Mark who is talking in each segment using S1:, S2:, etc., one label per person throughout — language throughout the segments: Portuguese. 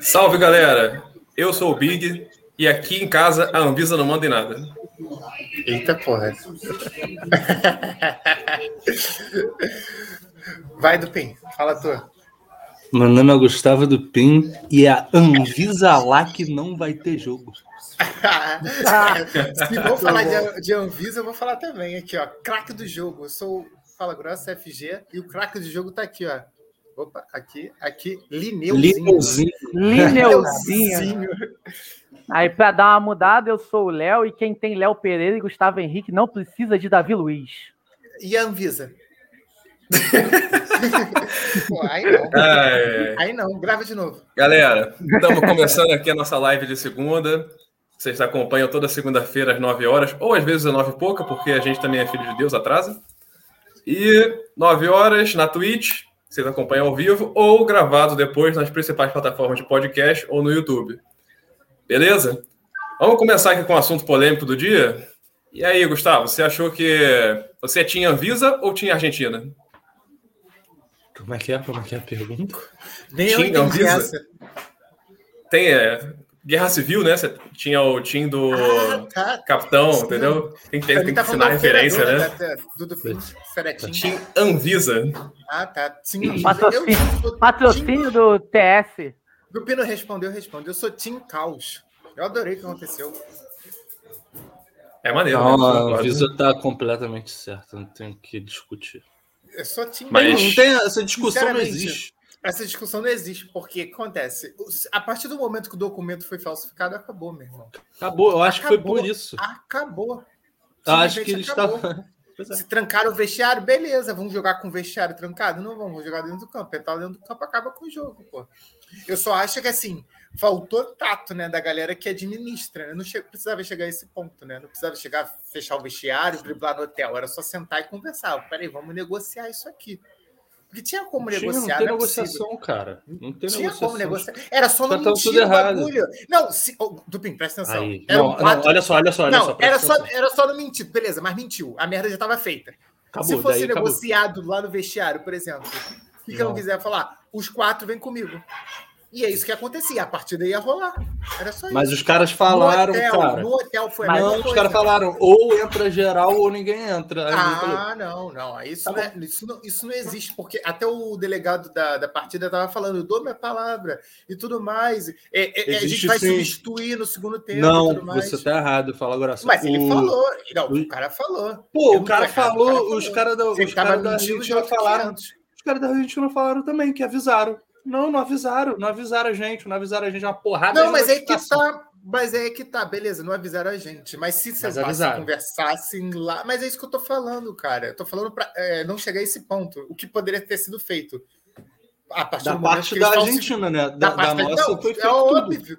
S1: Salve galera, eu sou o Big e aqui em casa a Anvisa não manda em nada.
S2: Eita porra. Vai, Dupin, fala tu.
S3: Meu nome é Gustavo Dupin e a Anvisa lá que não vai ter jogo.
S1: Ah.
S2: Se vou falar de, de Anvisa, eu vou falar também aqui, ó. Craque do jogo. Eu sou o Fala Grossa FG e o craque do jogo tá aqui, ó. Opa, aqui, aqui, Lineuzinho.
S3: Lineuzinho.
S4: Lineuzinho. Aí, pra dar uma mudada, eu sou o Léo e quem tem Léo Pereira e Gustavo Henrique não precisa de Davi Luiz.
S2: E a Anvisa? Pô, aí não.
S1: Ai,
S2: Aí não, grava de novo.
S1: Galera, estamos começando aqui a nossa live de segunda. Vocês acompanham toda segunda-feira às 9 horas, ou às vezes às 9 e pouca, porque a gente também é filho de Deus, atrasa. E 9 horas na Twitch, vocês acompanham ao vivo, ou gravado depois nas principais plataformas de podcast ou no YouTube. Beleza? Vamos começar aqui com o assunto polêmico do dia. E aí, Gustavo, você achou que você tinha Anvisa ou tinha Argentina?
S3: Como é que é? Como é que é a pergunta?
S2: Nem eu
S1: Tinha
S2: entendi
S1: Anvisa?
S2: essa.
S1: Tem é, Guerra Civil, né? Você tinha o time do.
S2: Ah, tá.
S1: Capitão,
S2: Sim.
S1: entendeu? Tem que,
S2: Pra
S1: ter,
S2: mim
S1: tem que
S2: tá falando
S1: assinar a
S2: da
S1: referência,
S2: operadora
S1: né?
S2: da- da- Do Dupin, Feretinho.
S1: Team Anvisa.
S2: Ah, tá. Sim, Anvisa.
S4: Patrocínio.
S2: Eu sou
S4: Patrocínio do TS.
S2: Tim- Dupin não respondeu, respondeu. Eu sou Tim Caos. Eu adorei o que aconteceu.
S1: É maneiro.
S3: Não,
S1: né?
S3: a Anvisa tá completamente certa, não tem o que discutir.
S2: Eu sou Tim
S1: Mas-
S3: Não tem, essa discussão não
S2: Sinceramente,
S3: existe.
S2: Essa discussão não existe, porque acontece. os- A partir do momento que o documento foi falsificado, acabou, meu irmão.
S3: Acabou, eu acho que
S2: acabou.
S3: foi por isso.
S2: Acabou.
S3: Eu acho que ele
S2: Simplesmente
S3: estava. é.
S2: acabou. Se trancaram o vestiário, beleza. Vamos jogar com o vestiário trancado? Não vamos, vamos jogar dentro do campo. Entrar dentro do campo acaba com o jogo, pô. Eu só acho que assim, faltou tato, né, da galera que administra. Né? Não che- precisava chegar a esse ponto, né? Não precisava chegar, fechar o vestiário, driblar no hotel. Era só sentar e conversar. Ah, Peraí, vamos negociar isso aqui. Porque tinha como
S3: Tinha, não
S2: negociar,
S3: tem
S2: não é possível.
S3: negociação, cara. Não tem
S2: Tinha
S3: negociação.
S2: como negociar. Era só
S3: Já
S2: não
S3: tava
S2: mentir
S3: tudo
S2: o
S3: errado.
S2: bagulho. Não, se... ô, Dupin, presta atenção. um
S3: Aí.
S2: Eram
S3: Não, um não,
S2: quatro-
S3: olha só, olha só, olha
S2: não,
S3: só.
S2: era,
S3: presta
S2: só,
S3: atenção.
S2: era só no mentido, beleza, mas mentiu. A merda já estava feita.
S3: Acabou,
S2: Se fosse
S3: daí acabou.
S2: negociado lá no vestiário, por exemplo, o que, que eu não
S3: Não.
S2: quiser falar? Os quatro vêm comigo. E é isso que acontecia. A partida ia rolar. Era só
S3: Mas
S2: isso.
S3: os caras
S2: No
S3: falaram,
S2: hotel,
S3: cara.
S2: No hotel foi a
S4: Mas
S2: mesma
S3: Não, os
S2: coisa.
S3: caras falaram, ou entra geral ou ninguém entra. Aí eu falei,
S2: Ah, não, não. Isso,
S3: Tá
S2: não é- isso, não, isso não existe, porque até o delegado da, da partida estava falando, eu dou minha palavra e tudo mais. É, é- é, a gente
S3: Existe
S2: vai
S3: sim.
S2: substituir no segundo tempo. e
S3: não,
S2: tudo mais.
S3: você tá errado. Fala agora só.
S2: Mas ele
S3: o-
S2: falou. Não, o
S3: o-
S2: cara falou.
S3: Pô,
S2: Eu
S3: o cara
S2: nunca- cara,
S3: falou,
S2: o cara
S3: os
S2: falou.
S3: caras da,
S2: Ele
S3: os
S2: tava
S3: cara da
S2: mentindo de
S3: Argentina
S2: outro
S3: falaram.
S2: que era.
S3: Os caras da Argentina falaram também, que avisaram. Não, não avisaram, não avisaram a gente, não avisaram a gente uma porrada.
S2: Não,
S3: de
S2: mas aí que
S3: notificação.
S2: tá. Mas aí que tá, beleza, não avisaram a gente. Mas se
S3: Mas
S2: vocês
S3: avisaram.
S2: conversassem lá. Mas é isso que eu tô falando, cara. Eu tô falando pra é, não chegar a esse ponto. O que poderia ter sido feito? A partir
S3: Da
S2: do momento
S3: parte
S2: que
S3: da
S2: eles falsi-
S3: Argentina, né? Da, da
S2: tá parte-
S3: nossa
S2: não,
S3: foi
S2: é
S3: feito tudo.
S2: óbvio.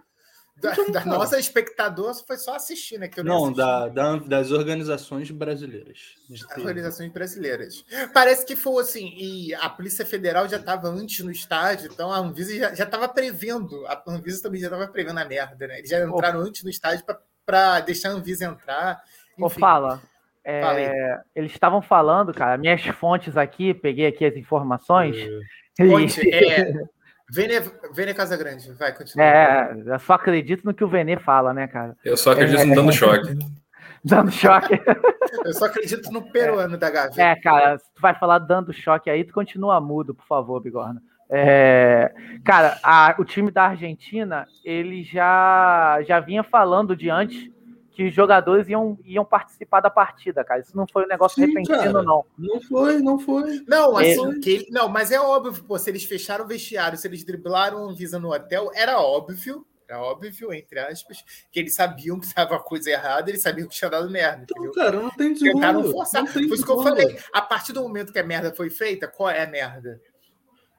S2: Da,
S3: Então,
S2: da
S3: cara.
S2: nossa espectador foi só assistir, né? Que eu nem
S3: Não,
S2: assisti.
S3: da, da- das organizações brasileiras. De ter-
S2: organizações brasileiras. Parece que foi assim, e a Polícia Federal já estava antes no estádio, então a Anvisa já- já estava prevendo, a Anvisa também já estava prevendo a merda, né? Eles já entraram antes no estádio para deixar a Anvisa entrar.
S4: Ô,
S2: Enfim,
S4: fala. é,
S2: Fala
S4: eles estavam falando, cara, minhas fontes aqui, peguei aqui as informações.
S2: Conte, é, Vene, Vene Casagrande, vai, continua.
S4: É, eu só acredito no que o Venê fala, né, cara?
S1: Eu só acredito
S3: É,
S1: no dando choque.
S4: Dando choque.
S2: Eu só acredito no peruano da Gávea.
S4: É, cara, se tu vai falar dando choque aí, tu continua mudo, por favor, Bigorna. É, cara, a- o time da Argentina, ele já, já vinha falando de antes que os jogadores iam, iam participar da partida, cara. Isso não foi um negócio
S3: Sim,
S4: repentino,
S3: cara.
S4: não.
S3: Não foi, não foi.
S2: Não,
S4: É.
S2: assim, que ele- não, mas é óbvio, pô, se eles fecharam o vestiário, se eles driblaram a Anvisa no hotel, era óbvio, era óbvio, entre aspas, que eles sabiam que estava a coisa errada, eles sabiam que tinha dado merda,
S3: Então,
S2: entendeu?
S3: cara, não tem desvio.
S2: Tentaram forçar.
S3: Não tem
S2: Foi isso que eu
S3: desvio.
S2: falei. A partir do momento que a merda foi feita, qual é a merda?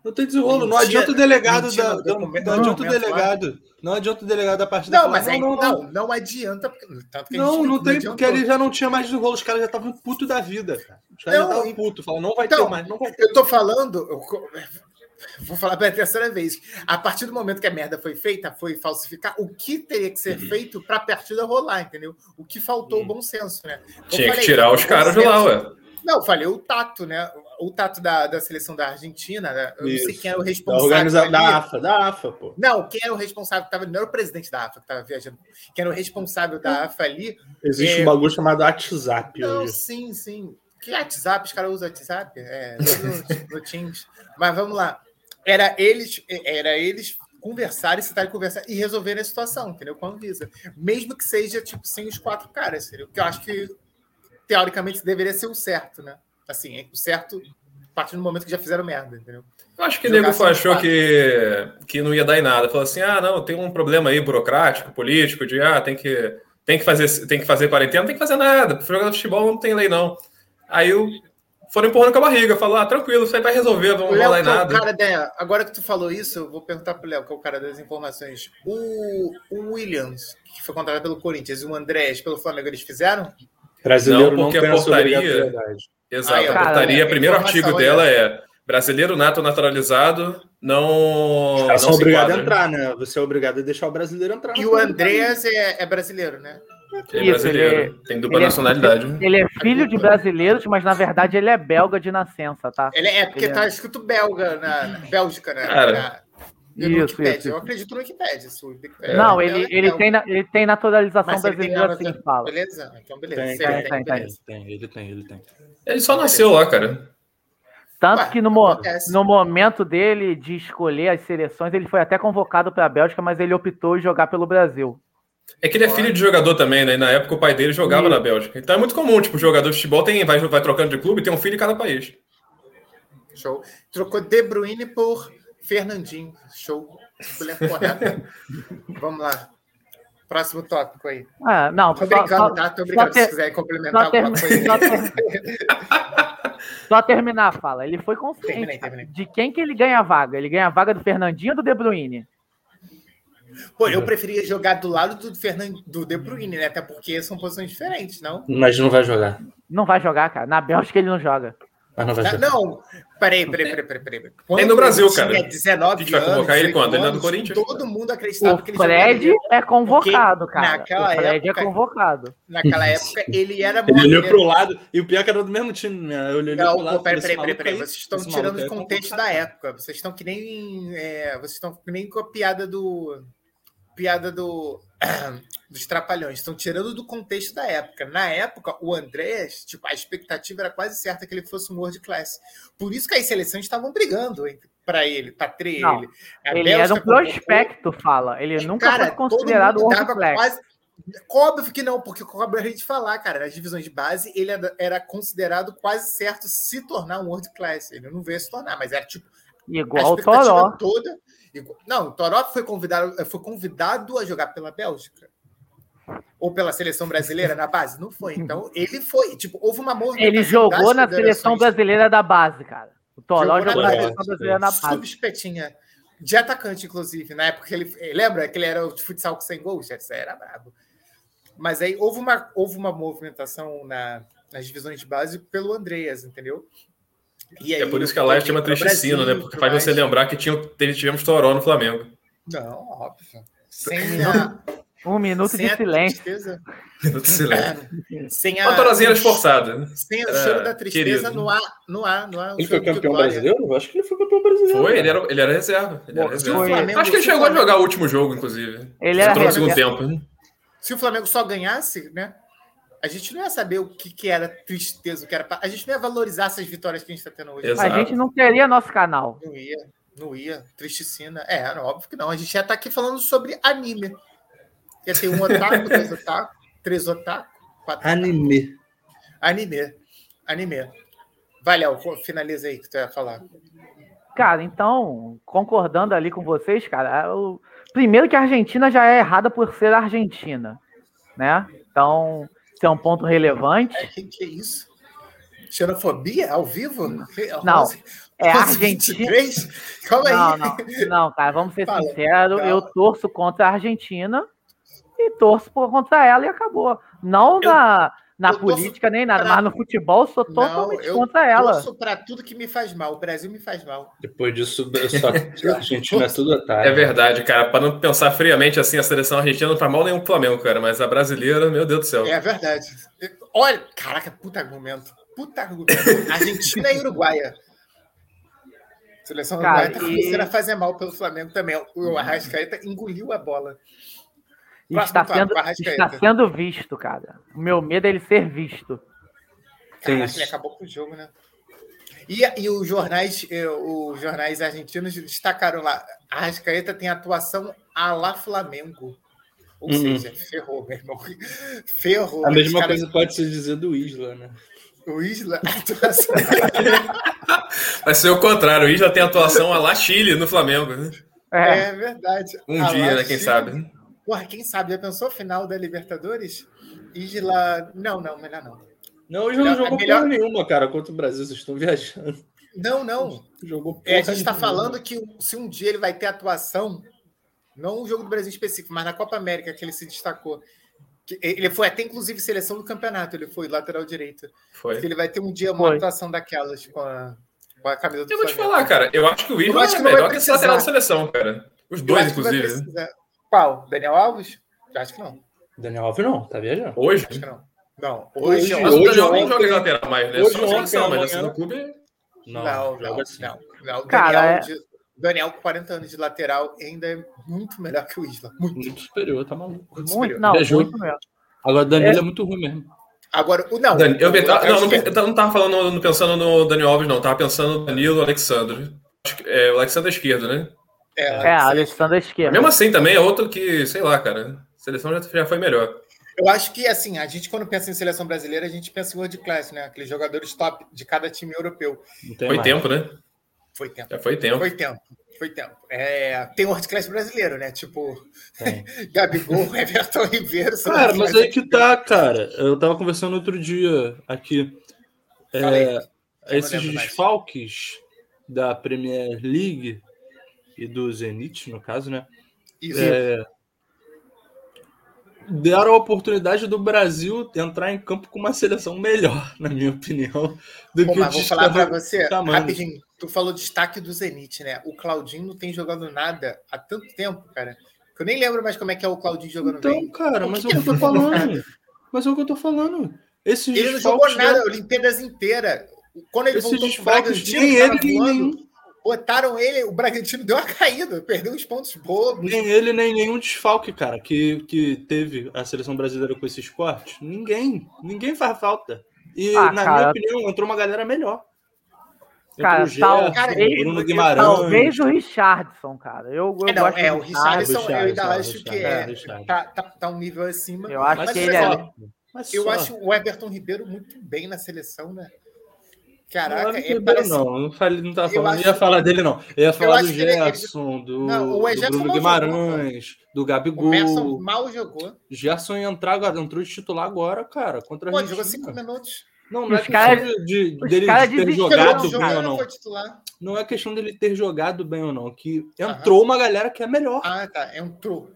S3: Não tem desenrolo, não
S2: Mentira,
S3: adianta o delegado
S2: mentira,
S3: da,
S2: no
S3: da-
S2: documento,
S3: não
S2: no
S3: adianta o
S2: documento
S3: delegado, não adianta o delegado da partida
S2: Não,
S3: falar,
S2: mas aí
S3: não,
S2: não,
S3: não,
S2: não, adianta. porque- Tanto que a gente
S3: não, não tem,
S2: adiantou.
S3: porque ele já não tinha mais desenrolo, os caras já estavam puto da vida, cara. Os caras já
S2: Não,
S3: estavam
S2: e-
S3: puto, falaram, não vai
S2: Então,
S3: ter mais, não vai ter.
S2: Eu tô falando. eu co- Vou falar pela terceira vez. A partir do momento que a merda foi feita, foi falsificar, o que teria que ser
S1: Uhum.
S2: feito para a partida rolar, entendeu? O que faltou o bom senso, né? Eu
S1: Tinha que
S2: falei,
S1: tirar os
S2: bom
S1: caras de
S2: senso-
S1: lá, ué.
S2: Não, eu falei o tato, né? o Tato da, da seleção da Argentina, né? eu não sei
S3: Isso.
S2: quem era o
S3: Da,
S2: responsável.
S3: É organiza...
S2: ali.
S3: da AFA, da AFA, pô.
S2: Não, quem era o responsável, que tava, não era o presidente da AFA que estava viajando, quem era o responsável da AFA ali.
S3: Existe
S2: É.
S3: um bagulho chamado WhatsApp
S2: Não,
S3: hoje.
S2: sim, sim. Que WhatsApp? Os caras usam WhatsApp? É, no, no Teams. Mas vamos lá. Era eles, é, era eles conversarem, sentarem e conversar e resolverem a situação, entendeu? Com a Anvisa. Mesmo que seja, tipo, sem os quatro caras, entendeu? Que eu acho que, teoricamente, deveria ser o certo, né? Assim, é o certo a partir do momento que já fizeram merda, entendeu?
S1: Eu acho que o
S2: Jogar
S1: nego
S2: sem
S1: achou
S2: pato.
S1: que, que não ia dar em nada. Falou assim: ah, não, tem um problema aí burocrático, político, de ah, tem que, tem que, fazer, tem que fazer quarentena, não tem que fazer nada. Pra jogar futebol não tem lei, não. Aí eu, foram empurrando com a barriga, falou: ah, tranquilo, isso aí vai resolver, não
S2: O
S1: vai
S2: Léo,
S1: dar em
S2: que é o
S1: nada.
S2: cara da- agora que tu falou isso, eu vou perguntar pro Léo, que é o cara das informações. O, o Williams, que foi contratado pelo Corinthians, e o Andrés pelo Flamengo, eles fizeram?
S3: Brasileiro
S1: Não,
S3: não,
S1: porque
S3: tem
S1: a
S3: essa
S1: portaria-
S3: obrigatoriedade.
S1: Exato,
S2: Aí, ó.
S1: a portaria,
S2: Cara,
S1: o primeiro
S2: informação
S1: artigo
S2: aí,
S1: dela
S2: ó.
S1: é brasileiro nato naturalizado, não.
S3: Os
S1: não
S3: caras são
S1: se
S3: obrigados a
S1: enquadra.
S3: entrar, né? Você é obrigado a deixar o brasileiro entrar.
S2: E o Andrés é, é brasileiro, né?
S1: Ele é
S4: Isso,
S1: brasileiro,
S4: ele
S1: tem dupla
S4: ele é-
S1: nacionalidade.
S4: Ele é filho de brasileiros, mas na verdade ele é belga de nascença, tá?
S2: Ele é porque
S4: Ele é.
S2: tá escrito belga na, na Bélgica, né?
S1: Cara.
S2: Na- no
S4: Isso,
S2: Wikipedia.
S4: isso,
S2: Eu
S4: isso.
S2: acredito no Wikipedia. Isso, o Wikipedia
S4: Não,
S2: é
S4: ele,
S2: belga,
S4: ele,
S2: belga.
S4: tem, na- ele tem naturalização
S2: Mas ele tem
S4: brasileira,
S2: nada a
S4: assim, fala.
S2: Beleza? Então, beleza.
S3: Tem,
S2: Sei,
S3: tem,
S2: tem,
S4: tem.
S2: beleza.
S5: tem, ele tem, ele tem.
S1: Ele só nasceu lá, cara.
S4: Tanto
S2: Ué,
S4: que no, mo-
S2: acontece.
S4: no momento dele de escolher as seleções, ele foi até convocado para a Bélgica, mas ele optou em jogar pelo Brasil.
S1: É que ele é filho de jogador também, né? E na época o pai dele jogava
S4: Isso.
S1: na Bélgica. Então é muito comum, tipo, jogador de futebol tem, vai, vai trocando de clube, tem um filho em cada país.
S2: Show. Trocou De Bruyne por Fernandinho. Show. Escolha correta. Vamos lá. Próximo tópico aí.
S4: Ah, não,
S2: Tô
S4: só,
S2: brincando,
S4: só-
S2: tá? Tô
S4: só
S2: brincando.
S4: ter-
S2: Se quiser complementar
S4: só,
S2: alguma coisa.
S4: termi- só ter- só terminar a fala. Ele foi consciente
S2: Terminei, terminei.
S4: de quem que ele ganha a vaga. Ele ganha a vaga do Fernandinho ou do De Bruyne?
S2: Pô, eu preferia jogar do lado do, Fernan- do De Bruyne, né? Até porque são posições diferentes, não?
S5: Mas não vai jogar.
S4: Não vai jogar, cara. Na Bélgica ele não joga.
S5: Mas não vai
S2: Ah,
S5: jogar.
S2: Não, peraí, peraí, peraí, peraí. peraí.
S1: Tem no Brasil,
S2: ele tinha
S1: cara.
S2: 19
S1: A gente vai convocar ele
S2: 18
S1: quando? Ele não é do
S2: anos,
S1: Corinthians?
S2: Todo mundo acreditava
S4: O
S2: que ele
S4: Fred
S2: jogaria.
S4: é convocado, cara. O
S2: naquela
S4: Fred
S2: época-
S4: é convocado.
S2: Naquela época, ele era
S5: Ele olhou
S2: maneiro.
S5: pro lado, e o pior é que era do mesmo time, né? Eu olhei
S2: Não,
S5: pro lado.
S2: pô, peraí,
S5: falei,
S2: peraí, peraí,
S5: "Esse
S2: peraí.
S5: maluco aí-
S2: Vocês estão
S5: esse maluco
S2: tirando
S5: aí
S2: o
S5: é
S2: contexto da
S5: complicado."
S2: época. Vocês estão que nem. é, vocês estão que nem com a piada do. Piada do. Dos trapalhões. Estão tirando do contexto da época. Na época, o Andrés, tipo, a expectativa era quase certa que ele fosse um world class. Por isso que as seleções estavam brigando para ele, para ter ele.
S4: Não,
S2: A
S4: Ele
S2: Bélgica
S4: era um
S2: convocou-
S4: prospecto, fala. Ele nunca foi
S2: todo
S4: considerado um
S2: mundo
S4: World
S2: dava
S4: Class.
S2: quase- Óbvio que não, porque como a gente falar, cara, nas divisões de base, ele era- era considerado quase certo se tornar um world class. Ele não veio se tornar, mas era tipo a
S4: Igual o
S2: expectativa
S4: Toró.
S2: toda. igual- Não, o Toró foi convidado, foi convidado a jogar pela Bélgica. Ou pela seleção brasileira na base? Não foi. Então, ele foi. Tipo, houve uma movimentação.
S4: Ele jogou
S2: das
S4: na seleção
S2: federações.
S4: brasileira da base, cara. O Toró
S2: Jogou na
S4: jogou, na
S3: base.
S4: seleção brasileira na Tá base.
S2: Subespetinha. De atacante, inclusive, na época que ele. eh, Lembra que ele era o de futsal com 100 gols? Essa era brabo. Mas aí houve uma, houve uma movimentação na, nas divisões de base pelo Andreas, entendeu? E aí
S1: É por isso que a
S2: ele
S1: live chama
S2: veio pro
S1: Tristecino, né?
S2: Brasil,
S1: Porque
S2: pro
S1: faz você
S2: Brasil.
S1: lembrar que tinha, teve- tivemos Toró no Flamengo.
S2: Não, óbvio. Sem a,
S4: Um minuto
S2: sem
S4: de
S2: a
S4: silêncio.
S2: tristeza.
S1: Se lembra.
S2: Sem
S1: Uma
S2: a,
S1: Torazinha esforçada.
S2: sem o
S1: Era
S2: cheiro da tristeza
S1: É, querido.
S2: no ar, no ar, no ar. um
S3: Ele foi
S2: choro de
S3: campeão
S2: glória.
S3: brasileiro? Eu acho que ele foi campeão brasileiro. né?
S1: Foi, ele era, ele era reserva. Ele era
S4: Bom,
S1: reserva.
S4: foi-
S1: Acho que ele chegou a jogar o último jogo, inclusive.
S4: Ele era
S1: Entrou no segundo
S4: reserva.
S1: tempo. né?
S2: se o Flamengo só ganhasse, né? A gente não ia saber o que, que era tristeza, o que era. pa- A gente não ia valorizar essas vitórias que a gente está tendo hoje.
S1: Exato.
S4: A gente não teria nosso canal.
S2: Não ia, não ia. Tristicina. É, não, óbvio que não. A gente ia estar aqui falando sobre anime. Ia ter um otaku, dois otaku, três otaku, quatro.
S5: Anime.
S2: Anime. Anime. Vai, Léo, co- finaliza aí que tu ia falar.
S4: Cara, então, concordando ali com vocês, cara, é o... primeiro que a Argentina já é errada por ser Argentina, né? Então, isso é um ponto relevante.
S2: Que, que é isso? Xenofobia ao vivo?
S4: Não, é
S2: 11,
S4: Argentina.
S2: 23? Calma
S4: Não,
S2: aí.
S4: não, não, cara, vamos ser
S2: Fala.
S4: sinceros,
S2: Não.
S4: eu torço contra a Argentina e torço por- contra ela e acabou. Não na, na
S2: eu torço
S4: política nem nada,
S2: pra-
S4: mas no futebol eu sou
S2: Não,
S4: totalmente
S2: eu
S4: contra ela.
S2: Torço pra tudo que me faz mal. O Brasil me faz mal.
S5: Depois disso, só a Argentina é tudo
S1: É
S5: otário.
S1: verdade, cara. Pra não pensar friamente assim, a seleção argentina não faz mal nenhum pro Flamengo, cara. Mas a brasileira, meu Deus do céu.
S2: É verdade. Olha, caraca, puta argumento. Puta, Argentina e Uruguaia. Seleção
S4: Cara,
S2: uruguaia tá
S4: e-
S2: começando a fazer mal pelo Flamengo também. O Arrascaeta engoliu a bola.
S4: E tá
S2: Próximo
S4: Está
S2: tópico,
S4: sendo,
S2: Arrascaeta.
S4: está sendo visto, cara. O meu medo é ele ser visto.
S5: Tem
S2: Caraca,
S5: isso.
S2: ele acabou com o jogo, né? E, e os jornais, eh, os jornais argentinos destacaram lá, a Arrascaeta tem atuação a la Flamengo. Ou
S3: Uhum.
S2: seja, ferrou, meu irmão. Ferrou.
S3: A mesma
S2: Os caras-
S3: coisa pode se dizer do Isla, né?
S2: O Isla, a atuação
S1: Vai ser o contrário. O Isla tem atuação a lá Chile no Flamengo. né?
S4: É,
S2: é verdade.
S1: Um
S2: A la
S1: dia, né? Quem
S2: Chile.
S1: sabe?
S2: Porra, quem sabe? Já pensou final da Libertadores? Isla. Não, não, melhor não.
S3: Não, o Isla não
S2: É
S3: jogou
S2: melhor-
S3: porra nenhuma, cara, contra o Brasil. Vocês estão viajando.
S2: Não, não.
S3: Jogou porra
S2: É, a gente está
S3: nenhuma.
S2: falando que se um dia ele vai ter atuação, não o jogo do Brasil específico, mas na Copa América que ele se destacou. que Ele foi até, inclusive, seleção do campeonato, ele foi lateral direito.
S1: Foi.
S2: Ele vai ter um dia uma
S4: Foi.
S2: atuação daquelas com a, com a camisa do
S1: Eu vou te
S2: Flamengo.
S1: falar, cara. Eu acho que o
S2: Eu
S1: Isla
S2: acho
S1: é
S2: que não vai
S1: melhor que esse
S2: precisar.
S1: lateral da seleção, cara. Os
S2: Eu
S1: dois,
S2: acho que vai
S1: inclusive. né?
S2: precisar. Qual? Daniel Alves? Eu acho que não.
S3: Daniel Alves não, tá viajando.
S1: Hoje.
S2: Acho que não. Não.
S3: Hoje-
S2: Hoje,
S1: Mas o
S3: hoje
S1: Daniel nem
S3: ontem-
S1: joga de lateral mais, né?
S3: hoje
S1: Só na
S3: ontem,
S1: seleção, mas
S3: amanhã-
S1: assim, no clube.
S3: Não,
S2: Não,
S3: joga
S2: não,
S3: assim.
S2: não, não.
S4: Cara,
S2: Daniel,
S4: é-
S2: de- Daniel, com 40 anos de lateral, ainda é muito melhor que o Isla. Muito.
S3: Muito superior, tá maluco.
S4: muito, não,
S5: Beijou.
S4: muito mesmo.
S5: Agora, Danilo é. muito ruim mesmo.
S2: Agora, o não.
S1: Ah, Dani- eu,
S2: o
S1: pensava-
S2: lateral
S1: não, não,
S2: esquerdo.
S1: eu não tava falando, não pensando no Daniel Alves, não. Tava pensando no Danilo Alexandre. Acho que- é, o Alexandre é esquerdo, né?
S4: É,
S2: lateral
S4: Alessandro esquerda.
S1: Mesmo assim, também é outro que, sei lá, cara. a Seleção já, já foi melhor.
S2: Eu acho que, assim, a gente, quando pensa em seleção brasileira, a gente pensa em world class, né? Aqueles jogadores top de cada time europeu.
S5: Não tem
S1: foi
S5: mais.
S1: tempo, né?
S2: Foi tempo.
S1: Já foi tempo.
S2: Foi tempo. Foi tempo. É, tem world class brasileiro, né? Tipo,
S3: um.
S5: Tem.
S2: Gabigol, Everton Ribeiro. são
S3: Cara,
S2: os
S3: mas
S2: mais-
S3: aí que tá, cara. Eu tava conversando outro dia aqui. É,
S2: Fala aí.
S3: esses
S2: lembro mais.
S3: desfalques da Premier League e do Zenit, no caso, né?
S2: Isso.
S3: é, deram a oportunidade do Brasil entrar em campo com uma seleção melhor, na minha opinião, do
S2: Pô,
S3: que o
S2: mas vou falar pra
S3: desfalque.
S2: você,
S3: tamanho.
S2: rapidinho, tu falou destaque do Zenit, né? O Claudinho não tem jogado nada há tanto tempo, cara. Que eu nem lembro mais como é que é o Claudinho jogando
S3: Então,
S2: bem.
S3: cara,
S2: Por
S3: mas
S2: que
S3: é o que eu tô
S2: ele não jogou
S3: falando. Mas é o que eu tô falando. Esses
S2: Ele não jogou
S3: desfalques
S2: nada,
S3: deram-
S2: a Olimpíadas inteira. Quando ele
S3: Esses
S2: voltou pro
S3: desfalques,
S2: Bragantino,
S3: nem
S2: tava
S3: ele, nem
S2: voando,
S3: nenhum
S2: botaram ele, o Bragantino deu uma caída, perdeu uns pontos bobos.
S3: Nem ele, nem nenhum desfalque, cara, que, que teve a seleção brasileira com esses cortes. Ninguém. Ninguém faz falta. E,
S4: Ah,
S3: na
S4: cara.
S3: minha opinião, entrou uma galera melhor. Entrou
S4: Cara,
S3: o Gerson,
S2: talvez-
S3: Bruno Guimarães.
S4: Talvez o Richardson, cara. Eu, eu
S2: É, não,
S4: gosto
S2: é,
S4: do
S2: o Richarlison, eu ainda
S3: Richarlison,
S2: acho que é,
S3: Richarlison, é,
S2: tá, tá, tá um nível acima.
S4: Eu acho
S3: Mas
S4: que
S2: por
S4: ele
S2: exemplo,
S4: é.
S3: só, mas
S2: Eu
S3: só.
S2: acho o Everton Ribeiro muito bem na seleção, né?
S3: Não,
S2: Caraca,
S3: não,
S2: é,
S3: Ribeiro,
S2: parece...
S3: não, eu não, falei, não tava
S2: Eu
S3: falando, não
S2: acho-
S3: ia falar dele, não. Eu ia falar
S2: acho
S3: do
S2: que ele- é ele-
S3: Gerson, do,
S2: Não, o
S3: do
S2: Gerson
S3: Bruno
S2: não jogou,
S3: Guimarães, do
S2: o Merson
S3: Gabigol.
S2: mal jogou.
S3: Gerson ia entrar agora, entrou de titular agora, cara, contra a
S2: Pô,
S3: gente.
S2: jogou cinco minutos.
S3: Não, não é
S4: Os caras-
S3: questão de,
S4: os
S3: dele
S4: caras
S3: ter
S4: desistiram
S3: jogado
S2: Jogou no
S3: bem
S2: jogo, ele
S3: ou
S2: não
S3: não.
S2: foi titular.
S3: Não é questão dele ter jogado bem ou não, que
S2: Aham.
S3: entrou uma galera que é melhor.
S2: Ah, tá, é um true.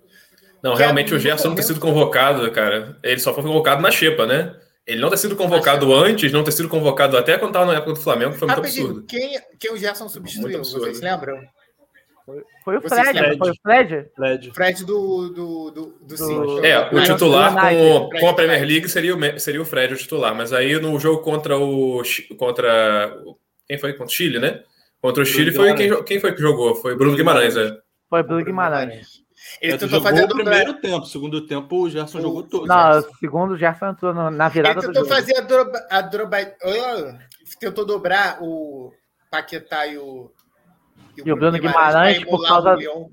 S1: Não,
S2: Que
S1: realmente
S2: é
S1: o Gerson não ter
S2: muito
S1: sido convocado, cara. Ele só foi convocado na Xepa, né? Ele não ter sido convocado antes, não ter sido convocado até quando tava na época do Flamengo, foi muito
S2: Rapidinho,
S1: absurdo.
S2: quem, quem o Gerson substituiu,
S1: absurdo.
S2: vocês lembram?
S4: Foi o
S2: Vocês
S4: Fred,
S3: lembram?
S4: foi o Fred?
S3: Fred.
S2: O Fred do... do, do, do, City.
S1: É, o
S4: Mas-
S1: titular
S4: Mas-
S1: com,
S2: Mas-
S1: com a Premier League seria o, Me- seria o Fred o titular, mas aí no jogo contra o. Chi- Contra. o- Quem foi? Contra o Chile, né? Contra o Chile foi quem,
S3: Guimarães.
S1: jo- quem foi que jogou? Foi Bruno Guimarães, é.
S4: Foi o Bruno Guimarães.
S2: Ele tentou
S3: jogou
S2: fazer
S3: o
S2: dublagem.
S3: primeiro tempo, segundo tempo o Gerson
S2: O-
S3: jogou todo.
S4: Não, segundo o Gerson entrou no- na virada
S2: Ele
S4: do
S2: tentou
S4: jogo.
S2: fazer a droba, a droba, ah, tentou dobrar o Paquetá e o
S4: E o Bruno Guimarães
S2: pra
S4: por
S2: emular
S4: causa-
S2: o Leão.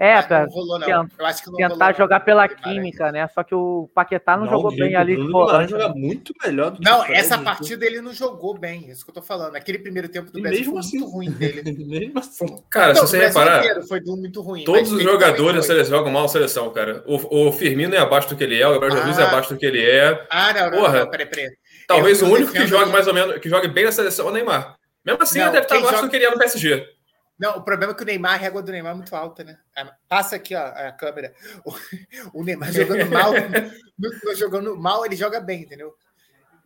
S4: É,
S2: Ah,
S4: pra
S2: não rolou, não.
S4: tent-
S2: Eu acho que não
S4: tentar
S2: rolou,
S4: jogar
S2: não,
S4: pela
S2: Guimarães.
S4: química, né? Só que o Paquetá não, jogou
S3: gente,
S4: bem ali
S3: O
S4: de
S3: Bruno Guimarães
S4: volante.
S3: joga muito melhor do que
S2: Não,
S1: é
S3: o Fred,
S2: essa
S3: né?
S2: partida ele não jogou bem, é isso que eu tô falando. Aquele primeiro tempo do
S3: E
S2: Brasil
S3: mesmo
S2: foi
S3: assim-
S2: muito ruim dele.
S3: Mesmo assim.
S1: Cara,
S2: Não, é
S1: se você
S2: o Brasil
S1: reparar,
S2: inteiro foi muito ruim. mas
S1: todos os
S2: ele também
S1: jogadores da
S2: foi.
S1: seleção jogam mal a seleção, cara. O, o Firmino é abaixo do que ele é, o Gabriel Jesus é
S2: Ah.
S1: abaixo do que ele é.
S2: Ah, não, não,
S1: Porra.
S2: não, peraí, peraí.
S1: Talvez
S2: Eu-
S1: o
S2: eu
S1: único que
S2: defendo
S1: jogue
S2: ele.
S1: mais ou menos, que jogue bem na seleção é o Neymar. Mesmo assim,
S2: Não,
S1: ele deve estar
S2: quem
S1: abaixo
S2: joga-
S1: do que ele é no PSG.
S2: Não, o problema é que o Neymar, a régua do Neymar é muito alta, né? Ah, Passa aqui, ó, a câmera. O, o Neymar jogando mal, no- no- jogando mal, ele joga bem, entendeu?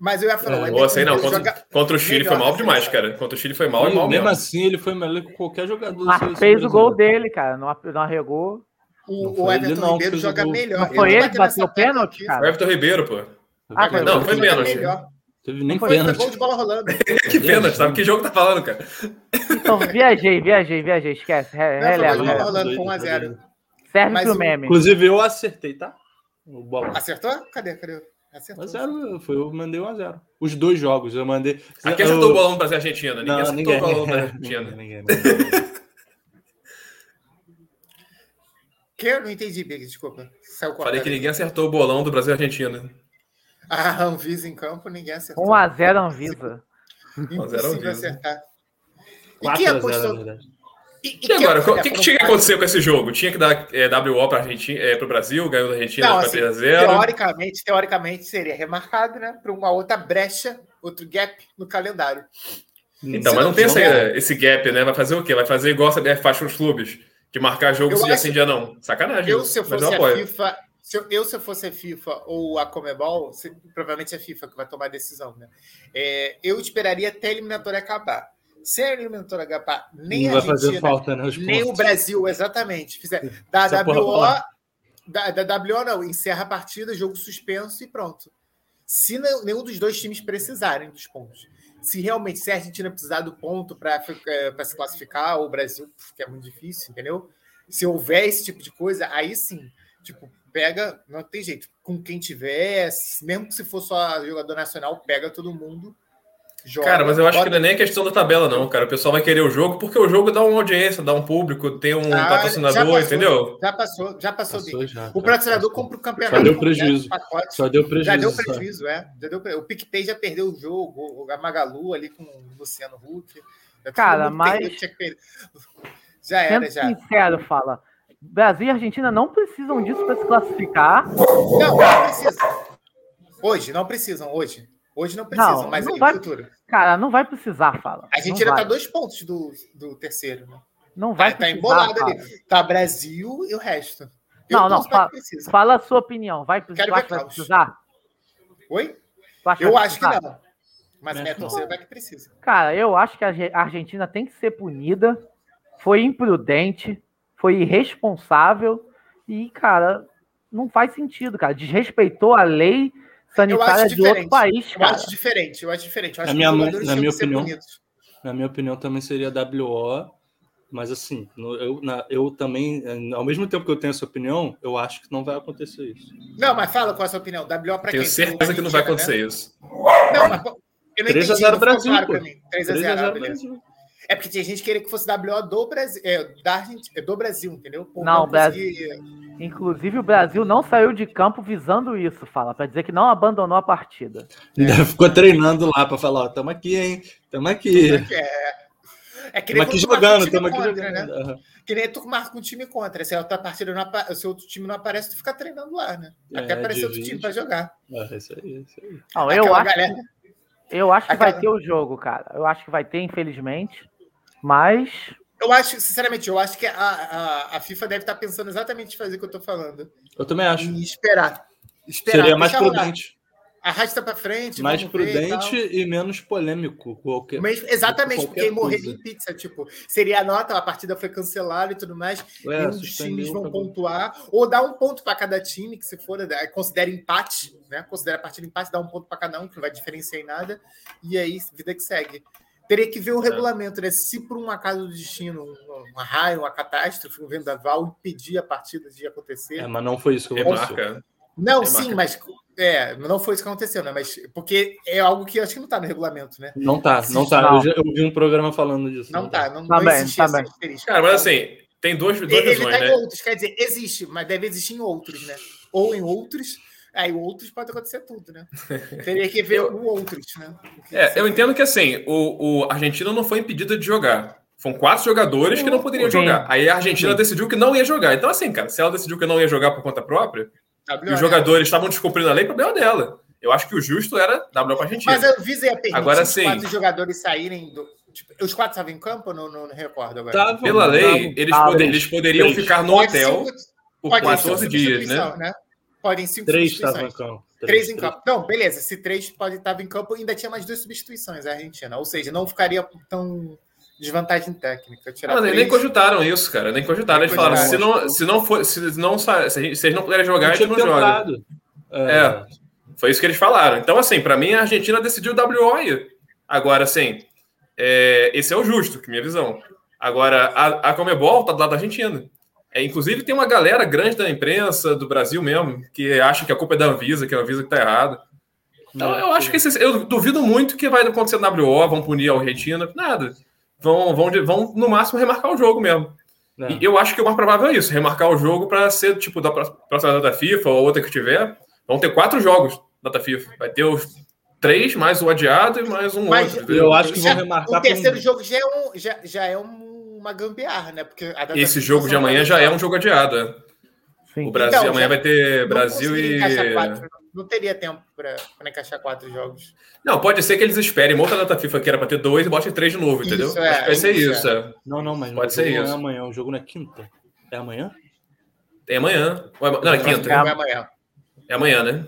S2: Mas eu ia falar, o
S1: Ou assim, não.
S2: ele
S1: Contra,
S2: joga-
S1: contra o Chile
S2: melhor
S1: foi mal
S2: na
S1: demais,
S2: seleção.
S1: cara. Contra é o Chile foi mal e mal
S3: mesmo
S1: mesmo.
S3: assim, ele foi melhor que qualquer jogador da
S4: Mas
S3: seleção
S4: Ah, fez o gol
S3: brasileira.
S4: dele, cara. Não, não arregou.
S2: o,
S3: Não
S2: o
S3: foi ele
S2: Everton
S3: não que
S2: Ribeiro
S3: fez o
S2: joga
S3: gol.
S2: melhor.
S4: Não foi
S2: vou
S4: ele
S2: bater
S4: que bateu
S2: nessa
S4: o pênalti,
S2: tecla aqui.
S4: cara?
S1: O Everton Ribeiro, pô.
S4: Ah, foi
S1: Não, foi
S2: Joga
S1: pênalti.
S2: melhor.
S5: Teve nem
S4: Foi-
S2: Foi
S5: pênalti.
S2: gol de bola rolando.
S1: Que pena, sabe que jogo tá falando, cara?
S4: Então, viajei, viajei, viajei. Esquece.
S2: Não, foi
S4: Re,
S2: gol
S4: releva,
S2: de bola
S4: releva.
S2: rolando
S3: Doido,
S2: com 1 a
S3: tá
S2: 0
S3: doido.
S4: Serve
S2: Mas
S4: pro
S2: o-
S4: meme.
S3: Inclusive, eu acertei, tá? O bolão.
S2: Acertou? Cadê? Cadê? Acertou.
S3: 1x0, foi, eu mandei 1x0. Os dois jogos, eu mandei.
S1: Aqui
S3: eu-
S1: acertou o bolão do Brasil e Argentina. Ninguém
S3: Não,
S1: acertou
S3: ninguém.
S1: o bolão do Brasil e Argentina.
S3: Ninguém, ninguém.
S2: Que eu não entendi, Big, desculpa. Saiu
S1: Falei que
S2: cortado.
S1: ninguém acertou o bolão do Brasil e Argentina.
S2: Ah, Anvisa em campo, ninguém acertou.
S4: 1x0 Anvisa.
S1: zero
S2: Impossível
S1: Anvisa.
S2: acertar. E quem
S3: 4x0, na
S2: apostou?
S3: verdade.
S2: E, e
S1: E
S2: quem
S1: agora,
S2: apostou?
S1: o que, que tinha que acontecer com esse jogo? Tinha que dar é, WO para é, o Brasil, ganhou da Argentina
S2: Não,
S1: foi
S2: assim,
S1: 3 a 0
S2: Teoricamente, teoricamente seria remarcado, né? Para uma outra brecha, outro gap no calendário.
S1: Então,
S2: se
S1: mas
S2: não
S1: não tem essa-
S2: jogar-
S1: esse gap, né? Vai fazer o quê? Vai fazer igual a CBF faz com os clubes, de marcar jogo
S2: Eu
S1: se dia
S2: acho-
S1: sim, dia não. Sacanagem.
S2: Eu, se eu
S1: mas
S2: fosse
S1: eu
S2: a
S1: apoio.
S2: FIFA, se eu, eu, se eu fosse a FIFA ou a Comebol, se- provavelmente é a FIFA que vai tomar a decisão, né? É, eu esperaria até a eliminatória acabar. Se a eliminatória acabar, nem
S3: não
S2: a
S3: vai fazer
S2: Argentina,
S3: falta, né? Os
S2: nem o
S3: pontos.
S2: Brasil, exatamente. Fizer, da
S3: Essa porra
S2: WO,
S3: fala.
S2: da, da WO não, encerra a partida, jogo suspenso e pronto. Se não- nenhum dos dois times precisarem dos pontos. Se realmente se a Argentina precisar do ponto para se classificar, ou o Brasil, que é muito difícil, entendeu? Se houver esse tipo de coisa, aí sim, tipo, pega, não tem jeito, com quem tiver, mesmo que se for só jogador nacional, pega todo mundo. Joga,
S1: Cara, mas eu acho que não
S2: bota-
S1: é nem questão da tabela, não, cara. O pessoal vai querer o jogo porque o jogo dá uma audiência, dá um público, tem um
S2: Ah, já
S1: patrocinador,
S2: passou,
S1: entendeu?
S2: Já passou, já passou, bem.
S3: Passou já,
S2: O
S3: cara,
S2: patrocinador
S3: passou.
S2: compra o campeonato.
S3: Só deu
S2: completo,
S3: prejuízo.
S2: pacote.
S3: Só deu prejuízo.
S2: Já deu
S3: só.
S2: prejuízo, é. Já deu pre- O PicPay já perdeu o jogo, a Magalu ali com o Luciano Huck. Já todo
S4: Cara,
S2: mundo
S4: mas-
S2: perdeu o que tinha que perder. Já
S4: Sendo
S2: era, É, já.
S4: sincero, fala. Brasil e Argentina não precisam disso pra se classificar.
S2: Não, não precisa. Hoje, não precisam, hoje. Hoje não precisam,
S4: Não,
S2: mas
S4: não
S2: aí
S4: vai-
S2: no futuro.
S4: Cara, não vai precisar, fala.
S2: A gente ainda
S4: não
S2: tá
S4: vai.
S2: dois pontos do, do terceiro, né?
S4: Não vai
S2: tá
S4: precisar,
S2: embolado
S4: fala.
S2: ali. Tá Brasil e o resto. Eu
S4: Não, não,
S2: torço pra
S4: fala.
S2: que precisa.
S4: Fala a sua opinião. Vai precisar?
S2: Quero
S4: Tu
S2: ver
S4: acha que vai
S2: caos.
S4: precisar?
S2: Oi?
S4: Tu acha
S2: Eu
S4: vai
S2: acho que
S4: precisar?
S2: não. Mas
S3: Acho
S2: minha
S3: que não.
S2: torcida vai que precisa.
S4: Cara, eu acho que a Ge- a Argentina tem que ser punida. Foi imprudente, foi irresponsável e, cara, não faz sentido, cara. Desrespeitou a lei sanitária de outro
S2: diferente.
S4: país,
S2: Eu
S4: cara.
S2: acho diferente, eu acho diferente. Eu acho
S3: Na É minha
S2: os
S3: mãe-
S2: jogadores
S3: na
S2: tinham
S3: minha
S2: que ser
S3: opinião.
S2: bonitos.
S3: Na minha opinião, também seria WO. Mas assim, no- eu, na- eu também, eh, ao mesmo tempo que eu tenho essa opinião, eu acho que não vai acontecer isso.
S2: Não, mas fala qual é a sua opinião. WO pra
S1: Tenho
S2: quem? né?
S1: certeza que não vai acontecer isso.
S2: Não, mas pô, eu não
S3: 3
S2: entendi.
S3: a 0
S2: não ficou
S3: Brasil,
S2: claro pra
S3: pô.
S2: mim. 3 a
S3: 3
S2: 0,
S3: a 0
S2: beleza.
S3: Brasil.
S2: É porque tinha gente que queria que fosse WO do Brasil, é, da Argentina, é, do Brasil, entendeu? Pô,
S4: Não,
S2: consegui-
S4: Inclusive, o Brasil não saiu de campo visando isso, fala, pra dizer que não abandonou a partida.
S2: É.
S3: Ainda Ficou treinando lá pra falar, ó, tamo aqui, hein? Tamo aqui.
S2: É que
S3: Tamo
S2: nem quando tu
S3: aqui
S2: marca um
S3: jogando,
S2: time
S3: tamo aqui
S2: contra, né?
S3: jogando. Aham.
S2: Que nem tu marca um time contra. Se a outra partida não apa- se outro time não aparece, tu fica treinando lá, né? Até
S3: É,
S2: aparecer outro
S3: divide.
S2: time pra jogar.
S3: Ah, isso aí, isso aí.
S4: Não, eu
S2: Aquela
S4: acho,
S2: galera-
S4: eu acho que vai
S2: aquela-
S4: ter o jogo, cara. Eu acho que vai ter, infelizmente. Mas
S2: Eu acho, sinceramente, eu acho que a, a, a FIFA deve estar pensando exatamente em fazer o que eu tô falando.
S3: Eu também acho.
S2: E esperar. Esperar.
S3: Seria mais
S2: deixar rolar.
S3: prudente.
S2: Arrasta pra frente.
S3: Mais
S2: vamos ver e tal.
S3: prudente e menos polêmico. Qualquer...
S2: Mas, exatamente,
S3: Qualquer
S2: porque morreria
S3: coisa.
S2: em pizza, tipo, seria a nota, a partida foi cancelada e tudo mais,
S3: É,
S2: nenhum dos
S3: suspendeu,
S2: times vão
S3: acabou.
S2: pontuar, ou dá um ponto para cada time, que se for, eh, considera empate, né? Considera a partida empate, dá um ponto para cada um, que não vai diferenciar em nada, e aí vida que segue. Teria que
S3: É.
S2: ver o regulamento, né? Se por um acaso do destino, um, um raio, uma catástrofe, um vendaval impedir a partida de acontecer.
S3: É, mas não foi isso que aconteceu.
S1: Remarca.
S2: não,
S1: tem
S2: sim, mas é, não foi isso que aconteceu, né? Mas porque é algo que eu acho que não está no regulamento, né?
S3: Não tá, não tá.
S4: Não.
S3: Eu, já- eu vi um programa falando disso.
S2: Não tá, não,
S4: Tá
S2: não
S4: bem,
S2: existe
S4: tá
S2: essa
S4: bem.
S2: característica.
S1: Cara, mas assim, tem duas, duas
S2: ele, ele
S1: visões,
S2: tá em
S1: né?
S2: outros, quer dizer, existe, mas deve existir em outros, né? Ou em outros, aí outros pode acontecer tudo, né? Teria que ver
S1: Eu-
S2: o outros, né?
S1: É, eu entendo que assim, o, o Argentina não foi impedido de jogar. Foram quatro jogadores que não poderiam
S4: Sim.
S1: jogar. Aí a Argentina
S3: Sim.
S1: decidiu que não ia jogar. Então, assim, cara, se ela decidiu que não ia jogar por conta própria,
S2: WO,
S1: e os
S2: né?
S1: jogadores estavam descumprindo a lei, problema dela. Eu acho que o justo era dar pra Argentina.
S2: Mas é a Visa ia permitir
S1: Agora
S2: os
S1: sim.
S2: quatro jogadores saírem do. tipo, os quatro estavam em campo? Eu Não, não, não recordo agora.
S3: tá. Tava,
S1: Pela
S2: né?
S3: tava.
S1: lei, eles,
S4: tá,
S1: poder-
S3: três,
S1: eles poderiam
S3: três.
S1: ficar no
S2: ah, Pode
S1: hotel
S2: cinco-
S1: por
S2: pode ser
S1: 14
S2: cinco
S1: dias, né?
S2: substituição, né? Podem cinco
S4: tá,
S3: Três estavam em
S2: substituições.
S3: campo.
S2: Três em campo. Não, beleza. Se três pode estava em campo, ainda tinha mais duas substituições a Argentina. Ou seja, não ficaria tão desvantagem técnica. Tirar
S1: Mas eles nem
S2: três.
S1: cogitaram isso, cara. Nem cogitaram.
S2: Nem
S1: eles falaram: se
S2: cogitaram.
S1: não, se não for, se não, sa- se a gente- se eles não puderem jogar, a
S3: Eu
S1: gente
S3: tinha
S1: não joga.
S3: tentado.
S1: É. Foi isso que eles falaram. Então, assim, para mim, a Argentina decidiu WO aí. Agora, assim, é, esse é o justo, que é minha visão. Agora, a, a Comebol tá do lado da Argentina. É, inclusive, tem uma galera grande da imprensa, do Brasil mesmo, que acha que a culpa é da Anvisa, que a Anvisa que tá errada.
S3: né,
S1: Então, eu acho que esse, eu duvido muito que vai acontecer na WO, vão punir a Argentina, nada. Vão, vão, vão no máximo remarcar o jogo mesmo.
S3: É.
S1: E eu acho que o mais provável é isso, remarcar o jogo para ser tipo da pró- próxima data FIFA ou outra que tiver. Vão ter quatro jogos data FIFA. Vai ter os três, mais o adiado e mais um
S2: Mas
S1: outro.
S3: Eu acho que
S2: Já-
S3: vão remarcar.
S2: O terceiro
S3: pra um-
S2: jogo já é, um, já, já é um- uma gambiarra, né? Porque a data
S1: Esse
S2: FIFA
S1: jogo
S2: são
S1: de amanhã
S2: quatro
S1: já é um
S2: jogos.
S1: jogo adiado. é.
S4: Sim.
S1: O Brasil
S2: Então,
S1: amanhã
S2: já-
S1: vai ter
S2: Não
S1: Brasil
S2: conseguiria
S1: e.
S2: encaixar quatro, não teria tempo para encaixar quatro jogos.
S1: Não, pode ser que eles esperem uma outra data FIFA que era para ter dois e botem três de novo, entendeu?
S2: Isso, é,
S1: acho que vai ser
S2: isso,
S1: isso. é.
S3: Não, não, mas
S1: Pode
S3: o
S1: ser
S3: jogo não
S1: isso.
S3: é amanhã, o jogo não é quinta. É amanhã?
S1: Tem amanhã. Ou é- Não, é
S2: O
S1: quinta.
S2: jogo é amanhã.
S1: É amanhã, né?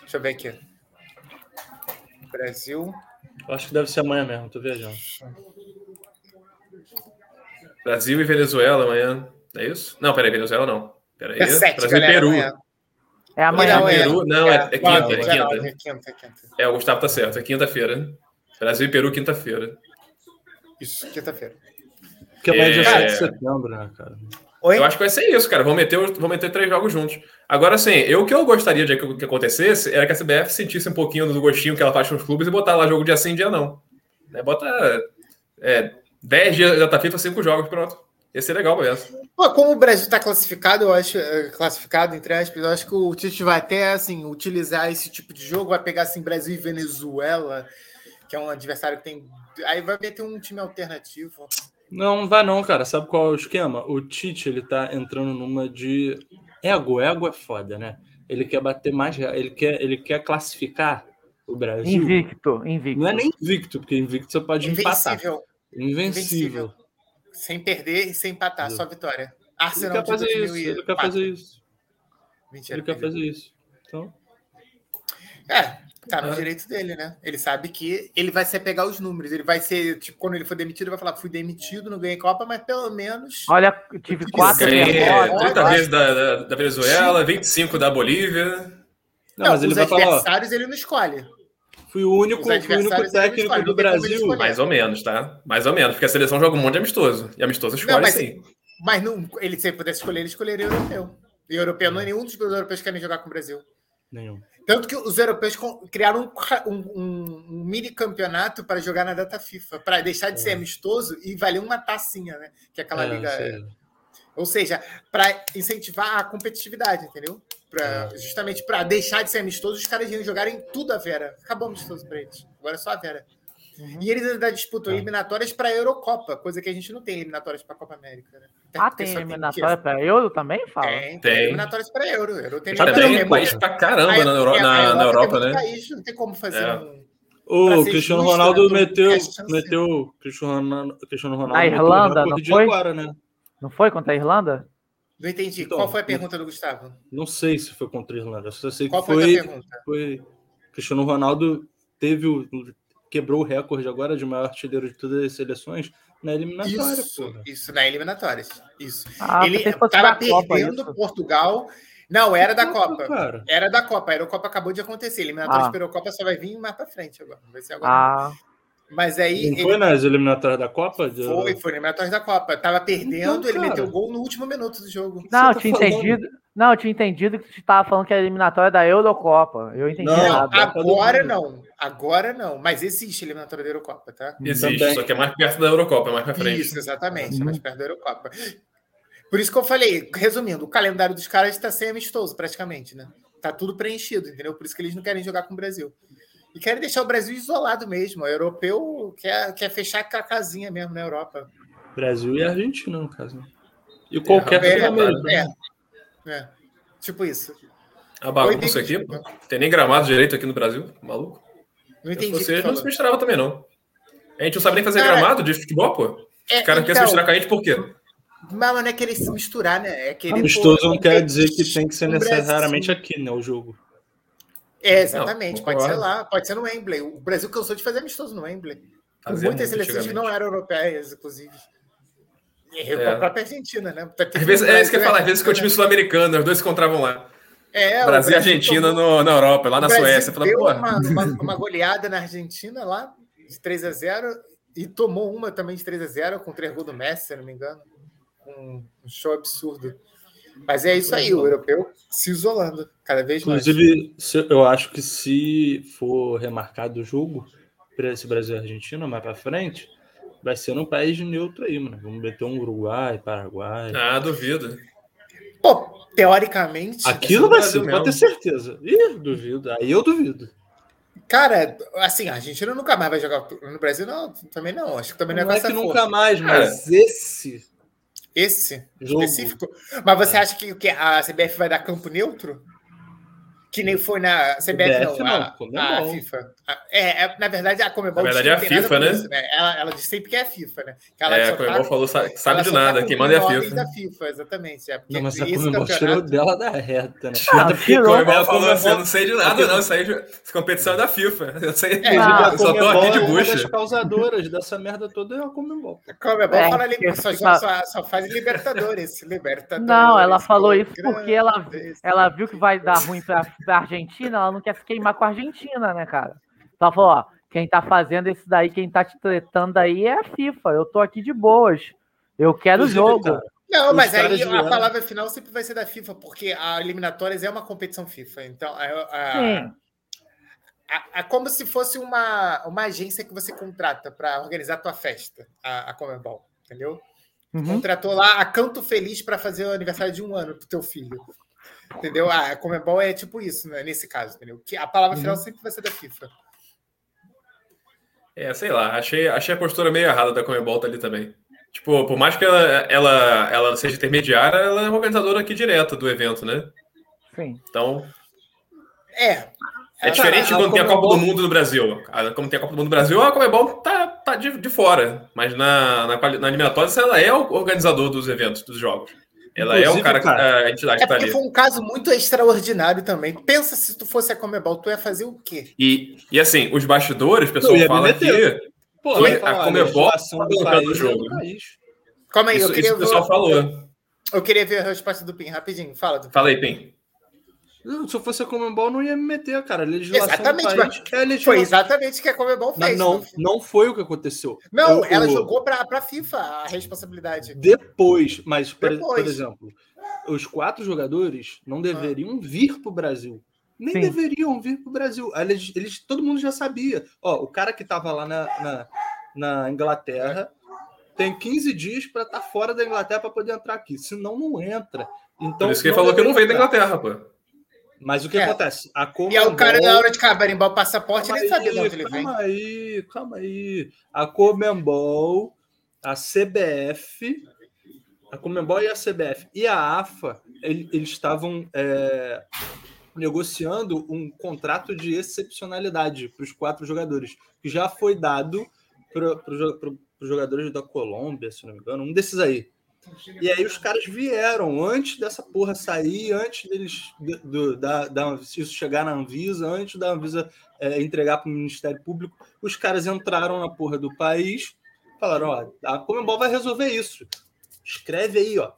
S2: Deixa eu ver aqui. Brasil.
S3: Eu acho que deve ser amanhã mesmo, tô viajando.
S1: Brasil e Venezuela amanhã. É isso? Não, peraí, Venezuela não. Peraí.
S2: É sete,
S1: Brasil
S2: galera.
S1: e Peru.
S2: amanhã.
S4: É amanhã.
S1: Brasil e
S2: é.
S1: Peru. Não, é, é quinta,
S2: Nove,
S1: é
S2: dia
S1: quinta.
S2: nove, é quinta, é quinta.
S1: É, o Gustavo tá certo. É quinta-feira. né? Brasil e Peru, quinta-feira.
S2: Isso, quinta-feira.
S3: Porque amanhã é dia
S1: É.
S3: 7 de setembro, né, cara?
S2: Oi?
S1: Eu acho que vai ser isso, cara. Vão meter, os- vão meter três jogos juntos. Agora, assim, eu o que eu gostaria de que que acontecesse era que a CBF sentisse um pouquinho do gostinho que ela faz com os clubes e botar lá jogo dia sim, dia não. Né? Bota é, 10 dias da FIFA, cinco jogos, pronto. Ia ser legal pra essa.
S2: Pô, como o Brasil está classificado, eu acho, eh, classificado entre aspas, eu acho que o Tite vai até assim, utilizar esse tipo de jogo, vai pegar assim Brasil e Venezuela, que é um adversário que tem. Aí vai ter um time alternativo.
S3: Não, não vai não, cara. Sabe qual é o esquema? O Tite, ele tá entrando numa de ego. Ego é foda, né? Ele quer bater mais, re- ele quer, ele quer classificar o Brasil.
S4: Invicto, invicto.
S3: Não é nem invicto, porque invicto você pode empatar.
S2: Invencível,
S3: Invencível.
S2: Invencível. sem perder e sem empatar, só vitória.
S3: Ele
S2: Arsenal
S3: quer
S2: de
S3: fazer isso, ele quer
S2: 2004.
S3: fazer isso.
S2: Mentira,
S3: Ele quer
S2: perdeu.
S3: fazer isso. Então,
S2: É, tá no
S1: É.
S2: direito dele, né? Ele sabe que ele vai se apegar aos números. Ele vai ser, tipo, quando ele for demitido, ele vai falar: fui demitido, não ganhei Copa, mas pelo menos.
S3: Ah,
S4: Olha, tive quatro
S2: Ganhei,
S1: Ganhei
S4: derrotas.
S2: é,
S1: 30 vezes da, da, da Venezuela, 25 da Bolívia.
S3: não, mas ele
S2: os
S3: vai falar, ó,
S2: adversários ele não escolhe.
S3: fui o único,
S2: os
S3: fui o
S2: adversários
S3: único
S2: então ele
S3: técnico
S2: escolhe,
S3: do
S2: não tem como ele
S3: Brasil.
S2: escolher.
S1: Mais ou menos, tá? Mais ou menos, porque a seleção joga um monte de amistoso. E amistoso escolhe
S2: mas-
S1: sim.
S2: Mas não, ele, se ele pudesse escolher, ele escolheria o europeu. E o europeu não é nenhum dos europeus que querem jogar com o Brasil.
S3: Nenhum.
S2: Tanto que os europeus con- criaram um, ca- um- um- um mini campeonato para jogar na data FIFA, para deixar de ser
S3: É.
S2: amistoso e valer uma tacinha, né? Que é aquela
S3: É,
S2: liga.
S3: sei lá.
S2: Ou seja, para incentivar a competitividade, entendeu? Pra, Justamente para deixar de ser amistoso, os caras iam jogarem tudo a Vera. Acabou o amistoso para eles. Agora é só a Vera. E eles ainda disputam
S3: É.
S2: eliminatórias para a Eurocopa, coisa que a gente não tem eliminatórias para a Copa América. Né? Até
S4: Ah,
S2: porque
S4: tem
S2: só É.
S4: eliminatória para Euro também? Fala.
S2: Tem, tem,
S1: Tem.
S2: então, eliminatórias para Euro. Euro tem
S1: E
S3: Mas
S1: também
S3: peraí,
S1: é país pra caramba na, Euro-
S2: a-
S1: na-
S2: a
S1: na Europa,
S2: tem muito
S1: né?
S2: País, não tem como fazer
S1: É.
S2: um. Pra
S3: O
S2: ser
S3: Cristiano
S2: justo, né,
S3: Ronaldo
S2: todo mundo
S3: meteu,
S2: tem a chance.
S3: meteu Cristiano Ronaldo, Cristiano Ronaldo
S4: Na
S3: meteu o
S4: Irlanda,
S3: recorde
S4: não
S3: de
S4: foi?
S3: agora, né?
S4: Não foi contra a Irlanda?
S2: Não entendi.
S3: Então,
S2: Qual foi a pergunta do Gustavo?
S3: Não sei se foi contra a Irlanda, só sei que
S2: Qual foi, é a
S3: foi,
S2: pergunta?
S3: foi Cristiano Ronaldo teve o quebrou o recorde agora de maior artilheiro de todas as seleções na eliminatória,
S2: Isso,
S3: porra.
S2: isso, na eliminatórias. Isso.
S4: Ah,
S2: ele
S4: pensei que fosse
S2: estava
S4: da Copa,
S2: perdendo
S4: isso.
S2: Portugal. Não, era da
S3: Porra,
S2: Copa.
S3: Cara.
S2: Era da Copa. A Eurocopa acabou de acontecer. Eliminatórias
S4: Ah.
S2: para a Eurocopa só vai vir mais para frente agora. Vai ser agora.
S4: Ah,
S2: Mas aí
S3: Não
S2: ele
S3: foi nas eliminatórias da Copa? De-
S2: foi, foi eliminatórias da Copa. Tava perdendo,
S3: Então,
S2: ele
S3: cara.
S2: meteu o gol no último minuto do jogo.
S4: não,
S3: tá
S4: eu tinha
S3: falando?
S4: entendido. Não, eu tinha entendido que tu estava falando que era a eliminatória da Eurocopa. Eu entendi
S3: Não,
S2: Não,
S4: errado.
S3: a- Copa do
S2: agora
S3: Mundo.
S2: não. Agora não. Mas existe eliminatória da Eurocopa, tá?
S1: Existe,
S3: Também.
S1: só que é mais perto da Eurocopa, é mais pra frente.
S2: Isso, exatamente.
S3: Uhum.
S2: é Mais perto da Eurocopa. Por isso que eu falei, resumindo, o calendário dos caras está sem amistoso, praticamente, né? Tá tudo preenchido, entendeu? Por isso que eles não querem jogar com o Brasil. E querem deixar o Brasil isolado mesmo. O europeu quer, quer fechar com a casinha mesmo na Europa.
S3: Brasil e Argentina, no caso. né? E qualquer
S1: É,
S3: é, americano
S2: é, é, é. Tipo isso.
S1: A
S2: Oi,
S1: bagunça
S2: Vinícius.
S1: aqui, pô. Tem nem gramado direito aqui no Brasil, tá maluco.
S2: Não
S1: Se
S2: entendi. o que
S1: vocês
S2: tu
S1: não se
S2: falou.
S1: misturava também, não. A gente não sabe nem fazer
S2: Cara,
S1: gramado de futebol, pô.
S2: É,
S1: O cara quer se
S2: então,
S1: misturar com a gente por quê?
S2: Mas não é querer se misturar, né? É querer.
S3: Amistoso
S2: pô,
S3: não quer dizer que tem que ser
S2: o Brasil-
S3: necessariamente aqui, né? O jogo.
S2: É, exatamente.
S1: Não,
S2: pode ser
S1: concordo.
S2: lá, pode ser no Wembley. O Brasil cansou de fazer amistoso no Wembley. Com
S1: Fazia
S2: muitas
S1: muito
S2: seleções que não
S1: antigamente.
S2: eram europeias, inclusive. E
S1: É.
S2: com a própria Argentina, né? Até que
S1: Às vezes, é isso que eu ia falar, às
S2: Brasil
S1: vezes que o time sul-americano, os dois se encontravam lá.
S2: É, o
S1: Brasil e Argentina no, na Europa, lá
S2: O
S1: na
S2: Brasil
S1: Suécia. Fala,
S2: deu
S1: porra.
S2: uma, uma, uma goleada na Argentina lá, de 3 a 0 e tomou uma também de 3 a 0 com três gols do Messi, se eu não me engano. Um, um show absurdo. Mas é isso aí, o europeu se isolando cada vez mais.
S3: Inclusive, se- eu acho que se for remarcado o jogo para esse Brasil e Argentina mais para frente, vai ser num país neutro aí, mano. Vamos meter um Uruguai, Paraguai.
S1: Ah, duvido.
S2: Pô, teoricamente,
S3: Aquilo vai ser,
S1: Brasil
S3: pode ter
S1: mesmo.
S3: certeza. Ih, duvido. Aí eu duvido.
S2: cara, assim, a Argentina nunca mais vai jogar no Brasil, não, também não. Acho que também não é
S3: Não
S2: com
S3: é
S2: essa
S3: que
S2: força.
S3: nunca mais,
S1: Cara,
S3: mas esse
S2: Esse
S3: jogo. É.
S2: específico. Mas você acha que, o que a CBF vai dar campo neutro? Que nem foi na CBF,
S3: CBF
S2: não,
S3: não,
S2: a,
S3: Comebol.
S2: a FIFA. A- é, é, na verdade, a Comebol...
S1: Na
S2: diz
S1: verdade,
S2: que não
S1: é a
S2: tem nada
S1: FIFA,
S2: com isso, né? Ela, ela diz sempre que é a FIFA, né? Que ela
S1: É,
S2: só
S1: a Comebol
S2: tá-
S1: falou, sabe, sabe
S2: ela
S1: de
S2: só tá
S1: nada. Quem manda é a
S2: cumprindo ordens
S1: FIFA.
S2: da FIFA, exatamente. É, porque
S3: Não, mas a
S2: esse
S3: Comembol tirou
S2: campeonato-
S3: dela da reta, né?
S4: Ah,
S3: Cada-
S1: A
S4: tirou.
S1: Comebol falou
S3: Comebol-
S1: assim: eu não sei de nada, não. Isso aí essa competição é da FIFA. Eu, sei,
S2: É,
S1: eu só tô aqui de
S3: é uma das
S1: bucha.
S3: causadoras dessa merda toda é a Comembol.
S2: A Comebol
S4: É,
S2: fala, li- só,
S4: FIFA-
S2: só- só faz Libertadores. Libertadores.
S4: Não, ela falou isso
S2: grandes.
S4: porque ela, ela viu que vai dar ruim pra, pra Argentina, ela não quer se queimar com a Argentina, né, cara? Então ela falou, ó, quem tá fazendo isso daí, quem tá te tretando aí é a FIFA. Eu tô aqui de boas. Eu quero o
S3: Inclusive, tá,
S4: jogo.
S3: cara,
S2: Não,
S3: Os
S2: mas aí
S3: caras
S2: a
S3: vieram.
S2: palavra final sempre vai ser da FIFA, porque a eliminatórias é uma competição FIFA. Então, a- a-
S4: Sim.
S2: a- é como se fosse uma, uma agência que você contrata para organizar a tua festa, a, a Comebol, entendeu?
S4: Uhum.
S2: Contratou lá a Canto Feliz para fazer o aniversário de um ano pro teu filho. Entendeu? A Comebol é tipo isso, né? Nesse caso, entendeu? Que a palavra final sempre vai ser da FIFA.
S1: É, sei lá, achei, achei a postura meio errada da Comebol tá ali também. Tipo, por mais que ela, ela, ela seja intermediária, ela é organizadora aqui direta do evento, né?
S4: Sim.
S1: Então,
S2: É.
S1: é
S2: Ela-
S1: diferente de
S3: a
S1: quando tem a
S3: Comebol-
S1: Copa do Mundo no Brasil. A- Como tem a Copa do Mundo no Brasil, a Comebol tá, tá de, de fora. Mas na, na, quali- na eliminatória, ela é o organizador dos eventos, dos jogos. Ela é
S3: Inclusive,
S1: o cara, que-
S3: cara,
S1: a entidade
S2: É
S1: que tá
S2: porque
S1: ali.
S2: foi um caso muito extraordinário também. Pensa se tu fosse a Comebol, tu ia fazer o quê?
S1: E, e assim, os bastidores, o
S3: Não,
S1: pessoal
S3: ia me
S1: fala
S3: meter.
S1: que.
S3: Pô,
S1: Foi-
S3: vai falar,
S1: a
S3: olha,
S1: Comebol
S3: legislação do
S1: colocando o
S3: país é
S1: jogo. né?
S3: do país.
S2: Calma aí,
S1: Isso,
S2: eu
S1: isso
S2: queria
S1: o pessoal
S2: ver.
S1: falou.
S2: Eu queria ver a resposta do Pim rapidinho. Fala, do
S1: Fala aí, Pim.
S3: Eu, Se eu fosse a Comembol, não ia me meter, cara. A legislação
S2: Exatamente,
S3: do país é a legislação.
S2: Foi exatamente né? o que a Comebol
S3: Mas
S2: fez.
S3: não,
S2: no fim.
S3: não foi o que aconteceu.
S2: Não,
S3: Eu-
S2: ela
S3: eu-
S2: jogou para a FIFA a responsabilidade.
S3: Depois, mas, por,
S2: Depois. Ah.
S3: por exemplo, os quatro jogadores não deveriam vir pro Brasil. Nem
S4: Sim.
S3: deveriam vir pro Brasil. Eles, eles- todo mundo já sabia. Ó, o cara que tava lá na, na, na Inglaterra tem 15 dias para estar fora da Inglaterra para poder entrar aqui. Senão, não entra. Então,
S1: Por isso que ele falou que não veio da
S3: deveria
S1: Inglaterra, pô.
S3: entrar. Mas o que
S2: É.
S3: acontece?
S2: E
S3: A
S2: aí o
S3: Comembol-
S2: cara, na hora de carimbar o passaporte, ele sabia de
S3: aí,
S2: onde ele vem.
S3: calma aí, calma aí. A Comembol, a CBF, a Comembol e a CBF e a AFA, ele- eles estavam é, negociando um contrato de excepcionalidade para os quatro jogadores, que já foi dado para os jogadores da Colômbia, se não me engano, um desses aí. E aí os caras vieram antes dessa porra sair, antes deles do- do- da, da- isso chegar na Anvisa, antes da Anvisa é, entregar para o Ministério Público, os caras entraram na porra do país, falaram, ó, a Comembol vai resolver isso. Escreve aí, ó.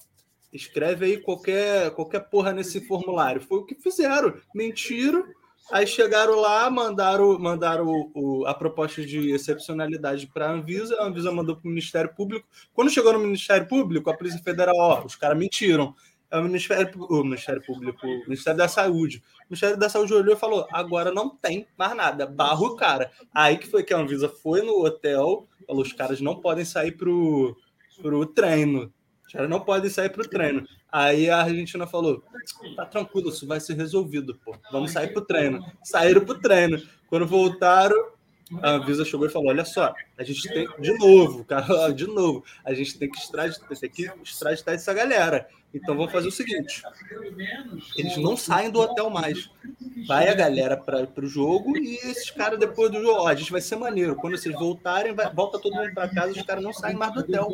S3: Escreve aí qualquer, qualquer porra nesse formulário. Foi o que fizeram. Mentiram. Aí chegaram lá, mandaram, mandaram o- o- a proposta de excepcionalidade para a Anvisa, a Anvisa mandou para o Ministério Público. Quando chegou no Ministério Público, a Polícia Federal, ó, os caras mentiram. É o Ministério, Pu- o Ministério Público, o Ministério da Saúde. O Ministério da Saúde olhou e falou: agora não tem mais nada, barra o cara. Aí que foi que a Anvisa foi no hotel, falou: os caras não podem sair pro, pro treino. Os caras não podem sair pro treino. Aí a Argentina falou: tá tranquilo, isso vai ser resolvido, pô. Vamos sair pro treino. Saíram pro treino. Quando voltaram, a Anvisa chegou e falou: olha só, a gente tem. De novo, cara, de novo. A gente tem que extraditar, tem que extraditar essa galera. Então vamos fazer o seguinte: eles não saem do hotel mais. Vai a galera para o jogo e esses caras depois do jogo, ó, a gente vai ser maneiro. Quando vocês voltarem, vai- volta todo mundo para casa, os caras não saem mais do hotel.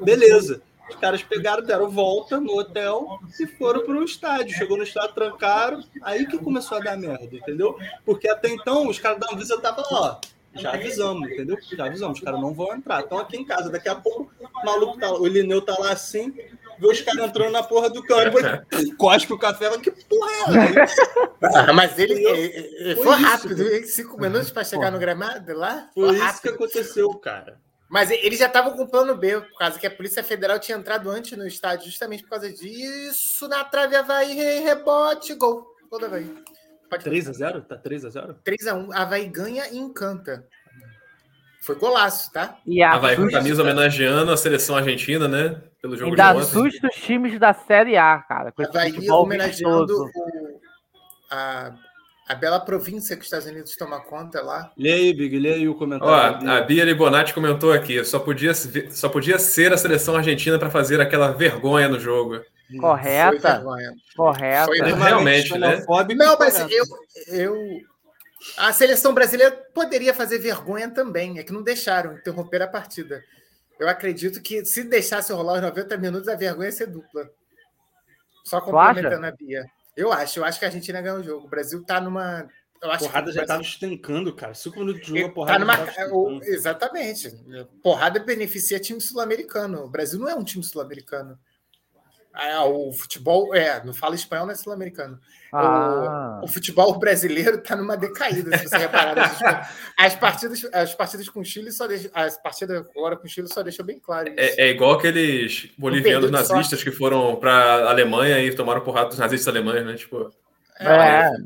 S3: Beleza. Os caras pegaram, deram volta no hotel e foram para o estádio. Chegou no estádio, trancaram. Aí que começou a dar merda, entendeu? Porque até então os caras da Anvisa estavam lá, ó. Já avisamos, entendeu? Já avisamos, os caras não vão entrar. Estão aqui em casa. Daqui a pouco, o maluco tá, o Lineu tá lá assim. vê os caras entrando na porra do
S1: É,
S3: campo, e cospe o café, mas que porra é essa?
S2: Ah, mas ele, ele- ele
S3: Foi
S2: foi
S3: isso,
S2: rápido, hein? cinco minutos para chegar no gramado lá.
S3: Foi isso que
S2: rápido.
S3: aconteceu, cara.
S2: Mas ele já estava com o plano B, por causa que a Polícia Federal tinha entrado antes no estádio, justamente por causa disso. Na trave, Havaí, re- rebote, gol. Gol do Havaí. Pode
S3: 3x0? Tá 3x0?
S2: 3x1, Havaí ganha e encanta. Foi golaço, tá?
S4: E a
S1: Havaí com
S4: sus-
S1: camisa homenageando a seleção argentina, né? Pelo jogo
S4: e
S1: de
S4: dá
S1: ontem.
S4: susto os times da Série A, cara. Com esse
S2: Havaí
S4: um futebol
S2: homenageando
S4: vistoso.
S2: o- a, a bela província que os Estados Unidos toma conta lá.
S3: Lê aí, Big, lê aí o
S1: Ó,
S3: comentário.
S4: né?
S1: a Bia Libonati comentou aqui, só podia, só podia ser a seleção argentina para fazer aquela vergonha no jogo.
S2: Foi
S4: Correta,
S2: vergonha.
S4: correta.
S2: Foi
S3: Tá
S2: vergonha.
S1: Realmente, né?
S2: Não, mas eu, eu. A seleção brasileira poderia fazer vergonha também. É que não deixaram interromper a partida. Eu acredito que se deixasse rolar os 90 minutos, a vergonha ia ser dupla. Só
S4: acha?
S2: complementando a Bia. Eu acho, eu acho que a Argentina ganhou o jogo. O Brasil tá numa. Eu
S3: A
S2: acho
S3: porrada
S2: que o
S3: já
S2: Brasil-
S3: tá tava estancando, cara. Cinco minutos de jogo, a
S2: Tá
S3: porrada
S2: numa...
S3: já tava
S2: o-
S3: estancando.
S2: Exatamente. Porrada beneficia time sul-americano. O Brasil não é um time sul-americano. Ah, o futebol. É, não fala espanhol, não é sul-americano.
S4: Ah,
S2: O futebol brasileiro está numa decaída, se você reparar. nas últimas- as, partidas, as partidas com o Chile só deixam, as partidas agora com o Chile só deixam bem claro isso.
S1: É, é igual aqueles bolivianos
S2: perdeu de
S1: nazistas que foram para Alemanha e tomaram porrada dos nazistas alemães, né? Tipo,
S4: é.
S2: né?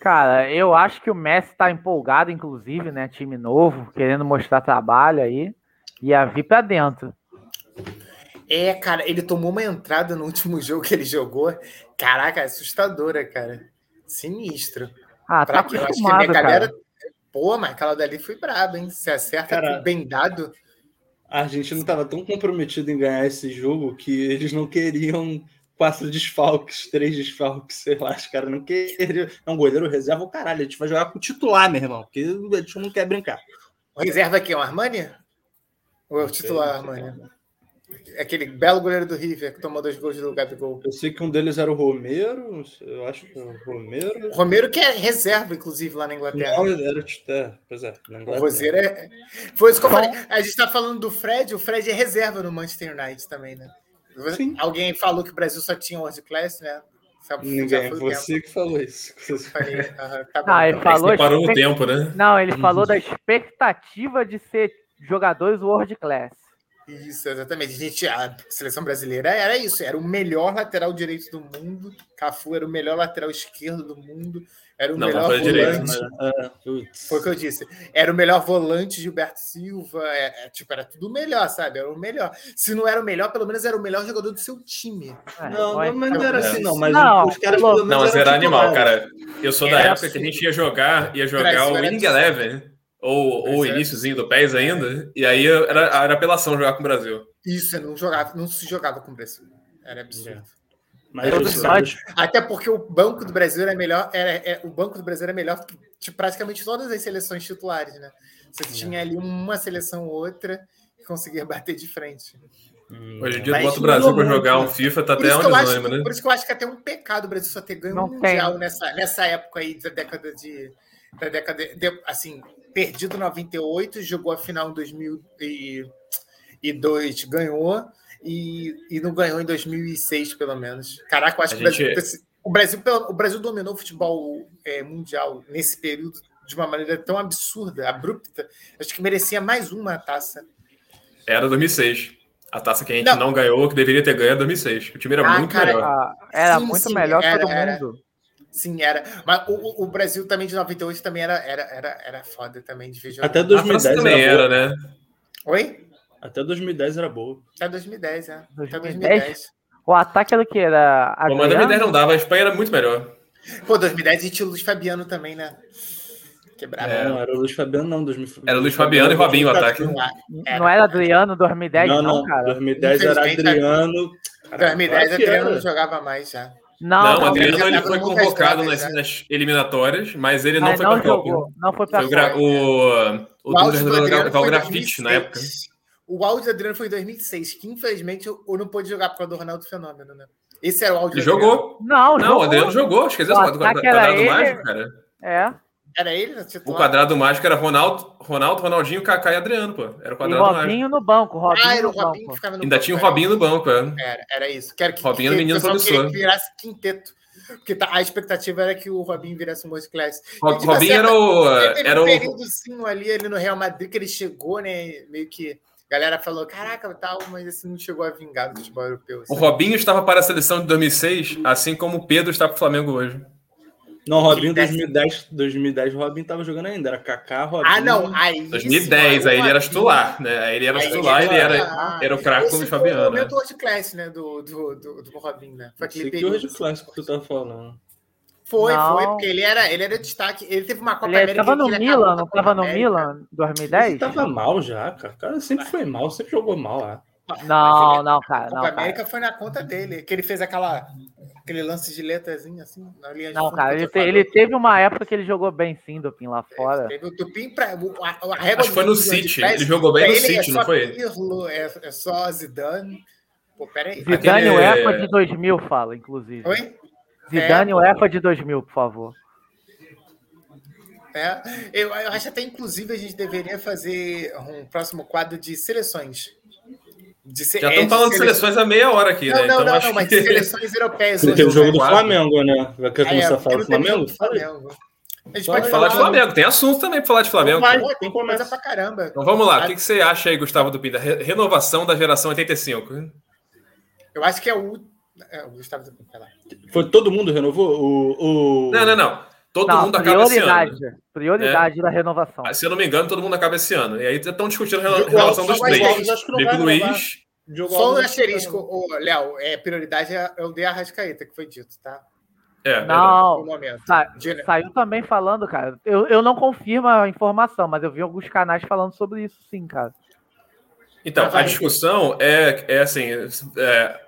S4: Cara, eu acho que o Messi tá empolgado, inclusive, né? Time novo, querendo mostrar trabalho aí. Ia vir pra dentro.
S2: É, cara, ele tomou uma entrada no último jogo que ele jogou. Caraca, assustadora, cara. Sinistro.
S4: Ah, tá
S2: Pra quê? Eu acho que a minha
S4: acostumado, cara.
S2: galera. Pô, mas aquela dali foi braba, hein? Se acerta
S3: Cara,
S2: com bem dado.
S3: A Argentina tava tão comprometida em ganhar esse jogo que eles não queriam quatro desfalques, três desfalques, sei lá, os caras não queriam. Não, goleiro reserva o caralho, a gente vai jogar com o titular, meu irmão, porque a gente não quer brincar.
S2: O reserva aqui é o Armani? Ou é o titular Armani? Aquele belo goleiro do River que tomou dois gols do Gabigol.
S3: Eu sei que um deles era o Romero, eu acho que o Romero.
S2: O Romero que é reserva, inclusive, lá na Inglaterra.
S3: Não, era o titular. Pois é, na
S2: O
S3: Inglaterra.
S2: Roseiro é. Foi isso que eu falei. A gente tá falando do Fred, o Fred é reserva no Manchester United também, né?
S3: Sim.
S2: Alguém falou que o Brasil só tinha World Class, né? Já- já
S3: Ninguém,
S2: foi o tempo.
S3: você que falou isso.
S2: Falei, aham, tá bom. então.
S4: Ah, ele falou.
S1: separou o
S4: expect-
S1: tempo, né?
S4: Não, ele falou da expectativa de ser jogadores world class.
S2: Isso, exatamente. Gente, a seleção brasileira era isso, era o melhor lateral direito do mundo. Cafu era o melhor lateral esquerdo do mundo. Era o
S1: Não,
S2: melhor
S1: não foi direito,
S2: volante. Foi o que eu disse. Era o melhor volante, Gilberto Silva. É, é, tipo, era tudo melhor, sabe? Era o melhor. Se não era o melhor, pelo menos era o melhor jogador do seu time.
S4: É,
S3: Não,
S4: vai-
S3: não, mas não era assim, não. Mas
S4: Não,
S3: os caras pelo menos
S1: Não, mas
S3: eram
S1: era tipo
S2: tipo
S1: animal,
S3: titulares.
S1: cara. Eu sou da
S2: Era
S1: época que a gente ia jogar, ia jogar
S2: Brasil
S1: o
S2: era
S1: Winning
S2: absurdo.
S1: Eleven, ou, ou o
S2: Brasil era-
S1: iníciozinho do PES ainda, e aí era, era apelação jogar com o Brasil.
S2: Isso, não jogava, não se jogava com o Brasil. Era absurdo.
S3: Mas
S4: Todos
S3: os
S4: nós.
S3: caras-
S2: Até porque o Banco do Brasil era melhor, era, é- o Banco do Brasil era melhor que de praticamente todas as seleções titulares, né? Você tinha ali uma seleção ou outra que conseguia bater de frente.
S1: Hoje em dia,
S2: Mas
S1: bota o
S2: mudou
S1: Brasil pra
S2: muito,
S1: jogar um
S2: né?
S1: FIFA, tá
S2: Por
S1: até
S2: isso,
S1: um
S2: que eu acho,
S1: desânimo, né?
S2: por isso que eu acho que é até um pecado o Brasil só ter ganho
S4: Não
S2: um
S4: tem.
S2: mundial nessa, nessa época aí da década de. Da década de- de- assim, perdido em 98, jogou a final em 2002, ganhou, e, e não ganhou em 2006, pelo menos. Caraca, eu acho
S1: A
S2: que o Brasil,
S1: gente-
S2: esse- o, Brasil, pelo- o Brasil dominou o futebol é, mundial nesse período de uma maneira tão absurda, abrupta. Acho que merecia mais uma taça.
S1: Era 2006. A taça que a gente
S2: Não.
S1: não, ganhou, que deveria ter ganho, é 2006. O time era
S2: Ah,
S1: muito
S2: cara,
S1: melhor.
S4: Ah, era
S2: Sim,
S4: muito
S2: sim,
S4: melhor que
S2: era,
S4: todo
S2: era.
S4: mundo.
S2: Sim, era. Mas o- o, o Brasil também de 98 também era, era, era, era foda também de ver jogar.
S3: Até
S1: a França
S3: 2010
S1: também
S3: era,
S1: era,
S3: boa.
S1: né?
S2: Oi?
S3: Até 2010 era boa.
S2: Até 2010, é. Até
S4: 2010?
S2: 2010.
S4: O ataque era o que? Era a
S1: Bom, mas
S4: Guiana?
S1: 2010 não dava, a Espanha era muito melhor.
S2: Pô, 2010 e tinha o Luiz Fabiano também, né? Quebrava.
S1: É.
S3: Não, era o Luiz Fabiano, não. 2000...
S1: Era o Luiz Fabiano e Robinho o ataque.
S4: Não era Adriano 2010,
S3: não,
S4: não,
S3: não,
S4: cara.
S3: 2010 era
S2: Infelizmente,
S3: Adriano. Caraca,
S2: 2010
S3: claro que
S2: Adriano não
S3: era.
S2: jogava mais já.
S4: Não,
S1: Não, o
S4: não, né?
S1: Adriano
S2: mas-
S1: ele foi
S2: mas-
S1: convocado
S2: mas-
S1: nas, nas eliminatórias, mas ele não
S4: mas
S1: foi
S4: não
S1: pra Copa.
S4: jogou. Não foi pra
S1: Foi o, gra-
S4: Copa.
S1: o, o Dungas
S2: do
S1: jogou
S2: Adriano
S1: gra- o
S2: foi em
S1: grafite na época.
S2: 2006. O áudio do Adriano foi em 2006, que infelizmente eu eu não pude jogar por causa do Ronaldo Fenômeno, né? Esse era o áudio
S1: Ele
S2: do Adriano.
S1: jogou.
S4: Não,
S1: Não, o
S4: jogou. tá
S1: Adriano jogou. Esqueceu
S4: O
S1: o quadrado
S4: ataque era
S1: do
S4: ele.
S1: mágico, cara.
S4: É.
S2: Era ele?
S1: O quadrado mágico era Ronaldo, Ronaldo Ronaldinho, Kaká e Adriano, pô. Era o
S4: E
S1: quadrado mágico.
S4: Robinho no banco, Robinho
S2: Ah, era o
S4: no
S2: Robinho que
S4: banco. né?
S2: ficava no
S1: Ainda
S2: banco, né?
S1: tinha o
S2: era.
S1: Robinho no banco, é.
S2: Era, era isso. Quero que,
S1: Robinho era
S2: que,
S1: o menino
S2: o pessoal queria
S1: promissor.
S2: que virasse quinteto. Porque tá- a expectativa era que o Robinho virasse um world class.
S1: Ro-
S2: E, tipo,
S1: Robinho
S2: assim,
S1: era o.
S2: Teve
S1: É, Era
S2: um
S1: o.
S2: períodozinho ali, ele no Real Madrid, que ele chegou, né? Meio que a galera falou, caraca, tal, mas esse não chegou a vingar do futebol europeu. assim."
S1: O
S2: sabe?
S1: Robinho estava para a seleção de 2006, assim como o Pedro está para o Flamengo hoje.
S3: Não, Robinho
S2: Aquele
S3: 2010, 2010, Robinho tava jogando ainda, era Kaká, Robinho.
S2: Ah, não, aí... sim,
S1: 2010, aí ele era titular, né? Aí ele era
S2: Aí ele
S1: titular, ele era,
S2: titular.
S1: era o craque
S2: Esse
S1: como o
S2: foi
S1: Fabiano.
S2: o
S1: né?
S2: momento world class, né, do, do, do, do Robinho, né? Foi aquele
S3: Esse aqui é o
S2: período.
S3: Red Clássico que tu tá falando.
S2: Foi,
S4: Não.
S2: foi, porque ele era, ele era destaque. Ele teve uma Copa
S4: Ele
S2: América...
S4: tava
S2: que
S4: no
S2: ele
S4: Milan,
S2: acabou
S4: não
S2: com a Copa
S4: tava no
S2: América.
S4: Milan em
S3: Ele
S4: 2010?
S3: tava mal já, cara. O cara sempre foi mal, sempre jogou mal lá.
S4: Não, não,
S2: A
S4: cara, não,
S2: Copa
S4: cara.
S2: América foi na conta dele, que ele fez aquela, aquele lance de letrazinha, assim, na linha de
S4: Não,
S2: fundo
S4: cara,
S2: que
S4: ele,
S2: eu
S4: te-
S2: falei.
S4: ele teve uma época que ele jogou bem sim, Dupin, lá fora.
S2: Teve o Tupim pra. o- A, a régua
S1: Acho que foi no
S2: do Tupim de
S1: City.
S2: Pérez,
S1: Ele jogou
S2: pra
S1: bem no
S2: ele é
S1: City,
S2: só
S1: não foi?
S2: Pirlo, é, é só Zidane. Pô, peraí.
S4: Zidane
S1: Aquele-
S4: UEFA de 2000 fala, inclusive.
S2: Oi?
S4: Zidane UEFA de 2000, por favor.
S2: É. Eu, eu acho até, inclusive, a gente deveria fazer um próximo quadro de seleções. De se-
S1: Já
S2: é
S1: estão falando de
S2: seleções.
S1: seleções há meia hora aqui, né?
S2: Não, não,
S1: então
S2: não,
S1: acho
S2: não, mas de
S1: que. um
S2: seleções europeias.
S3: Porque o
S2: hoje,
S3: jogo
S2: né?
S3: do
S1: Claro.
S3: Flamengo, né? Vai querer
S2: Ah, é,
S3: começar a falar do
S2: porque não teve
S3: Flamengo?
S2: jogo do Flamengo. A gente
S3: Fala
S2: pode
S3: aí.
S1: Falar
S2: falar.
S1: de Flamengo, tem assunto também para falar de Flamengo.
S2: Vai,
S1: pô.
S2: pô, tem coisa pra caramba.
S1: Então vamos lá, o que, que você acha aí, Gustavo Dupin, da re- renovação da geração 85?
S2: Eu acho que é o. É, o Gustavo tá pra lá.
S3: Foi todo mundo renovou? O, o...
S1: Não, não, não. Todo
S4: Não,
S1: mundo acaba esse ano. né?
S4: prioridade. Prioridade da renovação.
S1: Ah, Se eu não me engano, todo mundo acaba esse ano. E aí estão discutindo a rela-
S3: Diogo
S1: relação
S3: Alves,
S1: dos
S2: só mais
S1: três.
S2: dez.
S3: acho que não
S1: Felipe
S3: vai renovar.
S1: Luiz.
S3: Diogo
S2: Só um
S3: Alves, acho que não vai
S2: asterisco, ô, Léo, é, prioridade é eu dei a Rascaeta, que foi dito, tá?
S1: É, verdade.
S2: No
S4: Não,
S2: momento.
S4: sa-
S2: De-
S4: saiu também falando, cara. Eu, eu não confirmo a informação, mas eu vi alguns canais falando sobre isso, sim, cara.
S1: Então,
S2: Mas
S1: a
S2: vai-
S1: discussão é, é assim: é,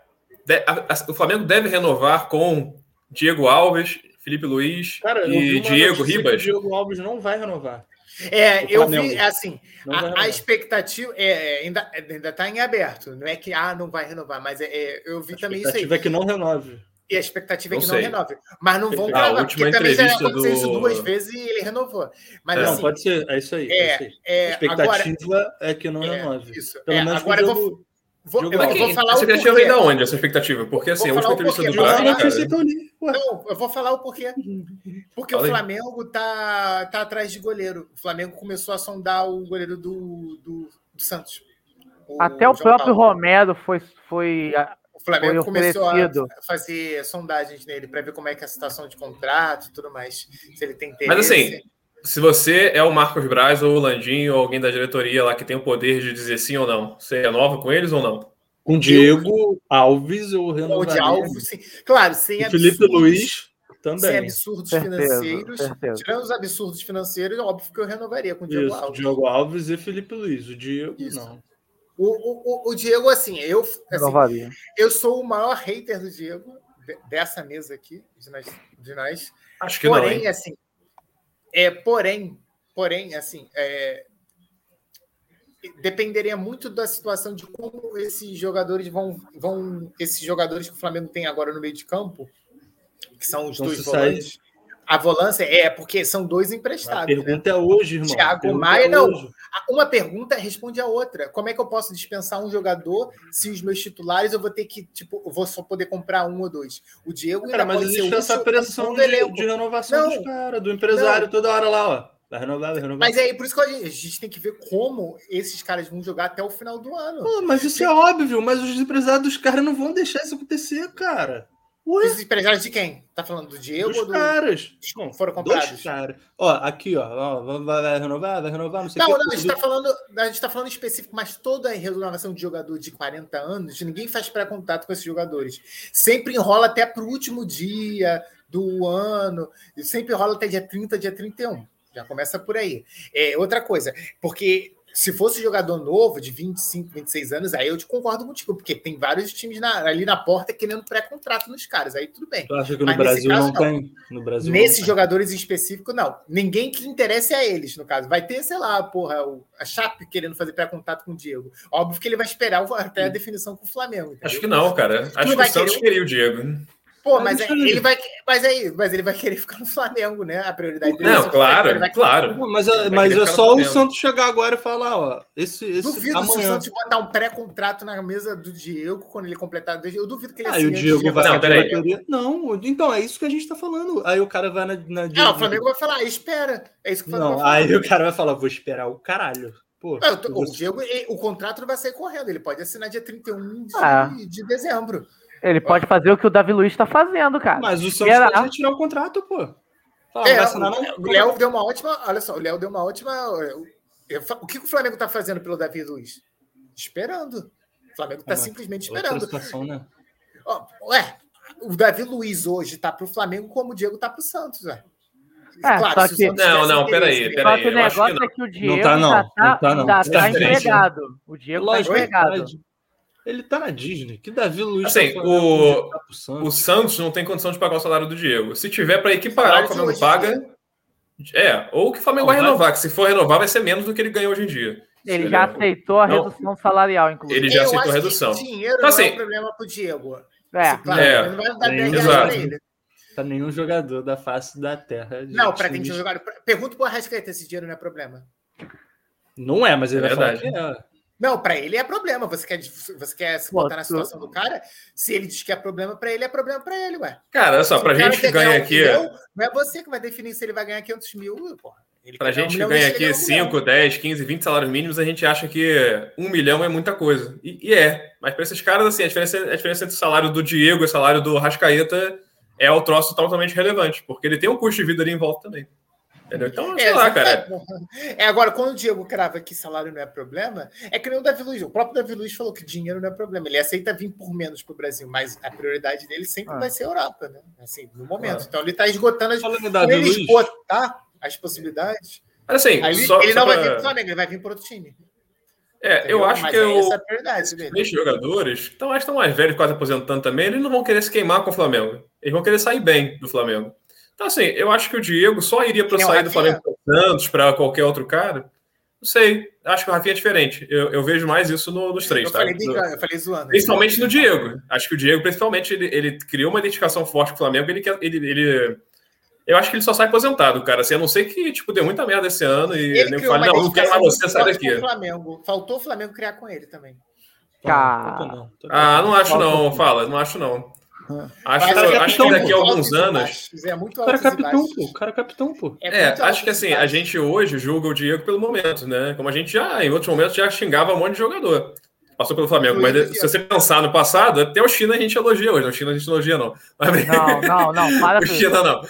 S1: de- a- a- o Flamengo deve renovar com Diego Alves, Felipe Luiz
S3: Cara, eu vi
S1: e
S3: uma
S1: Diego
S3: notícia que
S1: Ribas.
S3: O Diego Alves não vai renovar.
S2: É,
S3: O
S2: eu
S3: Flamengo.
S2: vi, é assim,
S3: Não vai
S2: a, a
S3: renovar.
S2: expectativa é, é, ainda, ainda tá em aberto, não é que, ah, não vai renovar, mas é, é, eu vi
S3: A
S2: também isso aí.
S3: expectativa é que não renove.
S2: E a expectativa é
S1: Não
S2: que
S1: sei.
S2: não renove. Mas não vão
S3: A
S2: gravar,
S1: última
S2: porque também já
S1: entrevista
S2: aconteceu
S1: do-
S2: isso duas vezes e ele renovou. Mas
S1: É,
S3: não,
S2: assim,
S3: pode ser. É isso aí. é isso aí. A
S2: é, agora,
S3: expectativa é que não
S2: é,
S3: renove.
S2: isso.
S3: Pelo
S2: É,
S3: menos
S2: agora
S3: pro
S2: eu vou-
S3: jogo...
S2: vou,
S3: Diogo
S2: eu
S1: Mas
S3: Alves.
S2: vou
S1: quem,
S2: falar
S1: essa
S2: o
S1: expectativa vem
S2: porquê.
S1: da onde, essa expectativa? Porque assim, a última
S2: Vou falar o
S1: entrevista do
S2: porquê, mas
S1: Braga,
S2: eu
S3: Não,
S2: acho
S1: cara.
S3: que eu li. Ué.
S2: Não, eu vou falar o porquê. Porque
S1: Fala aí.
S2: o Flamengo tá, tá atrás de goleiro. O Flamengo começou a sondar o goleiro do, do, do Santos.
S4: Até o
S2: João
S4: próprio
S2: Paulo. É,
S4: Romero foi, foi
S2: O Flamengo
S4: foi
S2: começou
S4: oferecido.
S2: a fazer sondagens nele para ver como é que é a situação de contrato e tudo mais. Se ele tem interesse.
S1: Mas assim, se você é o Marcos Braz ou o Landinho ou alguém da diretoria lá que tem o poder de dizer sim ou não, você renova com eles ou não?
S3: Com Diego Alves eu
S2: ou de
S3: renovaria.
S2: alvo, sim. Claro, sem
S3: E Felipe
S2: absurdos-
S3: Luiz
S2: Sem
S3: também.
S2: absurdos
S4: certeza,
S2: financeiros.
S4: certeza.
S2: Tirando os absurdos financeiros, é óbvio que eu renovaria com o Diego
S3: Isso,
S2: Alves.
S3: Diogo Alves e Felipe Luiz. O Diego
S2: Isso.
S3: não.
S2: O, o, o- o Diego, assim, eu, assim,
S4: Renovaria.
S2: eu sou o maior hater do Diego, de- dessa mesa aqui, de nós. De nós.
S1: Acho que não,
S2: Porém,
S1: hein?
S2: assim, é, porém, porém, assim, é, dependeria muito da situação de como esses jogadores vão, vão, esses jogadores que o Flamengo tem agora no meio de campo, que são os
S3: Então,
S2: dois
S3: se sair-
S2: volantes. A volância é porque são dois
S3: A
S2: emprestados. né?
S3: pergunta é hoje, irmão.
S2: Thiago
S3: A pergunta
S2: Maia,
S3: é
S2: não.
S3: hoje.
S2: A- Uma pergunta responde a outra. Como é que eu posso dispensar um jogador se os meus titulares eu vou ter que, tipo, eu vou só poder comprar um ou dois? O Diego ainda
S3: Cara, mas
S2: pode ser
S3: existe essa
S2: útil
S3: pressão
S2: no
S3: de,
S2: elenco.
S3: de renovação
S2: Não.
S3: dos caras, do empresário, toda hora lá, ó. Tá Vai renovar, vai renovar.
S2: Mas é aí, por isso que a gente, a gente tem que ver como esses caras vão jogar até o final do ano.
S3: Pô, mas isso é óbvio, mas os empresários dos caras não vão deixar isso acontecer, cara. Ué,
S2: Os empresários de quem? Tá falando do Diego
S3: dos
S2: ou do...
S3: caras.
S2: Não, foram
S3: Dois
S2: comprados?
S3: caras. Ó, aqui, ó. ó vai, vai- vai renovar, vai renovar, não sei o
S2: Não,
S3: quê.
S2: não, a gente tá falando, a gente tá falando em específico, mas toda a renovação de jogador de 40 anos, ninguém faz pré-contato com esses jogadores. Sempre enrola até pro último dia do ano, e sempre enrola até dia 30, dia 31. Já começa por aí. É, outra coisa, porque se fosse jogador novo, de 25, 26 anos, aí eu te concordo contigo, porque tem vários times na- ali na porta querendo pré-contrato nos caras, aí tudo bem.
S3: Tu acha que no
S2: Mas nesse
S3: Brasil
S2: caso,
S3: não
S2: não.
S3: tem? No
S1: um
S3: Brasil não
S2: Nesses
S3: tem.
S2: jogadores em específico, não. Ninguém que interesse a eles, no caso. Vai ter, sei lá, porra, o, a Chape querendo fazer pré-contato com o Diego. Óbvio que ele vai esperar o- até a definição com o Flamengo. entendeu?
S1: Acho que não, cara. Acho que
S2: vai
S1: o Santos
S2: querer
S1: queria o Diego.
S2: Pô, mas, é- ele vai, mas, aí, mas ele vai querer ficar no Flamengo, né? A prioridade dele é
S1: Não,
S2: o Flamengo, ele
S1: claro,
S2: vai-
S1: claro.
S3: Mas, é-
S1: Vai
S3: mas
S1: querer
S3: é
S1: ficar
S3: só
S1: no
S3: o
S1: Flamengo.
S3: Santos chegar agora e falar, ó, esse, esse
S2: Duvido se o
S3: amanhã.
S2: Santos botar um pré-contrato na mesa do Diego quando ele completar dois. Eu duvido que ele
S3: Aí Ah, o
S2: antes
S3: Diego
S2: de
S3: vai
S2: negociar
S3: na
S1: é Não, peraí.
S2: com o Flamengo.
S3: diretoria. Não, então é isso que a gente tá falando. Aí o cara vai na. na
S2: Não, o Flamengo vai falar, "Ah, espera. É isso que o Flamengo
S3: Não,
S2: vai falar.
S3: aí o cara vai falar, vou esperar o caralho. Pô,
S2: Eu tô-
S3: eu
S2: o,
S3: vou-
S2: Diego, ele- o contrato não vai sair correndo, ele pode assinar dia 31 de,
S4: Ah.
S2: de dezembro.
S4: Ele pode fazer o que o Davi Luiz tá fazendo, cara.
S3: mas o Santos
S4: Esperar.
S3: pode tirar o contrato, pô. Fala,
S2: É,
S3: vai assinar, não?
S2: o Léo deu uma ótima. Olha só, o Léo deu uma ótima. é, eu fa- O que que o Flamengo tá fazendo pelo Davi Luiz? Esperando. O Flamengo tá
S3: É, mas-
S2: simplesmente
S3: Outra
S2: esperando.
S3: situação, né?
S2: Ó, ué, o Davi Luiz hoje tá pro Flamengo como o Diego tá pro Santos, ué.
S4: É, só
S2: se o
S4: que-
S2: Santos
S1: Não,
S2: tivesse
S1: não,
S2: interesse
S1: peraí,
S2: nele-
S4: Só
S1: peraí,
S4: que o
S1: eu acho que
S4: negócio
S1: não. é
S4: é que o Diego
S3: tá, não.
S4: já tá,
S3: Não tá, não.
S4: já
S3: Tá
S4: tá
S1: diferente,
S4: empregado. O Diego
S3: Lógico, ele
S4: tá
S3: tá
S4: empregado.
S3: na Di- ele tá na Disney. Que Davi Luiz
S1: Assim,
S3: tá
S1: o-
S3: que tá pro
S1: O
S3: Santos.
S1: Santos não tem condição de pagar o salário do Diego. Se tiver para equiparar,
S2: Salário
S1: o Flamengo
S2: de hoje
S1: paga. É, ou que o Flamengo
S3: Não,
S1: vai
S3: vai-
S1: renovar, que se for renovar vai ser menos do que ele ganha hoje em dia.
S4: Ele já aceitou a
S1: é Não.
S4: redução salarial, inclusive.
S1: Ele já
S2: Eu
S1: aceitou a
S2: acho que
S1: redução.
S2: Dinheiro
S1: Então, assim-
S2: não é um problema pro Diego.
S4: É.
S2: Esse Flamengo
S1: É.
S2: não vai dar
S3: Sim,
S2: 10 reais
S1: exato.
S2: pra ele.
S3: Tá nenhum jogador da face da terra.
S2: Não,
S3: gente,
S2: pra quem tinha jogado. Pergunta pro Arrascaeta, esse dinheiro não é problema.
S3: Não é, mas ele
S1: É
S3: vai falar
S1: verdade.
S3: que é.
S2: Não, pra ele é problema. Você quer, você quer se
S4: Pô,
S2: botar na
S4: tu-
S2: situação do cara? Se ele diz que é problema pra ele, é problema pra ele, ué.
S1: Cara, olha só,
S2: Se
S1: pra
S2: o cara
S1: gente que
S2: quer ganhar
S1: ganha
S2: um
S1: aqui,
S2: milhão, não é você que vai definir se ele vai ganhar 500 mil, porra. Ele
S1: pra
S2: quer ganhar um
S1: gente que
S2: milhão,
S1: ganha
S2: deixa ele
S1: aqui
S2: ganhar um milhão.
S1: 5, 10, 15, 20 salários mínimos, a gente acha que um milhão é muita coisa. E, e é. Mas pra esses caras, assim, a diferença, a diferença entre o salário do Diego e o salário do Rascaeta é o troço totalmente relevante, porque ele tem um custo de vida ali em volta também. Entendeu? Então, sei
S2: É,
S1: lá,
S2: exato,
S1: cara.
S2: é. É, agora, quando o Diego crava que salário não é problema, é que nem o Davi Luiz. O próprio Davi Luiz falou que dinheiro não é problema. Ele aceita vir por menos pro Brasil, mas a prioridade dele sempre
S4: Ah.
S2: vai ser a Europa, né? Assim, no momento.
S1: Ah.
S2: Então ele tá esgotando as
S3: Falando em
S2: quando
S3: Davi
S2: ele
S3: Luiz,
S2: esgotar as possibilidades,
S1: Mas assim,
S2: aí ele,
S1: só,
S2: ele
S1: só
S2: não vai
S1: pra-
S2: vir pro Flamengo, ele vai vir pro outro time.
S1: É, eu
S2: entendeu?
S1: acho
S2: Mas
S1: que
S2: aí
S1: eu,
S2: essa é a prioridade dele.
S1: Esses jogadores então, acho que estão mais velhos, quase aposentando também, eles não vão querer se queimar com o Flamengo. Eles vão querer sair bem do Flamengo. Então, assim, eu acho que o Diego só iria para
S2: Quem é o
S1: sair do
S2: Rafinha?
S1: Flamengo para Santos, para qualquer outro cara. Não sei. Acho que o Rafinha é diferente. Eu, eu vejo mais isso no- nos três,
S2: Eu
S1: tá?
S2: falei, né?
S1: No-
S2: brincando, eu falei zoando.
S1: Principalmente no Diego. Acho que o Diego, principalmente, ele, ele criou uma identificação forte com o Flamengo. Ele, quer- ele, ele- Eu acho que ele só sai aposentado, cara. Assim, a não ser que tipo, deu muita merda esse ano e
S2: Ele
S1: ele nego
S2: criou
S1: fala,
S2: uma
S1: não, eu não quero mais você,
S2: identificação
S1: sai
S2: forte com
S1: daqui.
S2: o Flamengo. Faltou o Flamengo criar com ele também.
S3: Tá, tô
S4: Cara.
S3: não, tô
S1: Ah, não acho não, fala, não acho não. Acho,
S2: Mas é
S1: acho que
S2: muito
S1: daqui a alguns
S2: altos e
S1: anos.
S2: baixos, É muito
S3: O cara é
S2: altos e
S3: capitão,
S2: baixos.
S3: pô. O cara é capitão, pô.
S1: É,
S2: né? muito altos
S1: acho que
S2: e
S1: assim, a
S2: baixos.
S1: gente hoje julga o Diego pelo momento, né? Como a gente já, em outros momentos, já xingava um monte de jogador. Passou pelo Flamengo,
S2: Inclusive,
S1: mas se você pensar no passado, até o China a gente elogia hoje. né? O China a gente não elogia, não. Mas,
S4: Não, não, não. Para
S1: o
S4: tudo.
S1: China não.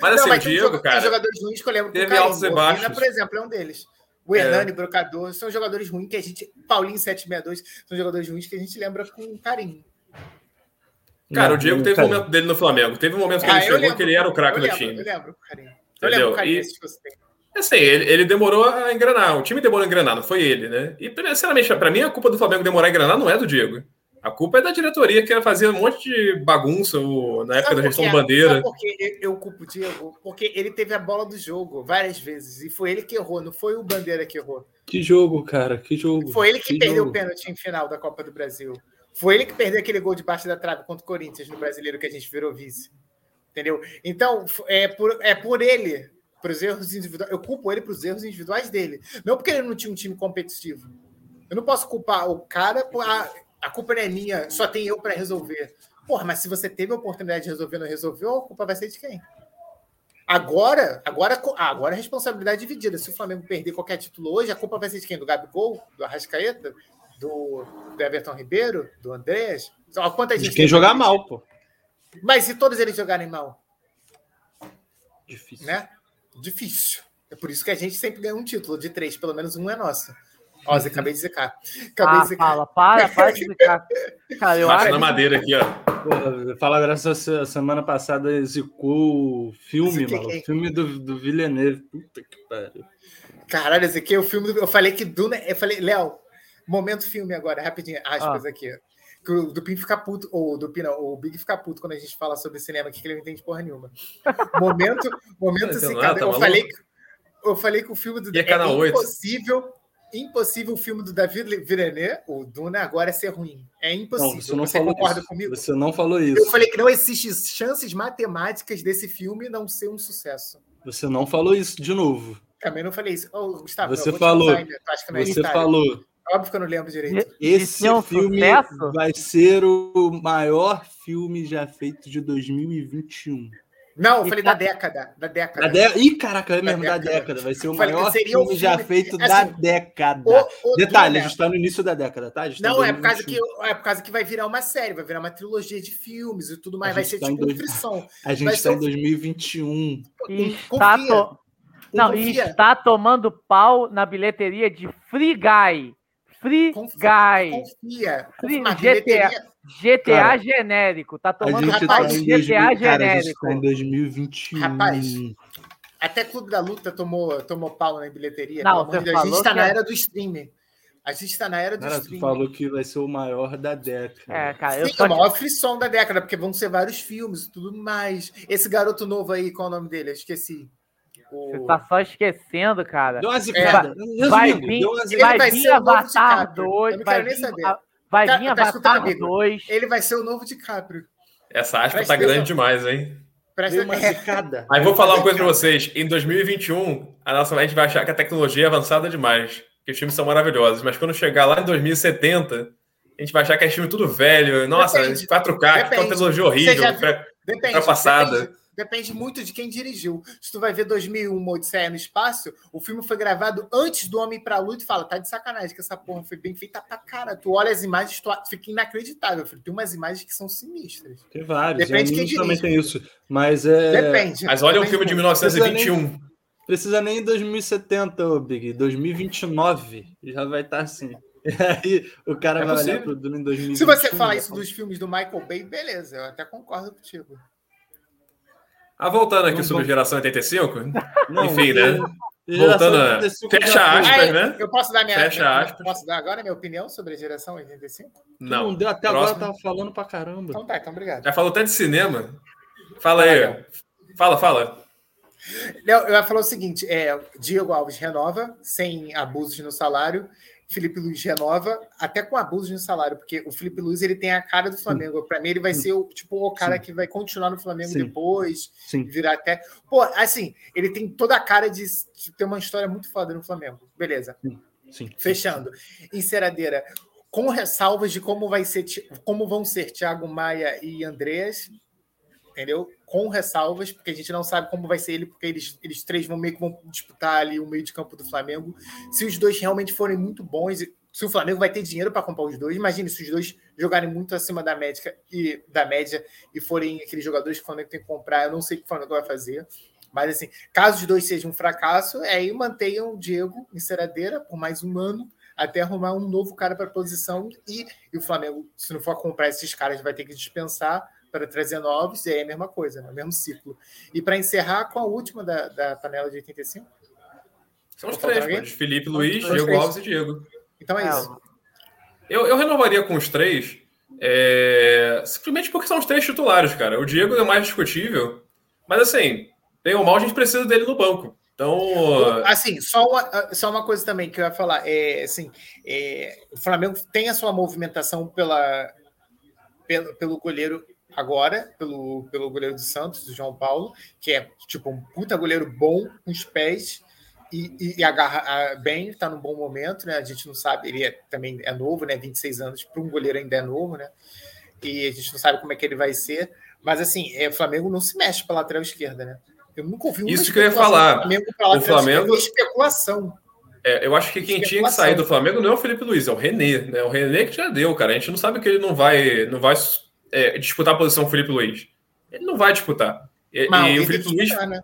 S1: Mas assim,
S2: assim, Não,
S1: o
S2: tem
S1: Diego,
S2: joga- tem
S1: cara.
S2: jogadores ruins que eu lembro com
S1: teve
S2: carinho.
S1: altos e
S2: O Orbina,
S1: baixos.
S2: por exemplo, é um deles. O
S1: É.
S2: Hernani, Brocador, são jogadores ruins que a gente. Paulinho 762, são jogadores ruins que a gente lembra com carinho.
S1: Cara,
S3: Não,
S1: o Diego teve
S3: cara,
S1: um momento dele no Flamengo. Teve um momento que ele chegou que ele era o craque
S2: eu
S1: do
S2: tá Ah, lembro,
S1: time.
S2: Eu lembro, com carinho. Eu
S1: Entendeu?
S2: lembro, com carinho, tipo
S1: E-
S2: esses que você tem.
S1: Assim, ele, ele demorou a engrenar. O time demorou a engrenar, não foi ele, né? E, sinceramente, pra mim, a culpa do Flamengo demorar a engrenar não é do Diego. A culpa é da diretoria que fazia um monte de bagunça o- na época da
S2: Sabe por
S1: gestão
S2: quê?
S1: do Bandeira.
S2: Sabe por que eu- eu culpo o Diego? Porque ele teve a bola do jogo várias vezes. E foi ele que errou, não foi o Bandeira que errou.
S3: Que jogo, cara. Que jogo.
S2: Foi ele que perdeu
S3: jogo.
S2: o pênalti em final da Copa do Brasil. Foi ele que perdeu aquele gol debaixo da trave contra o Corinthians no brasileiro que a gente virou vice. Entendeu? Então, f- é por, é por ele, para os erros individuais. Eu culpo ele para os erros individuais dele. Não porque ele não tinha um time competitivo. Eu não posso culpar o cara. por- A, a culpa não é minha, só tem eu para resolver. Porra, mas se você teve a oportunidade de resolver e não resolveu, a culpa vai ser de quem? Agora, agora, ah, agora a responsabilidade é dividida. Se o Flamengo perder qualquer título hoje, a culpa vai ser de quem? Do Gabigol? Do Arrascaeta? Do, do Everton Ribeiro? Do Andrés? Olha quanta gente
S3: De quem
S2: tem
S3: jogar
S2: pra gente.
S3: mal, pô.
S2: Mas se todos eles jogarem mal,
S3: Difícil.
S2: né? Difícil. É por isso que a gente sempre ganha um título de três, pelo menos um é nosso. Ó, Zé, acabei de zicar. Acabei
S4: Ah,
S2: de zicar.
S4: fala, para, para de ficar. Cara,
S2: é?
S4: eu
S1: Bate
S4: acho.
S1: na madeira aqui, ó.
S3: Pô, fala graças a semana passada zicou o filme,
S2: Ziquei
S3: mano.
S2: quem?
S3: O filme do, do Villeneuve. Puta que
S2: Tipo
S3: pariu.
S2: Caralho, esse aqui é o filme do. Eu falei que Duna. Eu falei, Léo, momento filme agora, rapidinho,
S3: Ah.
S2: aspas aqui. Que o Dupin fica puto, ou o Dupin não, o Big fica puto quando a gente fala sobre cinema aqui, que ele não entende porra nenhuma. Momento, momento
S1: Não entendo
S2: assim,
S1: nada,
S3: é,
S2: cara,
S1: tá
S2: eu
S1: maluco?
S2: falei que. Eu falei que o filme do
S1: E é canal oito.
S2: impossível, impossível o filme do David Villeneuve, o Duna, agora ser ruim. É impossível.
S3: Não, você não
S2: Você
S3: falou
S2: concorda
S3: isso.
S2: comigo?
S3: Você não falou
S2: Eu
S3: isso.
S2: falei que não existem chances matemáticas desse filme não ser um sucesso.
S3: Você não falou isso de novo.
S2: Também não falei isso. Ô, Gustavo,
S3: Você
S2: não, eu vou te avisar
S3: falou.
S2: ainda. Tu acha que não é
S3: Você
S2: editário?
S3: falou.
S2: É Óbvio que eu não lembro direito.
S3: Esse
S4: ser um
S3: filme
S4: sucesso?
S3: vai ser o maior filme já feito de 2021.
S2: Não, eu falei
S4: tá-
S2: da década. Da década.
S3: Da de... um. Ih, caraca, é mesmo,
S2: Da
S3: da
S2: década.
S3: década. Vai ser
S2: Eu
S3: o
S2: falei que
S3: maior
S2: seria um
S3: filme já
S2: filme-
S3: feito
S2: é
S3: da
S2: assim,
S3: década.
S2: Ô, ô,
S3: Detalhe, a
S2: Duna,
S3: gente tá no início da década, tá? A gente tá em
S2: Não, é por, causa que,
S3: 2021.
S2: é por causa que vai virar uma série, vai virar uma trilogia de filmes e tudo mais.
S3: A
S2: Vai
S3: gente
S2: ser
S3: tá em
S2: tipo
S3: dois-
S2: nutrição.
S3: A gente
S2: vai
S3: tá
S2: ser
S3: em
S2: um-
S3: 2021.
S4: E está,
S2: Confia.
S4: to- Não, e
S2: Confia.
S4: está tomando pau na bilheteria de Free Guy. Free
S2: Confia.
S4: Guy.
S2: Confia.
S4: Free-
S2: Mas
S4: GTA.
S2: bilheteria-
S4: GTA
S3: Cara,
S4: genérico. Tá
S3: A
S4: tomando
S3: gente
S4: pau
S2: rapaz,
S3: tá
S4: de
S3: em
S4: GTA
S3: 2000, cara, a gente
S4: genérico.
S3: tá em 2021.
S2: Rapaz, Até Clube da Luta tomou, tomou pau na bilheteria.
S4: Não,
S2: pelo amor
S4: você
S2: de Deus. A gente
S4: falou
S2: está
S4: que
S2: na
S4: é-
S2: era do streaming. A gente está na era do
S3: Cara, tu
S2: streaming.
S3: falou que vai ser o maior da década.
S4: É, cara, eu
S2: Sim,
S4: só
S2: é o maior frisson da década, porque vão ser vários filmes e tudo mais. Esse garoto novo aí, qual é o nome dele? Eu esqueci.
S4: Você
S2: O...
S4: tá só esquecendo, cara.
S6: Deu uma zicada.
S4: Vai
S6: Resumindo,
S4: vir,
S6: deu uma
S2: Ele
S6: zicada.
S4: vai
S2: É. vai
S4: vir
S2: ser o novo
S4: Avatar
S2: DiCaprio.
S4: 2.
S2: Eu não
S4: Vai
S2: quero nem
S4: vir,
S2: saber.
S4: a- vai
S2: Tá-
S4: vir
S2: tá escutando,
S4: Avatar
S2: amigo?
S4: 2.
S2: Ele vai ser o novo DiCaprio.
S1: Essa aspa
S2: Presta
S1: tá grande
S2: atenção.
S1: demais, hein?
S2: Presta
S6: Deu uma
S2: atenção.
S6: zicada.
S1: Aí vou falar uma coisa pra vocês. Em 2021, a nossa a gente vai achar que a tecnologia é avançada demais, que os filmes são maravilhosos. Mas quando chegar lá em 2070, a gente vai achar que é filme tudo velho. Nossa,
S2: Depende.
S1: 4K, que é uma
S2: Depende.
S1: tecnologia
S2: Você já
S1: horrível.
S2: viu?
S1: pra-
S2: Depende,
S1: Ultrapassada.
S2: depende. Depende muito de quem dirigiu. Se tu vai ver 2001, uma Odisseia no Espaço, o filme foi gravado antes do Homem pra Lua e tu fala, tá de sacanagem que essa porra foi bem feita pra cara. Tu olha as imagens, tu tu fica inacreditável. filho. Tem umas imagens que são sinistras.
S3: Tem vários.
S2: Depende
S3: e
S2: de quem
S3: anime também
S2: dirige.
S3: tem isso. Mas é.
S2: Depende.
S1: Mas olha um
S2: Depende
S1: filme de
S2: muito.
S1: 1921.
S3: Precisa nem em 2070, ô Big. 2029 já vai estar assim. E aí o cara
S1: É
S3: vai
S1: possível.
S3: olhar pro Duna em 2021.
S2: Se você falar
S3: vai
S2: isso dos filmes do Michael Bay, beleza, eu até concordo contigo.
S1: Ah, voltando aqui
S3: Vamos-
S1: sobre Geração 85.
S3: Não,
S1: Enfim, né?
S3: e- e
S1: Voltando
S3: geração
S1: a-
S3: 85
S1: fecha
S3: já foi.
S1: aspas,
S2: Aí,
S1: né?
S2: Eu posso dar minha
S1: Fecha aspas.
S2: Posso dar agora minha opinião sobre a geração 85?
S3: Não,
S1: Não.
S3: deu até
S1: Próximo.
S3: agora, eu tava falando pra caramba.
S2: Então tá, então obrigado.
S1: Já falou até de cinema. Fala aí. Fala, fala.
S2: Léo, eu ia falar o seguinte: é, Diego Alves renova, sem abusos no salário. Felipe Luiz renova, até com abusos no salário, porque o Felipe Luiz ele tem a cara do Flamengo. Pra mim, ele vai ser o, tipo, o cara
S3: Sim.
S2: que vai continuar no Flamengo
S3: Sim.
S2: depois,
S3: Sim.
S2: virar até. Pô, assim, ele tem toda a cara de, de ter uma história muito foda no Flamengo. Beleza.
S3: Sim.
S2: Fechando. Enceradeira, com ressalvas de como vai ser, Ti- como vão ser Thiago Maia e Andreas, entendeu? Com ressalvas, porque a gente não sabe como vai ser ele, porque eles, eles três vão meio que vão disputar ali o meio de campo do Flamengo. Se os dois realmente forem muito bons, e se o Flamengo vai ter dinheiro para comprar os dois, imagine se os dois jogarem muito acima da média e da média e forem aqueles jogadores que o Flamengo tem que comprar, eu não sei o que o Flamengo vai fazer. Mas assim, caso os dois sejam um fracasso, é aí mantenham o Diego em Seradeira por mais um ano até arrumar um novo cara para a posição e, e o Flamengo, se não for comprar esses caras, vai ter que dispensar para trazer novos, e aí é a mesma coisa, né? o mesmo ciclo. E para encerrar, com a última da, da panela de 85?
S1: São os
S2: Vou falar
S1: três,
S2: alguém?
S1: pô, de Felipe Luiz,
S2: Os
S1: Diego
S2: três.
S1: Alves e Diego.
S2: Então é,
S4: É,
S2: isso.
S1: Eu, eu renovaria com os três, é, simplesmente porque são os três titulares, cara. O Diego é o mais discutível, mas assim, bem ou mal, a gente precisa dele no banco. Então,
S2: Assim, só uma, só uma coisa também que eu ia falar. É, assim, é, o Flamengo tem a sua movimentação pela, pelo, pelo goleiro agora, pelo, pelo goleiro do Santos, do João Paulo, que é tipo um puta goleiro bom com os pés e, e- e agarra ah, bem, tá num bom momento, né? A gente não sabe, ele é, também é novo, né? 26 anos, para um goleiro ainda é novo, né? E a gente não sabe como é que ele vai ser. Mas assim, é, o Flamengo não se mexe para lateral esquerda, né? Eu nunca ouvi uma
S1: Isso que eu ia
S2: especulação do
S1: falar.
S2: Flamengo pra lateral
S1: Flamengo-
S2: esquerda, é especulação.
S1: é, eu acho que quem tinha que
S2: Especulação.
S1: sair do Flamengo não é o Felipe Luiz, é o René, né? O René que já deu, cara. A gente não sabe que ele não vai, não vai é, disputar a posição do Felipe Luiz. Ele não vai disputar. E,
S2: Mas
S1: e o
S2: alguém tem
S1: Felipe
S2: que
S1: Luiz,
S2: disputar, né?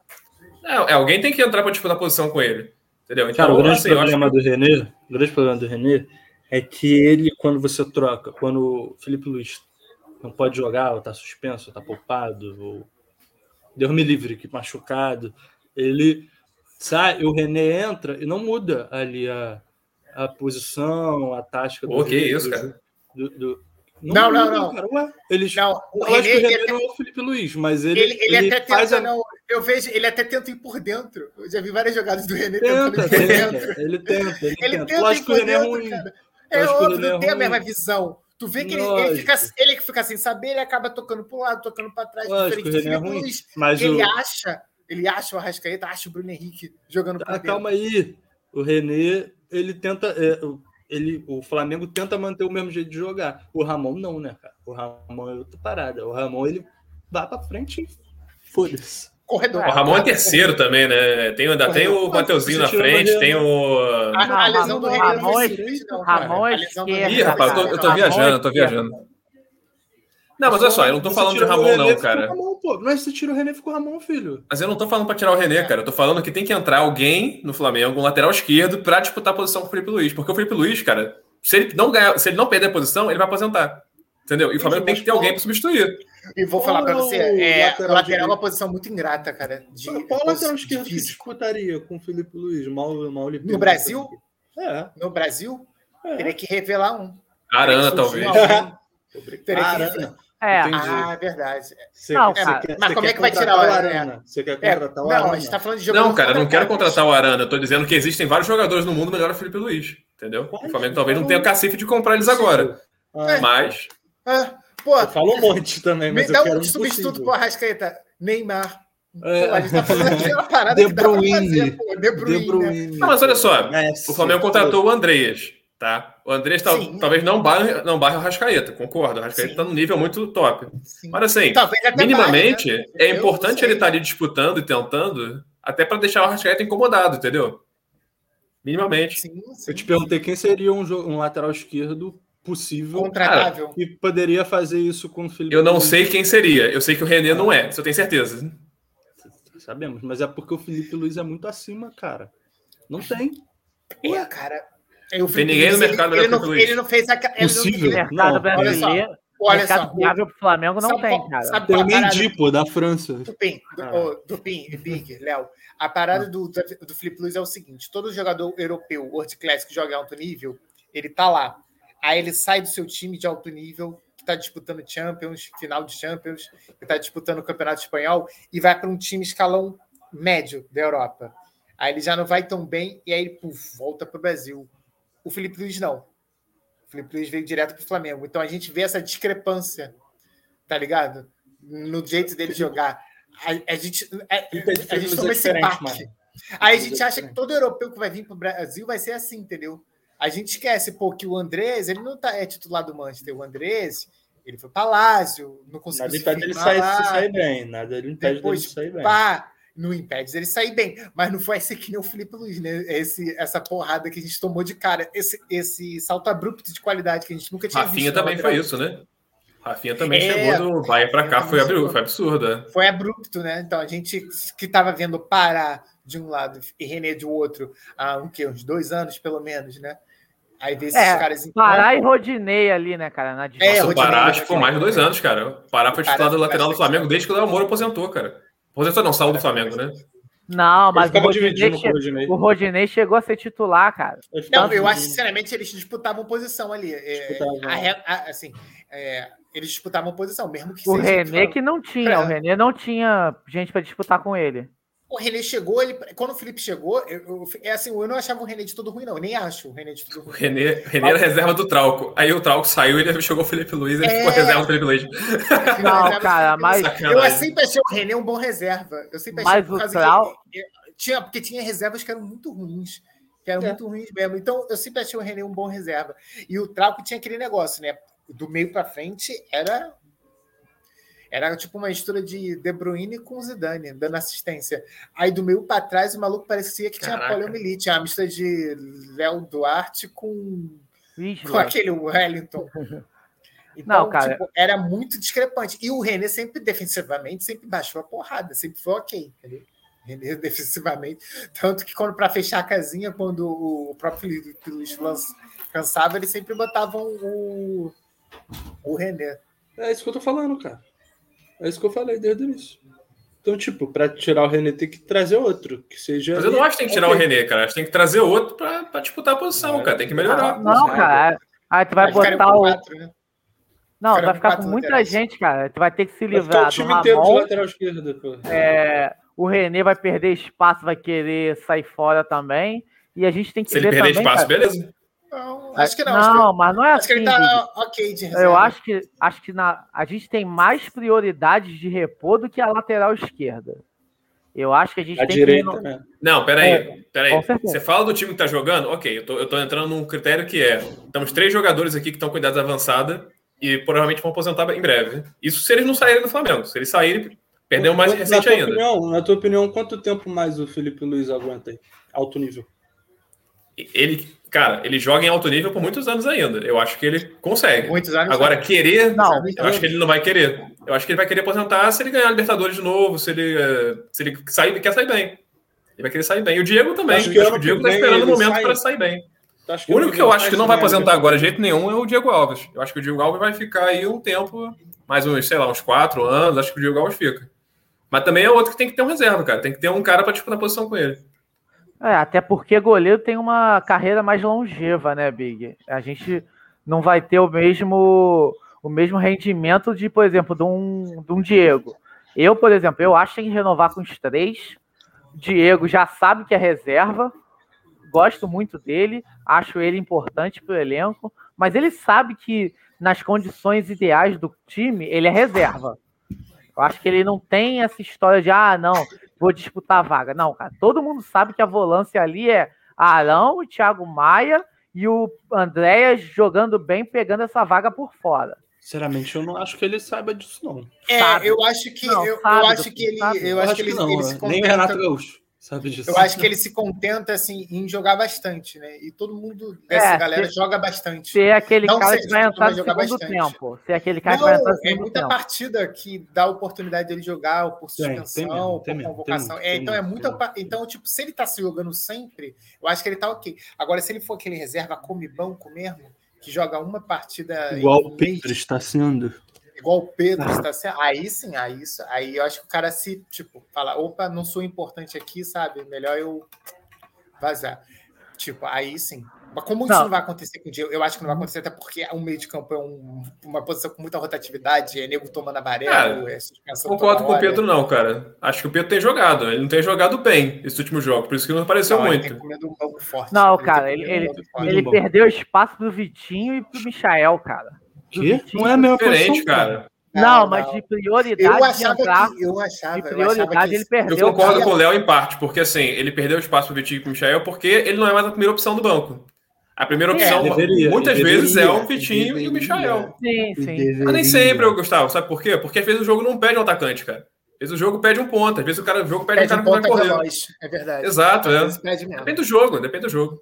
S1: é, alguém tem que entrar para disputar a posição com ele. Entendeu? Então,
S3: Cara, o grande
S1: assim, eu acho
S3: problema do René, o grande problema do René é que ele, quando você troca, quando o Felipe Luiz não pode jogar, ou tá suspenso, ou tá poupado, ou Deus me livre, que machucado, ele sai, o René entra e não muda ali a, a posição, a tática
S1: Pô, que
S3: René,
S1: isso,
S3: do-
S1: cara.
S3: do- do-
S2: Não, não,
S3: muda,
S2: não.
S3: cara, ué. Eles,
S2: Não, o
S3: eu acho
S2: René,
S3: que o
S2: ele
S3: René
S2: até-
S3: não é o Felipe Luiz, mas ele,
S2: Ele, ele até
S3: faz
S2: tenta
S3: a-
S2: não. Eu vejo, ele até tenta ir por dentro. Eu já vi várias jogadas do René tentando
S3: Tenta,
S2: ir por dentro.
S3: tenta. Ele tenta, ele,
S2: Ele
S3: tenta.
S2: tenta
S3: Lógico que o
S2: ir por
S3: René é
S2: dentro,
S3: ruim.
S2: cara. É
S3: Lógico que
S2: óbvio,
S3: ele é
S2: não tem a
S3: ruim.
S2: mesma visão. Tu vê que ele, ele,
S3: Lógico.
S2: fica, ele que fica sem saber, ele acaba tocando pro lado, tocando pra trás,
S3: Lógico que o
S2: diferente
S3: René é
S2: do
S3: ruim.
S2: Luiz.
S3: Mas
S2: E ele
S3: o.
S2: acha, ele acha o Arrascaeta, acha o Bruno Henrique jogando por
S3: Ah,
S2: dentro.
S3: calma aí. O René, ele tenta. é, o- ele, o Flamengo tenta manter o mesmo jeito de jogar. O Ramon não, né, cara? O Ramon é outra parada. O Ramon, ele vai pra frente e foda-se.
S2: Corredor.
S1: O Ramon é terceiro também, né? Tem, ainda tem o Mateuzinho na frente, tem o.
S2: A, a lesão do René não
S4: Ramon é-
S2: foi cirúrgica, não, cara.
S4: Ramon
S2: A
S4: é
S2: lesão do
S4: esquerda.
S2: René
S1: Ih, rapaz, eu tô, eu tô
S2: é
S1: viajando, eu tô viajando. Não, mas olha só, eu não tô
S3: Você
S1: falando de
S3: tirou o
S1: Ramon,
S3: René,
S1: não,
S3: ficou o
S1: cara.
S3: Ramon, pô. Mas você tira o René, ficou o Ramon, filho.
S1: Mas eu não tô falando pra tirar o René, cara. Eu tô falando que tem que entrar alguém no Flamengo, um lateral esquerdo, pra disputar a posição com o Felipe Luiz. Porque o Felipe Luiz, cara, se ele não ganhar, se ele não perder a posição, ele vai aposentar. Entendeu? E o Flamengo tem que ter alguém pra substituir.
S2: E vou falar pra você,
S3: Qual
S2: é,
S3: lateral
S2: lateral, é
S3: direito?
S2: uma posição muito ingrata, cara. De,
S3: Qual é lateral
S2: de-
S3: esquerdo que
S2: é difícil.
S3: disputaria com o Felipe Luiz? Mal, mal
S2: No Brasil?
S3: É.
S2: No Brasil,
S3: É.
S2: teria que revelar um.
S1: Arana, talvez.
S2: Teria que
S3: Arana.
S2: revelar-
S4: É,
S3: Entendi.
S2: Ah, verdade.
S3: Você,
S4: Não,
S3: você
S4: cara,
S3: quer-
S2: mas
S3: você
S2: como
S3: quer
S2: é que vai tirar
S3: contratar
S2: o Arana?
S3: Você quer
S2: É,
S3: contratar o Arana?
S2: não, a gente tá falando de jogador.
S1: Não, cara, eu não quero contratar o Arana. Eu tô dizendo que existem vários jogadores no mundo melhor que o Felipe Luiz. Entendeu? O Flamengo talvez não tenha o cacife de comprar eles agora.
S3: Ah,
S1: Mas.
S2: Ah, pô,
S3: eu falo um monte também,
S2: me
S3: mas
S2: dá
S3: eu quero
S2: um substituto pro
S3: possível.
S2: Arrascaeta. Neymar.
S3: É.
S2: Pô, a gente tá falando daquela parada
S3: De
S2: que dá pra
S3: Bruyne.
S2: fazer, pô. De Bruyne.
S3: De
S2: né?
S3: Bruyne. É,
S1: Não, mas olha só.
S3: Messi.
S1: O Flamengo contratou o Andreas, tá? O Andreas tal-
S2: Sim.
S1: talvez não barre, não barre o Rascaeta, concordo. O Rascaeta
S2: Sim.
S1: tá num nível muito top.
S2: Sim.
S1: Mas assim,
S2: Talvez até
S1: minimamente,
S2: mais, né?
S1: é
S2: Eu não
S1: importante
S2: sei.
S1: ele estar ali disputando e tentando, até para deixar o Rascaeta incomodado, entendeu? Minimamente.
S2: Sim, sim.
S3: Eu te perguntei quem seria um, jo- um lateral esquerdo possível
S2: Contratável.
S3: que poderia fazer isso com o Felipe
S1: Eu não
S3: Luiz.
S1: sei quem seria. Eu sei que o René não é, isso eu tenho certeza.
S3: Sabemos, mas é porque o Felipe Luiz é muito acima, cara. Não tem.
S2: Ué, cara. Eu
S1: É. Tem ninguém no mercado melhor
S2: ele, ele,
S1: que o
S2: não,
S1: Luiz.
S2: ele não fez aquela. ele não-
S3: Possível.
S2: ele-
S4: mercado
S3: Não,
S4: brasileiro.
S2: Olha
S4: mercado
S2: só.
S4: viável pro Flamengo não
S2: sabe
S4: tem,
S2: qual-
S4: cara.
S2: sabe
S3: Tem
S2: qual
S3: o
S2: a parada
S3: Mendy, pô, da França.
S2: Dupin, du,
S3: Ah.
S2: ô, Dupin, Big, Léo, a parada do, do Felipe Luiz é o seguinte: todo jogador europeu, World Class, que joga em alto nível, ele tá lá. Aí ele sai do seu time de alto nível, que tá disputando Champions, final de Champions, que tá disputando o Campeonato Espanhol, e vai para um time escalão médio da Europa. Aí ele já não vai tão bem, e aí ele puf, volta pro Brasil. O Felipe Luiz não. O Felipe Luiz veio direto pro Flamengo. Então a gente vê essa discrepância, tá ligado? No jeito dele jogar. A, a gente, a, a gente
S3: é
S2: toma esse baque. Aí a gente acha que todo europeu que vai vir pro Brasil vai ser assim, entendeu? A gente esquece, pô, que o Andrés, ele não tá, é titular do Manchester. O Andrés, ele foi Palácio, não conseguiu
S3: Nada
S2: se
S3: impede ele
S2: firmar
S3: sair,
S2: lá.
S3: se sair bem. Nada ele impede
S2: Depois,
S3: dele sair bem.
S2: Pá, não impede dele sair bem. Mas não foi esse que nem o Felipe Luiz, né? Esse, essa porrada que a gente tomou de cara. Esse, esse salto abrupto de qualidade que a gente nunca tinha
S1: Rafinha
S2: visto. na
S1: também
S2: lateral.
S1: foi isso, né? Rafinha também
S2: É,
S1: chegou do Bahia para cá,
S2: também
S1: foi,
S2: chegou.
S1: abru- foi absurdo. né?
S2: Foi abrupto, né? Então a gente que estava vendo Pará de um lado e René de outro há o quê? uns dois anos, pelo menos, né? Aí vê esses
S4: É,
S2: caras em
S4: Pará e Rodinei ali, né, cara? Na
S2: É,
S1: Nossa, o
S2: Rodinei,
S1: Pará,
S2: né,
S1: acho que
S2: cara?
S1: foi mais de dois anos, cara. O Pará foi titular do
S2: Pará,
S1: lateral do
S2: mas-
S1: Flamengo desde que o Léo Moura aposentou, cara. Aposentou não, saiu do Flamengo, né?
S4: Não,
S3: Ele
S4: mas o
S3: ficava
S4: Rodinei,
S3: dividindo com o
S4: che...
S3: Rodinei.
S4: o Rodinei chegou a ser titular, cara.
S2: Não,
S3: ficava
S2: eu acho,
S3: dividindo.
S2: sinceramente, eles disputavam posição ali. É,
S3: Disputavam.
S2: a re- a- assim, é, eles disputavam posição, mesmo que
S4: O
S2: seja
S4: René
S2: titular.
S4: que não tinha, o
S2: É.
S4: René não tinha gente pra disputar com ele.
S2: O René chegou, ele, quando o Felipe chegou, eu, eu- é assim, eu não achava o René de tudo ruim, não. Eu nem acho o René de tudo
S1: O
S2: ruim.
S1: René, o René era reserva do Trauco. Aí o Trauco saiu e ele chegou o Felipe Luiz, ele
S2: É.
S1: ficou reserva do Felipe Luiz.
S4: Não, cara, mas-
S2: Eu
S1: Sacanagem.
S2: sempre achei o René um bom reserva. Eu sempre achei
S4: Mas
S2: por
S4: o
S2: causa
S4: Trau-
S2: que- eu- tinha Porque tinha reservas que eram muito ruins. Que eram
S3: É.
S2: muito ruins mesmo. Então, eu sempre achei o René um bom reserva. E o Trauco tinha aquele negócio, né? Do meio pra frente era. Era tipo uma mistura de De Bruyne com Zidane, dando assistência. Aí do meio pra trás, o maluco parecia que tinha
S1: Caraca.
S2: poliomielite. Uma mistura de Léo Duarte com com
S4: Isla.
S2: aquele Wellington. Então,
S4: Não, cara.
S2: tipo, era muito discrepante. E o René sempre, defensivamente, sempre baixou a porrada, sempre foi ok, entendeu? René defensivamente. Tanto que quando para fechar a casinha, quando o próprio Felipe Luiz lança- cansava, eles sempre botavam o, o René.
S3: É isso que eu tô falando, cara. É isso que eu falei desde o início. Então, tipo, pra tirar o René tem que trazer outro, que seja.
S1: Mas eu não acho que tem que tirar o René, cara. Acho que tem que trazer outro pra, pra disputar a posição,
S3: É.
S1: cara. Tem que melhorar.
S4: Não,
S3: Nada.
S4: cara. Aí tu vai
S2: Aí ficaram
S4: botar
S2: com
S4: o.
S2: quatro, né?
S4: Não, tu
S2: ficaram com
S4: vai ficar com
S2: quatro
S4: muita
S2: laterais.
S4: gente, cara. Tu vai ter que se
S3: Vai ficar
S4: livrar
S3: o
S4: do
S3: time inteiro de
S4: Ramon,
S3: lateral esquerdo, pô.
S4: é, o René vai perder espaço, vai querer sair fora também. E a gente tem que
S1: Se ele
S4: ver
S1: perder
S4: também,
S1: espaço,
S4: cara.
S1: beleza.
S2: Não, acho que não. acho que-
S4: Não, mas não é
S2: Acho que
S4: assim.
S2: ele tá
S4: Didi.
S2: ok de reserva.
S4: Eu acho que, acho que na, a gente tem mais prioridades de repor do que a lateral esquerda. Eu acho que a gente
S3: A
S4: tem que.
S3: direita,
S4: reno-
S3: né?
S1: Não, peraí, peraí.
S4: com certeza.
S1: Você fala do time que tá jogando? Ok, eu tô, eu tô entrando num critério que é: temos três jogadores aqui que estão com idade avançada e provavelmente vão aposentar em breve. Isso se eles não saírem do Flamengo. Se eles saírem, perdeu mais
S3: Na tua
S1: recente ainda.
S3: opinião- na tua opinião, quanto tempo mais o Felipe Luiz aguenta aí? Alto nível.
S1: Ele, cara, ele joga em alto nível por muitos anos ainda. Eu acho que ele consegue.
S2: Muitos anos.
S1: Agora, querer,
S4: Não,
S1: eu acho que ele não vai querer. Eu acho que ele vai querer aposentar se ele ganhar a Libertadores de novo, se ele, eh, se ele sair, quer sair bem. Ele vai querer sair bem. E o Diego também.
S3: Acho
S1: Acho
S3: que
S1: que,
S3: ano
S1: o Diego
S3: que
S1: tá
S3: vem
S1: esperando o
S3: ele
S1: momento
S3: sai.
S1: para sair bem.
S3: Tu acha
S1: O único que eu acho que não vai
S3: ganha a
S1: aposentar agora de jeito nenhum é o Diego Alves. Eu acho que o Diego Alves vai ficar aí um tempo, mais uns, sei lá, uns quatro anos. Acho que o Diego Alves fica. Mas também é outro que tem que ter um reserva, cara. Tem que ter um cara pra disputar posição com ele.
S4: É, até porque goleiro tem uma carreira mais longeva, né, Big? A gente não vai ter o mesmo o mesmo rendimento de, por exemplo, de um, de um Diego. Eu, por exemplo, eu acho que tem que renovar com os três. Diego já sabe que é reserva. Gosto muito dele, acho ele importante para o elenco, mas ele sabe que nas condições ideais do time, ele é reserva. Eu acho que ele não tem essa história de, ah, não, vou disputar a vaga. Não, cara, todo mundo sabe que a volância ali é Arão, o Thiago Maia e o Andréas jogando bem, pegando essa vaga por fora.
S3: Sinceramente, eu não acho que ele saiba disso, não.
S2: É,
S4: sabe.
S2: eu acho que
S4: Não,
S2: eu, eu
S4: sabe,
S2: acho que ele,
S4: sabe.
S2: eu acho que ele,
S3: não,
S2: ele
S3: né?
S2: se
S3: Nem o Renato
S2: contenta.
S3: Gaúcho sabe disso.
S2: Eu acho que ele se contenta assim em jogar bastante, né? E todo mundo dessa
S4: É,
S2: galera
S4: se-
S2: joga bastante.
S4: Ser aquele
S2: Não
S4: cara
S2: sei
S4: que
S2: se
S4: vai
S2: ele
S4: entrar
S2: vai
S4: no
S2: jogar
S4: segundo
S2: bastante.
S4: tempo. Ser aquele cara que vai entrar
S2: Não,
S4: no
S2: é
S4: segundo
S2: muita
S4: tempo.
S2: partida que dá a oportunidade dele jogar por
S3: Tem, tem mesmo,
S2: suspensão,
S3: tem
S2: por
S3: mesmo,
S2: convocação.
S3: tem muito,
S2: É,
S3: tem
S2: então é
S3: muito,
S2: muita.
S3: tem
S2: pa- Então, tipo, se ele tá se jogando sempre, eu acho que ele tá ok. Agora, se ele for aquele reserva come banco mesmo, que joga uma partida. em um mês,
S3: está sendo.
S2: Igual o Pedro
S4: Ah.
S2: está sendo. Aí sim, aí isso. Aí eu acho que o cara se, tipo, fala, opa, não sou importante aqui, sabe? Melhor eu vazar. Tipo, aí sim. Mas como isso
S4: Não. Uhum.
S2: não vai acontecer com o Diego, eu acho que não vai acontecer, até porque o meio de campo é um- uma posição com muita rotatividade, é nego tomando amarelo,
S1: Cara,
S2: é suspensão.
S1: Ah, Concordo
S2: toda
S1: com o
S2: hora.
S1: Pedro, não, cara. Acho que o Pedro tem jogado. Ele não tem jogado bem esse último jogo, por isso que não apareceu
S2: Não, ele
S1: muito.
S2: tem comendo um banco forte.
S4: Não,
S2: tem
S4: cara,
S2: comendo
S4: ele- ele-
S2: um banco forte.
S4: Ele
S3: Bom.
S4: perdeu espaço pro Vitinho e pro Michael, cara.
S3: Que? Não é a mesma
S1: Diferente,
S3: posição,
S1: cara.
S4: Não, mas de prioridade
S2: eu
S4: de
S2: achava
S4: entrar.
S2: que eu achava, eu
S4: de
S2: achava
S4: prioridade
S2: que
S4: ele
S1: Eu
S4: perdeu.
S1: concordo
S4: cara.
S1: com o Léo em parte, porque assim, ele perdeu espaço pro Vitinho e pro Michael porque ele não é mais a primeira opção do banco. A primeira opção,
S3: deveria,
S1: muitas
S3: deveria,
S1: vezes, é o Vitinho e o
S3: deveria.
S1: Michael.
S4: Sim, sim.
S3: Deveria.
S1: Mas nem sempre, eu, Gustavo, sabe por quê? Porque às vezes o jogo não pede um atacante, cara. Às vezes o jogo pede um ponta, às vezes o, cara, o jogo pede,
S2: perde
S1: um
S2: um
S1: cara
S2: ponto
S1: que
S2: é
S1: vai correr.
S2: veloz, é verdade.
S1: Exato,
S2: Às
S1: é.
S2: vezes perde mesmo.
S1: Depende do jogo, depende do jogo.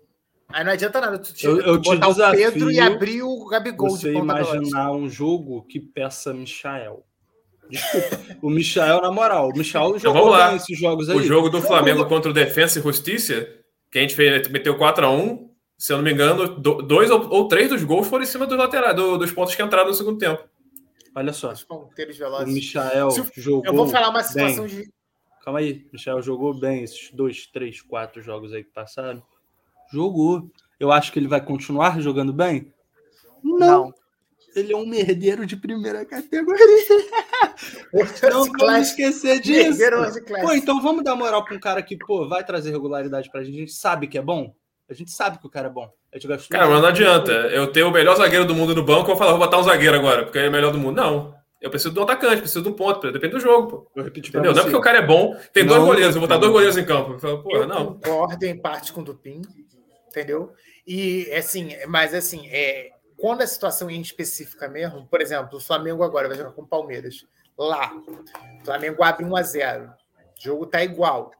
S2: Aí não adianta nada tu, te-
S3: Eu- eu
S2: tu
S3: te
S2: botar o
S3: desafio
S2: Pedro e abrir o Gabigol
S3: Você
S2: de ponta veloz.
S3: imaginar um jogo que peça Michael. Desculpa. o Michael, na moral, o Michael jogou
S1: Então vamos lá.
S3: bem esses jogos aí.
S1: O jogo do Flamengo contra o Defensa e Justiça, que a gente fez, meteu 4x1, se eu não me engano, do- dois ou, ou três dos gols foram em cima dos laterais, do- dos pontos que entraram no segundo tempo.
S3: Olha só,
S2: Os ponteiros
S3: o
S2: velozes.
S3: Michael
S2: Se-
S3: jogou.
S2: Eu vou falar uma
S3: bem.
S2: situação de.
S3: Calma aí, Michel jogou bem esses dois, três, quatro jogos aí que passaram. Jogou. Eu acho que ele vai continuar jogando bem?
S4: Não.
S3: Ele é um merdeiro de primeira categoria. Não vamos
S2: Clash.
S3: esquecer disso.
S2: Perderam as Clash.
S3: Pô, então vamos dar moral pra um cara que, pô, vai trazer regularidade pra gente. A gente sabe que é bom. A gente sabe que o cara é bom. A gente gastou-
S1: Cara, mas não adianta. Eu tenho o melhor zagueiro do mundo no banco, eu vou falar, vou botar um zagueiro agora, porque ele é o melhor do mundo. Não. Eu preciso de um atacante, preciso de um ponto, depende do jogo, pô.
S3: Eu repeti pra
S1: Entendeu? Não é
S3: você.
S1: porque o cara é bom, tem
S3: Não,
S1: dois goleiros, eu vou botar
S3: não.
S1: dois goleiros em campo. Eu falo, porra,
S2: Eu
S1: não.
S2: concordo em parte com o Dupin, entendeu? E assim, mas assim, é, quando a situação é específica mesmo, por exemplo, o Flamengo agora vai jogar com o Palmeiras. Lá, o Flamengo abre 1 a 0 O jogo tá igual.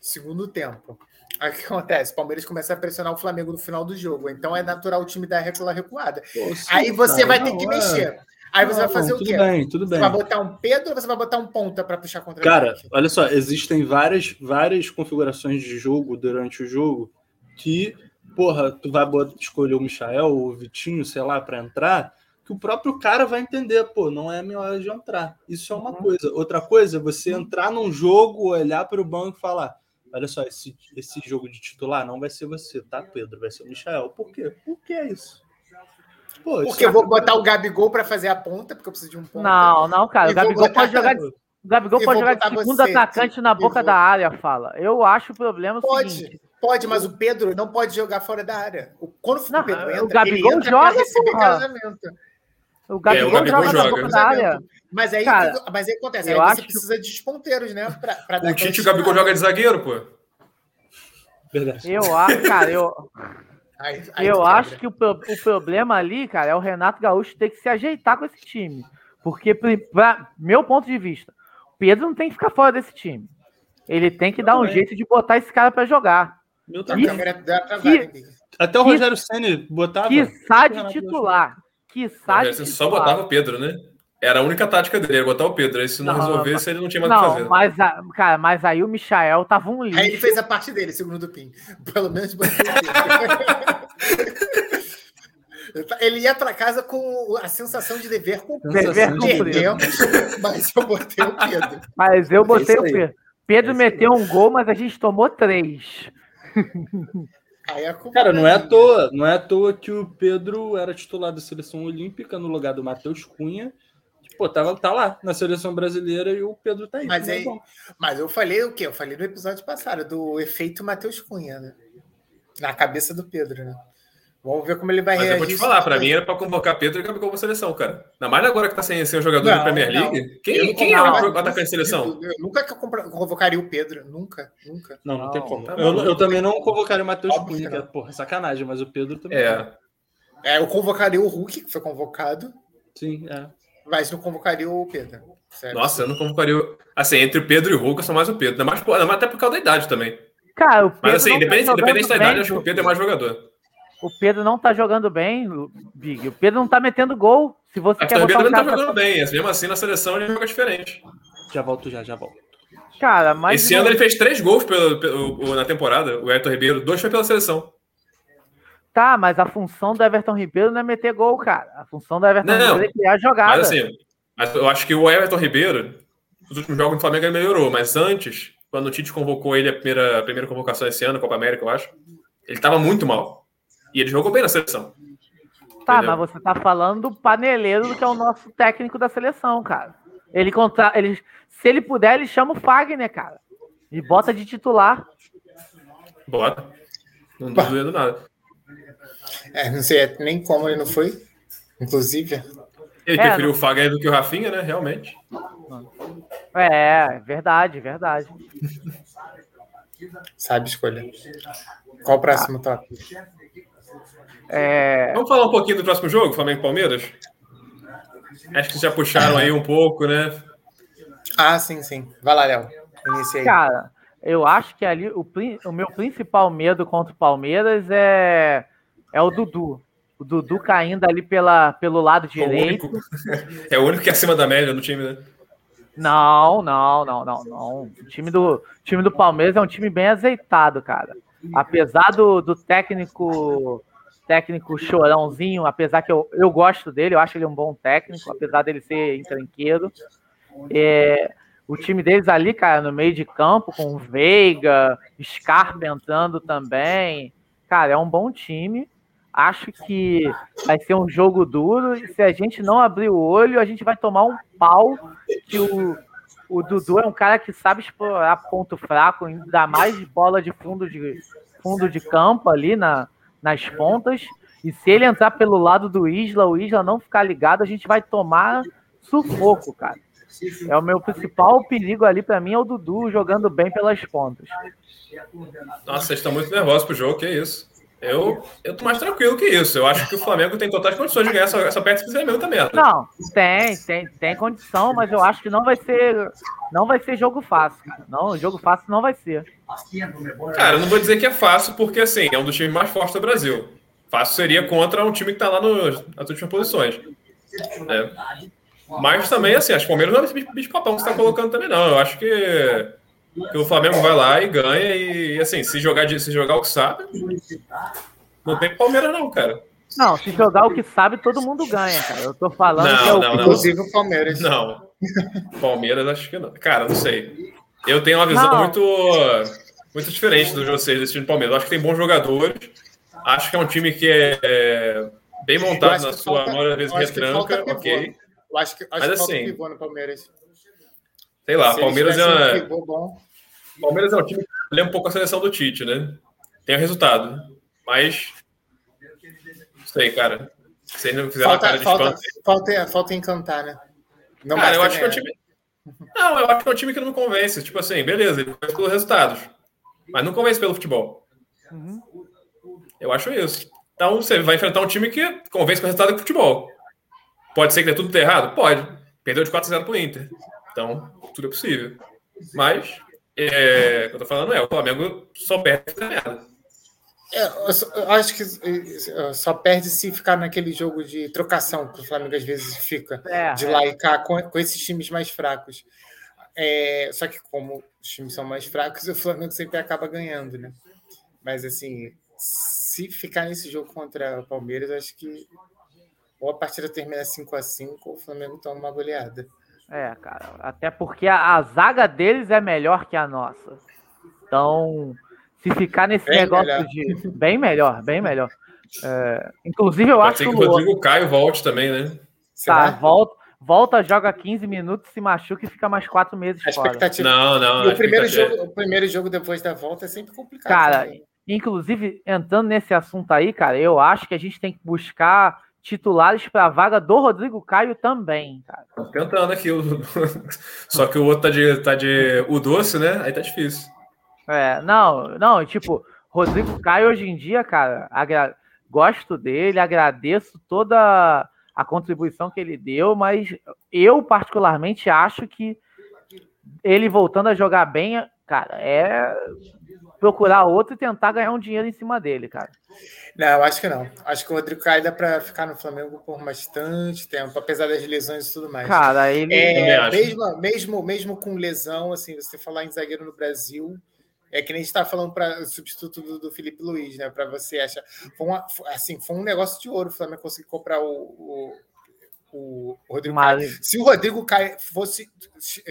S2: Segundo tempo. Aí o que acontece? O Palmeiras começa a pressionar o Flamengo no final do jogo. Então é natural o time dar aquela recuada.
S3: Pô, sim,
S2: Aí você vai
S3: cara, não,
S2: ter que
S3: é.
S2: mexer. Aí você
S3: Não,
S2: vai fazer o
S3: tudo
S2: quê?
S3: bem, tudo
S2: Você
S3: bem.
S2: vai botar um Pedro ou você vai botar um ponta para puxar contra
S3: Cara, olha só, existem várias, várias configurações de jogo durante o jogo que, porra, tu vai bot- escolher o Michael ou o Vitinho, sei lá, pra entrar, que o próprio cara vai entender, pô, não é a minha hora de entrar. Isso é uma
S2: Uhum.
S3: coisa. Outra coisa é você entrar num jogo, olhar para o banco e falar: olha só, esse, esse jogo de titular não vai ser você, tá, Pedro? Vai ser o Michael. Por quê? Por que é isso? Pô, isso
S2: Porque
S3: é
S2: eu vou
S3: uma-
S2: botar o Gabigol para fazer a ponta, porque eu preciso de um ponta.
S4: Não, não, cara.
S2: E
S4: O
S2: vou
S4: Gabigol
S2: botar-
S4: pode jogar. O Gabigol
S2: Eu
S4: pode
S2: vou
S4: jogar de
S2: botar
S4: segundo
S2: você.
S4: atacante na
S2: Eu
S4: boca
S2: vou.
S4: da área, fala. Eu acho o problema é o
S2: Pode.
S4: seguinte.
S2: Pode, mas o Pedro não pode jogar fora da área. O- Quando
S4: Não,
S2: o Pedro
S4: o
S2: entra,
S4: Gabigol
S2: ele entra pra
S4: joga,
S2: receber
S4: porra.
S2: cruzamento.
S4: O Gabigol,
S1: É, o Gabigol
S4: joga, na
S1: joga.
S4: boca da área.
S2: Mas aí,
S4: Cara,
S2: mas aí acontece, aí
S4: eu
S2: você
S4: acho que-
S2: precisa de ponteiros, né? Pra, pra dar
S1: O Tite e o
S2: aquela
S1: Gabigol joga de zagueiro, pô.
S3: Verdade.
S4: Eu acho, cara, eu,
S2: Aí- aí
S4: eu
S2: tu
S4: acho
S2: quebra.
S4: que o, pro- o problema ali, cara, é o Renato Gaúcho ter que se ajeitar com esse time. Porque, pri- pra meu ponto de vista, o Pedro não tem que ficar fora desse time. Ele tem que dar um
S3: também.
S4: jeito de botar esse cara pra jogar.
S3: Meu
S2: Tua
S4: Ih,
S2: câmera dá uma travada,
S4: ih.
S2: amigo.
S3: Até o
S4: que-
S3: Rogério Senna botava.
S4: Quiçá de
S3: Renato Gaúcho.
S4: titular.
S1: Na
S4: Quiçá de
S1: verdade, é, Você
S4: titular.
S1: só botava o Pedro, né? Era a única tática dele, era botar o Pedro. Aí se não,
S4: Não,
S1: resolvesse, ele não tinha mais o que fazer.
S4: Não, mas, a- cara, mas aí o Michael tava um lixo.
S2: Aí ele fez a parte dele, segundo o Pim. Pelo menos assim. botou o Pim. Ele ia pra casa com a sensação de dever cumprido.
S4: Dever cumprido.
S2: Perdemos, mas eu botei o Pedro.
S4: Mas eu botei
S3: isso
S4: o
S3: aí.
S4: Pedro. Pedro meteu um gol, mas a gente tomou três.
S2: Aí a culpa
S3: Cara, não é à
S2: minha.
S3: toa, não é à toa que o Pedro era titular da seleção olímpica no lugar do Matheus Cunha. que, Pô, tava, tá lá na seleção brasileira e o Pedro tá aí.
S2: Mas
S3: Tá
S2: aí-
S3: bom.
S2: Mas eu falei o quê? Eu falei no episódio passado, do efeito Matheus Cunha, né? Na cabeça do Pedro, né? Vamos ver como ele vai
S1: Mas eu
S2: reagir.
S1: vou te falar,
S2: é.
S1: pra mim era pra convocar Pedro e Gabigol pra seleção, cara. Ainda mais agora que tá sem, sem o jogador
S2: Não,
S1: da Premier
S2: não.
S1: League.
S2: Eu
S1: Quem,
S2: não
S1: quem é
S2: comprava
S1: o
S2: isso.
S1: atacante de seleção?
S2: Eu nunca que eu compra- convocaria o Pedro, nunca, nunca.
S3: Não, não, tem
S4: Não,
S3: como.
S1: tá
S3: eu,
S1: bom.
S3: eu também não convocaria o Matheus
S2: Óbvio que
S3: Cunha, que é,
S2: não.
S3: porra, sacanagem, mas o Pedro também.
S1: É.
S2: É, eu convocaria o Hulk, que foi convocado,
S3: Sim, é.
S2: mas não convocaria o Pedro.
S4: É.
S2: Sério.
S1: Nossa, eu não convocaria. o- Assim, entre o Pedro e o Hulk, eu sou mais o Pedro. Ainda mais, por- ainda mais até por causa da idade também.
S4: Cara, o Pedro
S1: Mas assim,
S4: não tá
S1: independente,
S4: jogando
S1: independente da
S4: bem,
S1: idade, eu acho que o Pedro é mais jogador.
S4: O Pedro não tá jogando bem, Lu- Big. O Pedro não tá metendo gol. Se você
S1: Mas
S4: quer
S1: também
S4: botar
S1: também não
S4: um
S1: tá
S4: cara, pra-
S1: jogando bem. Mesmo assim, na seleção ele joga diferente.
S3: Já volto já, já volto.
S4: cara, mas
S1: Esse ano ele fez três gols pelo- pelo- o- na temporada, o Everton Ribeiro, dois foi pela seleção.
S4: tá, mas a função do Everton Ribeiro não é meter gol, cara. A função do Everton
S1: Não,
S4: Ribeiro é criar jogada.
S1: Mas assim, mas eu acho que o Everton Ribeiro, os últimos jogos do Flamengo ele melhorou, mas antes, quando o Tite convocou ele a primeira, a primeira convocação esse ano, Copa América, eu acho, ele tava muito mal. E ele jogou bem na seleção.
S4: tá,
S1: entendeu?
S4: mas você tá falando do paneleiro do que é o nosso técnico da seleção, cara. Ele contra, ele, se ele puder, ele chama o Fagner, cara. E bota de titular.
S1: Bora. Não tô doendo nada.
S2: É, não sei nem como ele não foi, inclusive.
S1: Ele
S4: É,
S1: preferiu o Fagner do que o Rafinha, né? Realmente.
S4: É, verdade, verdade.
S2: Sabe escolher. Qual o
S3: Ah.
S2: próximo tópico?
S4: É,
S1: Vamos falar um pouquinho do próximo jogo, Flamengo e Palmeiras? Acho que já puxaram aí um pouco, né?
S2: Ah, sim, sim. Vai lá, Léo. Iniciei.
S4: Cara, eu acho que ali o, prin- o meu principal medo contra o Palmeiras é, é o Dudu. O Dudu caindo ali pela, pelo lado
S1: É o
S4: direito.
S1: único, é o único que é acima da média no time, né?
S4: Não, não, não, não, não. O time do, o time do Palmeiras é um time bem azeitado, cara. Apesar do, do técnico técnico chorãozinho, apesar que eu, eu gosto dele, eu acho ele um bom técnico, apesar dele ser encrenqueiro. É, o time deles ali, cara, no meio de campo, com o Veiga, Scarpa entrando também. Cara, é um bom time. Acho que vai ser um jogo duro. E se a gente não abrir o olho, a gente vai tomar um pau que o, o Dudu é um cara que sabe explorar ponto fraco, ainda mais bola de fundo de, fundo de campo ali na, nas pontas. E se ele entrar pelo lado do Isla, o Isla não ficar ligado, a gente vai tomar sufoco, cara. É o meu principal perigo ali pra mim é o Dudu jogando bem pelas pontas.
S1: Nossa, vocês estão muito nervosos pro jogo, que isso. Eu, eu tô mais tranquilo que isso. Eu acho que o Flamengo tem totais condições de ganhar essa, essa perto se fizer mesmo, tá merda.
S4: Não, tem, tem, tem condição, mas eu acho que não vai ser, não vai ser jogo fácil, cara. Não, jogo fácil não vai ser.
S1: Cara, eu não vou dizer que é fácil, porque assim, é um dos times mais fortes do Brasil. Fácil seria contra um time que tá lá no, nas últimas posições. né? Mas também, assim, acho que o Palmeiras não é esse bicho- bicho papão que você tá colocando também, não. Eu acho que, que o Flamengo vai lá e ganha, e assim, se jogar, de- se jogar o que sabe, não tem Palmeiras, não, cara.
S4: Não, se jogar o que sabe, todo mundo ganha, cara. Eu tô falando
S1: Não,
S4: que é o
S1: não, não.
S2: Inclusive o Palmeiras.
S1: Não. Palmeiras, acho que não. Cara, não sei. Eu tenho uma visão
S4: Não.
S1: muito muito diferente dos de vocês desse time do Palmeiras. Eu Acho que tem bons jogadores. Acho que é um time que é, é, bem
S2: Eu
S1: montado
S2: acho
S1: na
S2: que
S1: sua
S2: falta-
S1: maioria das
S2: eu acho
S1: vezes
S2: que falta
S1: retranca,
S2: pivô.
S1: ok.
S2: Eu acho que, acho
S1: Mas
S2: que falta
S1: assim-
S2: pivô no Palmeiras.
S1: Sei lá, Palmeiras é,
S2: tivessem
S1: uma-
S2: um pivô bom.
S1: Palmeiras é um time que lembra um pouco a seleção do Tite, né? Tem o resultado. Mas. Não sei, cara. Vocês não fizeram a
S2: Falta,
S1: é cara de
S2: falta,
S1: espanto.
S2: falta, falta encantar, né? Não
S1: Cara, eu
S2: basta
S1: acho que é um
S2: ganhar.
S1: time. Não, eu acho que é um time que não me convence. Tipo assim, beleza, ele convence pelos resultados. Mas não convence pelo futebol.
S4: Uhum.
S1: Eu acho isso. Então você vai enfrentar um time que convence com o resultado do futebol. Pode ser que dê tudo dê errado? Pode. Perdeu de 4x0 pro Inter. Então, tudo é possível. Mas, é, o que eu tô falando é, o Flamengo só perde essa merda.
S2: É, eu só- eu acho que eh, só perde se ficar naquele jogo de trocação que o Flamengo às vezes fica,
S4: É,
S2: de
S4: é.
S2: lá e cá, com, com esses times mais fracos. É, só que como os times são mais fracos, o Flamengo sempre acaba ganhando, né? Mas assim, se ficar nesse jogo contra o Palmeiras, eu acho que ou a partida termina 5x5 ou o Flamengo toma uma goleada.
S4: É, cara. Até porque a, a zaga deles é melhor que a nossa. Então, se ficar nesse
S2: Bem
S4: negócio
S2: melhor.
S4: de. Bem melhor, bem melhor. É, inclusive, eu
S1: Pode
S4: acho
S1: ser
S4: que
S1: que
S4: o
S1: o
S4: Luan
S1: Rodrigo Caio volte também, né?
S4: tá,
S2: Será?
S4: volta, volta, joga 15 minutos, se machuca e fica mais quatro meses
S2: a
S4: fora.
S2: expectativa.
S1: Não, não. é
S2: E
S1: a
S2: o, primeiro
S1: expectativa-
S2: jogo, o primeiro jogo depois da volta é sempre complicado.
S4: Cara,
S2: também.
S4: Inclusive, entrando nesse assunto aí, cara, eu acho que a gente tem que buscar titulares para a vaga do Rodrigo Caio também, cara.
S1: Tô Tentando aqui. o- Só que o outro tá de, tá de. O doce, né? Aí tá difícil.
S4: É, não, não, tipo, Rodrigo Caio hoje em dia, cara, agra- gosto dele, agradeço toda a contribuição que ele deu, mas eu particularmente acho que ele voltando a jogar bem, cara, é procurar outro e tentar ganhar um dinheiro em cima dele, cara.
S2: Não, acho que não. Acho que o Rodrigo Caio dá para ficar no Flamengo por bastante tempo, apesar das lesões e tudo mais.
S4: Cara, ele
S1: também
S2: é,
S1: acho.
S2: mesmo, mesmo, mesmo com lesão, assim, você falar em zagueiro no Brasil, é que nem a gente está falando para substituto do, do Felipe Luiz, né? Para você achar. Foi, uma- foi- assim, foi um negócio de ouro o Flamengo conseguir comprar o, o, o Rodrigo Caio.
S4: mas-
S2: Se o Rodrigo Caio fosse,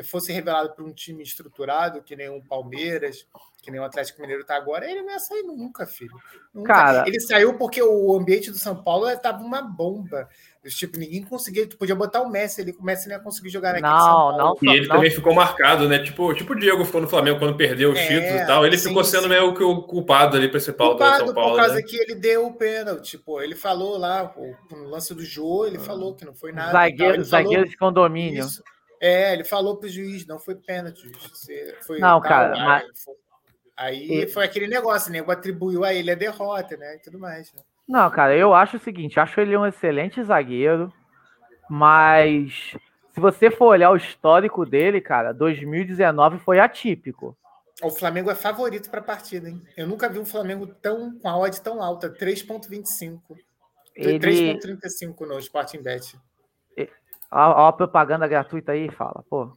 S2: fosse revelado por um time estruturado, que nem o Palmeiras, que nem o Atlético Mineiro está agora, ele não ia sair nunca, filho. Nunca.
S4: Cara-
S2: Ele saiu porque o ambiente do São Paulo estava uma bomba. Tipo, ninguém conseguia. Tu podia botar o Messi ali, que o Messi não ia conseguir jogar naquele
S4: Não,
S2: São Paulo.
S4: não.
S1: E ele
S4: Não.
S1: também ficou marcado, né? Tipo, tipo o Diego ficou no Flamengo quando perdeu os
S2: É,
S1: títulos e tal. Ele
S2: sim,
S1: ficou sendo
S2: sim.
S1: meio que o culpado ali principal do
S2: Culpado
S1: São
S2: por
S1: Paulo.
S2: causa
S1: né?
S2: que ele deu o pênalti. Pô, ele falou lá, pô, no lance do Jô,
S1: Ah.
S2: ele falou que não foi nada. e tal.
S4: zagueiro,
S2: Ele falou
S4: zagueiro de condomínio.
S2: isso. É, ele falou pro juiz, não foi pênalti, juiz. Você foi tal,
S4: Não, cara,
S2: aí
S4: mas-
S2: foi- Aí foi aquele negócio, né? O atribuiu a ele a derrota, né? E tudo mais. né?
S4: Não, cara, eu acho o seguinte, acho ele um excelente zagueiro, mas se você for olhar o histórico dele, cara, 2019 foi atípico.
S2: O Flamengo é favorito para a partida, hein? Eu nunca vi um Flamengo tão com a odd tão alta, 3.25.
S4: Ele-
S2: 3.35 no Sporting Bet.
S4: Ó, ó a propaganda gratuita aí, fala, pô.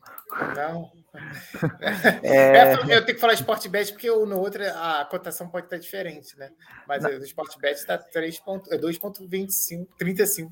S2: Não.
S4: É,
S2: Então, É, eu tenho que falar Sporting Bet porque o- no outro a cotação pode estar diferente, né? Mas o Sporting Bet tá está é 2.25, 35.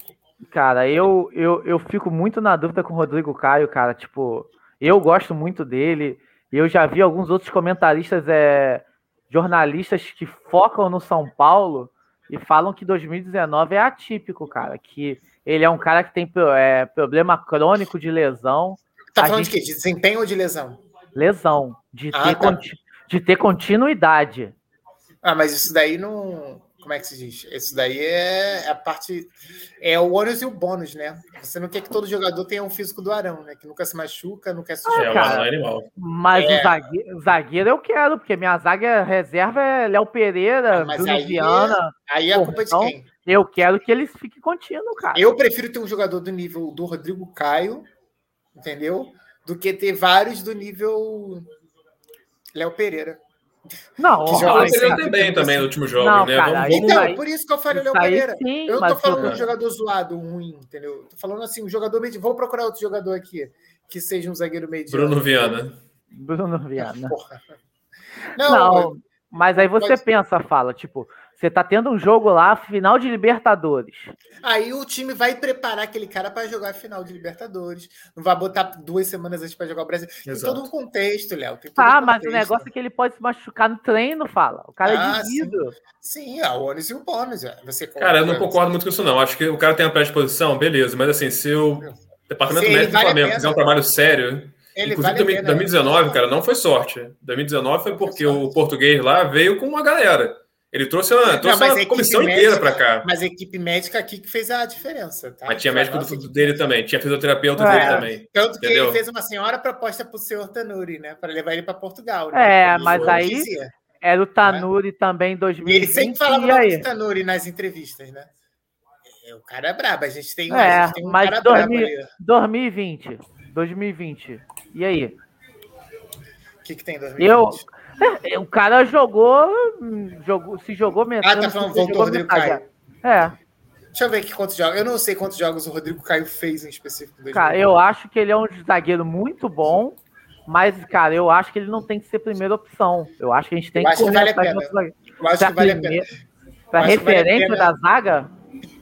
S4: cara, eu, eu, eu fico muito na dúvida com o Rodrigo Caio, cara, tipo, eu gosto muito dele, e eu já vi alguns outros comentaristas, é, jornalistas que focam no São Paulo e falam que 2019 é atípico, cara, que ele é um cara que tem pro- é, problema crônico de lesão,
S2: Tá
S4: A
S2: falando
S4: gente-
S2: de quê? De desempenho ou de lesão?
S4: lesão, de ter,
S2: Ah, tá.
S4: conti- de ter continuidade.
S2: Ah, mas isso daí não. Como é que se diz? Isso daí é a parte. É o ônus e o bônus, né? Você não quer que todo jogador tenha um físico do Arão, né? Que nunca se machuca, nunca é
S1: É,
S2: sujeito.
S1: o
S4: Ah, cara.
S1: Arão é animal.
S4: Mas
S2: É.
S4: o zagueiro, zagueiro eu quero, porque minha zaga reserva é Léo Pereira,
S2: Ah, mas
S4: Bruno
S2: aí-
S4: Viana.
S2: Aí é a culpa é de
S4: Então,
S2: quem?
S4: Eu quero que eles fiquem contínuo, cara.
S2: Eu prefiro ter um jogador do nível do Rodrigo Caio, entendeu? Do que ter vários do nível Léo Pereira.
S4: Não,
S2: que
S4: ó,
S1: O
S2: joga
S1: Arão
S4: mas-
S2: esse
S1: perdeu
S2: cara.
S1: também, também no último jogo,
S4: Não,
S1: né?
S4: cara,
S1: vamos,
S4: aí-
S1: vamos...
S2: Então,
S4: aí-
S2: por isso que eu falei Léo
S4: Isso aí
S2: Pereira.
S4: sim,
S2: Eu não tô
S4: mas
S2: falando
S4: eu-
S2: de um jogador zoado, ruim, entendeu? Eu Tô falando assim, um jogador meio. Vou procurar outro jogador aqui que seja um zagueiro meio.
S1: Bruno Viana.
S4: Bruno Viana.
S2: Porra.
S4: Não,
S2: Não,
S4: mas aí você
S2: mas-
S4: pensa, fala, tipo, você tá tendo um jogo lá, final de Libertadores.
S2: aí o time vai preparar aquele cara para jogar a final de Libertadores. Não vai botar duas semanas antes para jogar o Brasil. Tem
S1: Exato.
S2: todo um contexto, Léo. Tem todo
S4: Tá,
S2: um
S4: mas o
S2: contexto.
S4: negócio é que ele pode se machucar no treino, fala. O cara é
S2: Ah,
S4: de
S2: sim.
S4: vidro.
S2: Sim, é o ônus e o bônus. é. Você
S1: Cara, eu não
S2: compra-
S1: concordo muito com isso, não. Acho que o cara tem a predisposição, beleza. Mas assim, se o departamento
S2: Sim, ele
S1: médico do
S2: vale a
S1: Flamengo
S2: pena.
S1: fizer um trabalho sério,
S2: Ele
S1: Inclusive,
S2: vale a
S1: 2000-
S2: pena. né?
S1: 2019, cara, não foi sorte. 2019 foi porque o português lá veio com uma galera. Ele trouxe uma, trouxe
S2: mas
S1: uma
S2: é que
S1: comissão
S2: se mexe-
S1: inteira pra cá.
S2: Mas a equipe médica aqui que fez a diferença, tá?
S1: Mas tinha médico
S2: Nossa,
S1: do- dele também, tinha fisioterapeuta
S4: É.
S1: dele também.
S2: Tanto que
S1: Entendeu?
S2: ele fez uma senhora proposta pro senhor Tanuri, né? Para levar ele para Portugal.
S4: É,
S2: né? Ele
S4: mas aí-
S2: dizia.
S4: Era o Tanuri também em
S2: E
S4: 2020.
S2: É. ele sempre falava
S4: e aí?
S2: do Tanuri nas entrevistas, né? É, o cara é brabo, a gente tem, um-
S4: É,
S2: a gente tem um
S4: mas
S2: cara
S4: dois
S2: brabo
S4: mil-
S2: ali.
S4: 2020. 2020. E aí?
S2: O que, que tem em 2020?
S4: Eu, é, o cara jogou, hum, jogou se jogou metade.
S2: Ah, tá falando, voltou o Rodrigo Caio.
S4: É,
S2: Deixa eu ver aqui quantos jogos. Eu não sei quantos jogos o Rodrigo Caio fez em específico. em
S4: cara,
S2: 2020.
S4: eu acho que ele é um zagueiro muito bom, mas, cara, eu acho que ele não tem que ser primeira opção. Eu acho que a gente tem
S2: Eu
S4: que
S2: acho que vale a
S4: atrás
S2: pena.
S4: de outro zagueiro.
S2: Eu acho
S4: Pra
S2: que vale a pena.
S4: primeira- pra
S2: Eu acho que vale a
S4: referência
S2: pena.
S4: da zaga,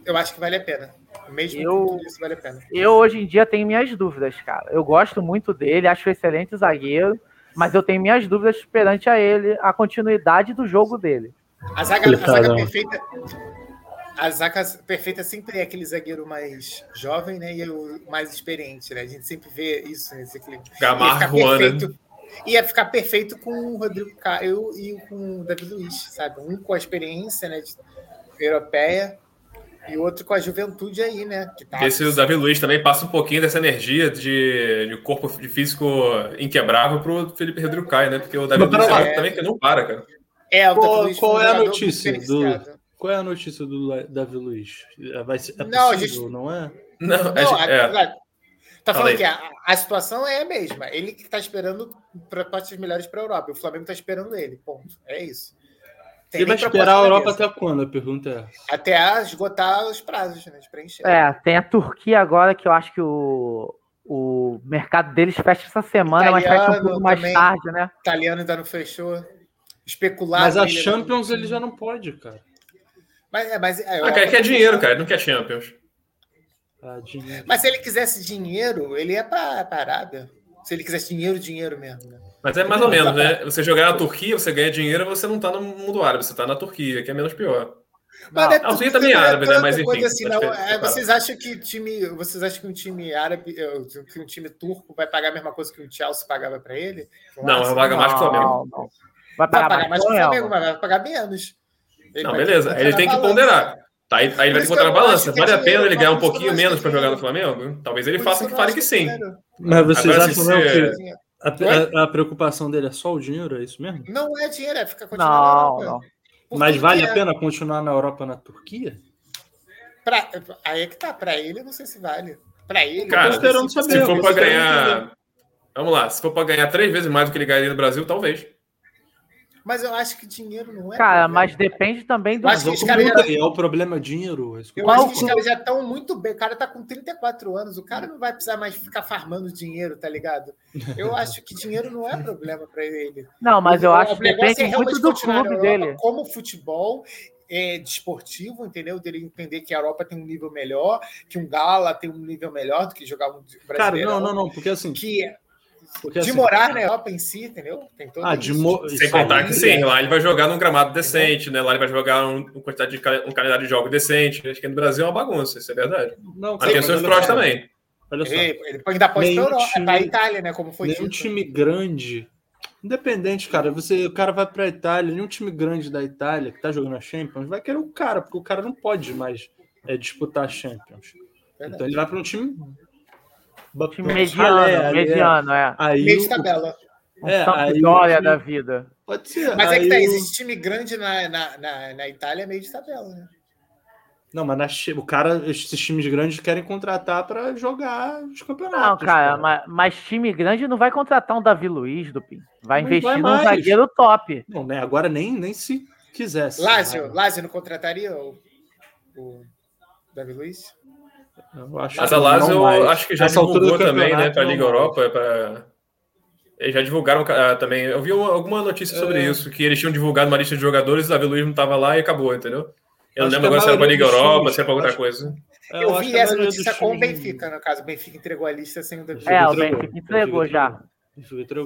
S2: Eu acho que vale a pena. Mesmo
S4: Eu-
S2: com tudo isso, vale a pena.
S4: eu hoje em dia tenho minhas dúvidas, cara. Eu gosto muito dele, acho um excelente zagueiro, mas eu tenho minhas dúvidas perante a ele, a continuidade do jogo dele.
S2: A zaga, a
S5: Coitado.
S2: zaga perfeita. A zaga perfeita sempre é aquele zagueiro mais jovem, né? E o mais experiente, né? A gente sempre vê isso nesse clipe.
S1: É
S2: Ia
S1: Gamarra,
S2: ficar
S1: Juana.
S2: perfeito- Ia ficar perfeito com o Rodrigo Caio e com o David Luiz, sabe? Um com a experiência né, de- europeia e outro com a juventude aí, né? Que tá-
S1: Esse o Davi Luiz também passa um pouquinho dessa energia de, de corpo de físico inquebrável pro Felipe Rodrigo Caio, né? Porque o Davi
S5: Mas
S1: Luiz
S5: pera
S2: lá.
S1: é também que não para, cara.
S2: É, o David
S3: Qual-
S2: Luiz
S3: qual
S2: foi um
S3: é a
S2: jogador
S3: notícia do-
S2: diferenciado.
S3: Qual é a notícia do La- Davi Luiz? É, Vai ser, é
S2: Não, a
S3: possível,
S2: gente-
S3: não é?
S1: Não, é,
S2: Não, a-
S1: é,
S2: a- Tá
S1: Fala aí.
S2: falando que a, a situação é a mesma. Ele que tá esperando propostas melhores para a Europa. O Flamengo tá esperando ele. Ponto. É isso. Tem
S3: Ele vai
S2: nem
S3: esperar a
S2: proposta na
S3: Europa
S2: mesa.
S3: até quando? A pergunta é essa.
S2: até a esgotar os prazos, né? De preencher.
S4: É, tem a Turquia agora, que eu acho que o, o mercado deles fecha essa semana, mas fecha um
S2: Italiano
S4: pouco mais
S2: também.
S4: tarde, né?
S2: Italiano ainda não fechou. Especulado.
S3: Mas a
S2: ele não-
S3: Champions ele já não pode, cara.
S2: Mas, é, mas, é,
S1: Ah, cara, quer dinheiro, cara, não quer Champions.
S3: Ah, Tadinho.
S2: mas se ele quisesse dinheiro, ele ia pra, pra Arábia. Se ele quisesse dinheiro, dinheiro mesmo. Né?
S1: Mas é mais ou menos, né? Você jogar na Turquia, você ganha dinheiro, você não tá no mundo árabe, você tá na Turquia, que é menos pior.
S2: Mas
S1: Ah, o Rio
S2: tudo-
S1: também é
S2: não
S1: árabe, né?
S2: tanta
S1: Mas enfim,
S2: coisa assim,
S1: tá
S2: não.
S1: diferente,
S2: É,
S1: tá
S2: vocês acham que time, vocês acham que um time árabe, eh, que um time turco vai pagar a mesma coisa que o Chelsea pagava para ele? Um
S1: Não,
S2: Arsenal?
S1: vai pagar mais que o Flamengo.
S4: Não, não. Vai
S2: Vai
S4: pagar,
S2: pagar mais que o Flamengo,
S4: Flamengo.
S2: mas vai pagar menos. Ele
S1: Não,
S2: vai ter
S1: beleza.
S2: botar
S1: Ele
S2: na
S1: tem que
S2: balança.
S1: ponderar. Tá, aí, aí ele
S2: Por
S1: vai
S2: isso
S1: encontrar a
S2: que eu
S1: balança.
S2: acho que
S1: Vale a
S2: dinheiro,
S1: pena ele ganhar um
S2: por isso que eu
S1: pouquinho
S2: não acho
S1: menos pra
S2: que
S1: jogar no
S2: dinheiro.
S1: Flamengo? Talvez
S2: é Por
S1: ele
S2: isso
S1: faça
S2: eu
S1: que
S2: não
S1: fale
S2: acho é
S1: que sim.
S2: dinheiro.
S5: Mas vocês
S1: Agora,
S5: acham
S1: se
S3: mesmo
S1: você-
S3: que a, a- a preocupação dele é só o dinheiro, é isso mesmo?
S2: Não é dinheiro, é ficar continuando. na
S4: Não,
S2: Europa.
S4: não.
S2: Por
S3: Mas
S2: que
S3: vale
S2: que
S3: a
S2: é?
S3: pena continuar na Europa na Turquia?
S2: Pra- aí é que tá, pra ele, eu não sei se vale. Pra ele,
S1: Cara,
S2: eu não sei
S3: esperando
S2: se-
S3: saber.
S1: Se for
S3: eu é
S1: pra
S3: quero
S1: ganhar. Vamos lá, se for pra ganhar três vezes mais do que ele ganharia no Brasil, talvez.
S2: Mas eu acho que dinheiro não é.
S4: Cara,
S2: problema.
S4: mas depende também do.
S2: Eu acho que
S3: Vou
S2: os caras
S3: com
S2: já-
S3: tudo aí, É o problema é dinheiro. é isso que eu-
S2: Eu
S4: Qual
S2: acho que
S4: clube?
S2: os caras já estão muito bem. O cara tá com 34 anos, o cara não vai precisar mais ficar farmando dinheiro, tá ligado? Eu acho que dinheiro não é problema para ele.
S4: Não, mas eu
S2: O-
S4: acho
S2: o
S4: que
S2: negócio é
S4: depende
S2: realmente
S4: muito do
S2: continuar na
S4: clube
S2: Europa
S4: dele.
S2: Como futebol é, desportivo, entendeu? Dele entender que a Europa tem um nível melhor, que um Gala tem um nível melhor do que jogar um
S3: Cara,
S2: brasileiro.
S3: não, não, não, porque assim.
S2: Que
S3: Porque,
S2: de
S3: assim
S2: morar na Europa em si, entendeu? Tem todo
S3: Ah, de
S2: isso. É,
S3: mo...
S1: Sem
S3: isso aí. é.
S1: contar que sim, lá ele vai jogar num gramado decente, né? Lá ele vai jogar um, uma quantidade de cal- um calendário de jogo decente. Acho que no Brasil é uma bagunça, isso é verdade.
S3: Não,
S1: Mas
S3: cara,
S1: tem seus
S3: olha
S1: prós
S3: só,
S1: também.
S3: Olha só.
S2: Ele, ele ainda pode
S3: Nenhum
S2: para
S3: time-
S2: a Itália, né? Como foi
S3: Nenhum
S2: dito.
S3: time grande. Independente, cara, você, o cara vai pra Itália, nenhum time grande da Itália que tá jogando a Champions vai querer o cara, porque o cara não pode mais é, disputar a Champions.
S2: Verdade.
S3: Então ele vai pra um time.
S4: Time mediano,
S3: ralé, ali, é.
S4: mediano, é.
S3: Aí,
S2: Meio
S3: o-
S2: de tabela.
S4: Um
S3: É, aí
S4: Sampdoria
S3: o time-
S4: da vida.
S3: pode ser.
S2: Mas é que
S3: aí
S2: tá,
S3: o-
S2: existe time grande na, na, na, na Itália é meio de tabela, né?
S3: Não, mas na Chi- o cara, esses times grandes querem contratar pra jogar os campeonatos.
S4: Não, cara, mas, mas time grande não vai contratar um Davi Luiz, Dupin. Vai
S3: Não
S4: investir
S3: vai
S4: num
S3: mais.
S4: zagueiro top.
S3: Não, né? Agora nem, nem se quisesse.
S2: Lázio,
S3: Né?
S2: Lázio não contrataria o, o Davi Luiz?
S3: Eu acho
S1: Mas
S3: que
S1: a Lazio,
S3: não mais.
S1: eu acho que já
S3: Essa altura do
S1: divulgou também, né,
S3: campeonato,
S1: pra
S3: não
S1: Liga
S3: mais.
S1: Europa, pra... Eles já divulgaram ah, também. Eu vi uma- alguma notícia sobre
S3: É.
S1: isso, que eles tinham divulgado uma lista de jogadores, o Davi Luiz não tava lá e acabou, entendeu? Eu não
S3: Acho que
S1: lembro
S3: é a
S1: agora se era pra
S3: maioria
S1: Liga
S3: dos
S1: Europa,
S3: times-
S1: se era pra outra
S3: acho-
S1: coisa.
S3: É,
S2: eu
S3: acho
S2: vi
S3: que a
S2: essa
S3: maioria dos
S2: notícia com o
S3: times-
S2: Benfica, no caso. O Benfica entregou a lista sem o Davi Luiz.
S3: É,
S4: É, o
S3: entregou.
S4: Benfica entregou já.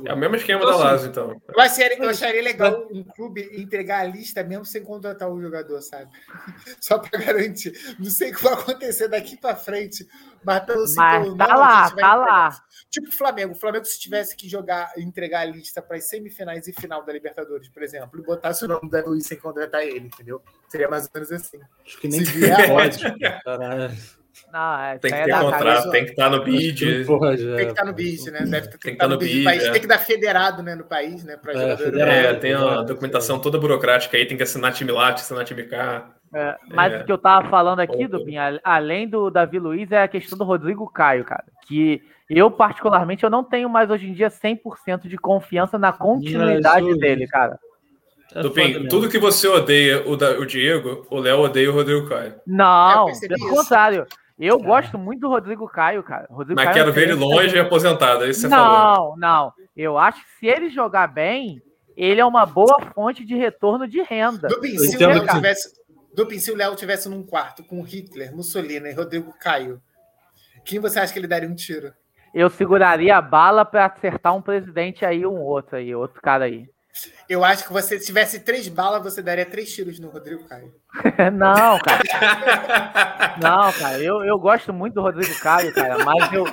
S1: É o mesmo esquema da Lazio, então.
S2: Eu, acharia, eu acharia legal um clube entregar a lista mesmo sem contratar o jogador, sabe? Só para garantir. Não sei o que vai acontecer daqui para frente, mas pelo
S4: Mas tá lá, tá lá.
S2: Tipo o Flamengo. O Flamengo, se tivesse que jogar, entregar a lista para as semifinais e final da Libertadores, por exemplo, e botasse o nome da Luiz sem contratar ele, entendeu? Seria mais ou menos assim.
S3: Acho que nem
S2: Se vier,
S3: pode. Caralho.
S4: Não, é,
S1: Tem
S4: isso aí
S1: que ter
S4: é da
S2: contrato.
S4: Lazio.
S1: contrato, tem que
S3: é.
S1: estar no
S3: Acho que
S1: bid.
S3: não pode, é.
S2: Tem que estar no BID, né? Deve
S1: Tem
S2: ter,
S1: que
S2: estar
S1: tá
S2: no
S1: no
S2: BID.
S1: BID,
S2: país.
S1: é.
S2: Tem que dar federado né, no país, né? Para
S3: É,
S2: jogador
S3: federado.
S2: europeu.
S1: É, tem uma documentação toda burocrática aí, tem que assinar time LAT, assinar time K.
S4: É, mas
S1: É.
S4: o que eu tava falando aqui,
S1: Voltou.
S4: Dubinho, a- além do Davi Luiz, é a questão do Rodrigo Caio, cara. Que eu, particularmente, eu não tenho mais hoje em dia 100% de confiança na continuidade
S3: Jesus.
S4: dele, cara.
S3: É foda
S1: Tupim,
S3: mesmo.
S1: tudo que você odeia o, da- o Diego, o Léo odeia o Rodrigo Caio.
S4: Não,
S2: É, eu percebi
S4: pelo
S2: isso. É.
S4: contrário. Eu gosto muito do Rodrigo Caio, cara. Rodrigo
S1: Mas
S4: Caio é
S1: quero
S4: um
S1: ver ele
S4: excelente
S1: longe e aposentado, é isso que você falou.
S4: Não, não. Eu acho que se ele jogar bem, ele é uma boa fonte de retorno de renda.
S2: Dupin,
S3: Eu
S2: se o
S3: entendo
S2: Léo
S3: que-
S2: tivesse. Dupin, se o Léo tivesse num quarto com Hitler, Mussolini e Rodrigo Caio, quem você acha que ele daria um tiro?
S4: Eu seguraria a bala pra acertar um presidente aí, um outro aí, outro cara aí.
S2: Eu acho que você, se tivesse três balas, você daria três tiros no Rodrigo Caio.
S4: Não, cara. Não, cara. Eu, eu gosto muito do Rodrigo Caio, cara, mas eu,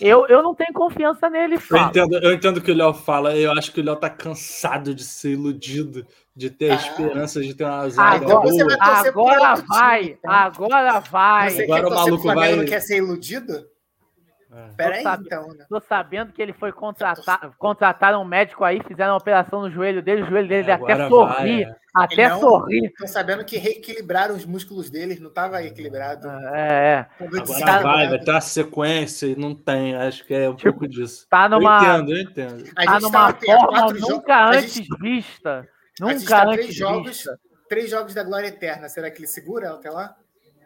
S4: eu, eu não tenho confiança nele,
S3: Eu
S4: fala.
S3: entendo, eu entendo o que o Léo fala. Eu acho que o Léo tá cansado de ser iludido, de ter
S2: Ah.
S3: esperanças de ter uma zaga
S4: Agora,
S3: boa.
S2: você vai- torcer pro
S4: agora
S2: outro time,
S4: vai,
S2: então.
S4: agora vai.
S2: você
S3: agora
S2: quer torcer
S3: o
S2: pro
S3: maluco
S2: Flamengo
S3: vai-
S2: não quer ser iludido?
S3: É.
S2: Peraí,
S4: Sabe.
S2: então, né?
S4: Tô sabendo que ele foi contratar, contrataram um médico aí, fizeram uma operação no joelho dele, o joelho dele até
S3: Agora vai,
S4: sorrir,
S3: é.
S4: até
S2: Não.
S4: sorrir.
S2: Tô sabendo que reequilibraram os músculos deles, não estava equilibrado.
S4: É, é.
S3: Agora
S2: né?
S3: vai, vai ter uma sequência e não tem. Acho que é um
S4: Tipo,
S3: pouco disso.
S4: tá numa,
S3: Eu entendo, eu entendo.
S2: A
S4: tá
S2: gente
S4: numa
S2: tava- há
S4: forma
S2: quatro
S4: nunca
S2: jogos- a
S4: antes
S2: gente-
S4: vista.
S2: a gente
S4: Nunca
S2: tá
S4: antes
S2: três jogos,
S4: vista.
S2: três jogos da glória eterna. Será que ele segura até lá?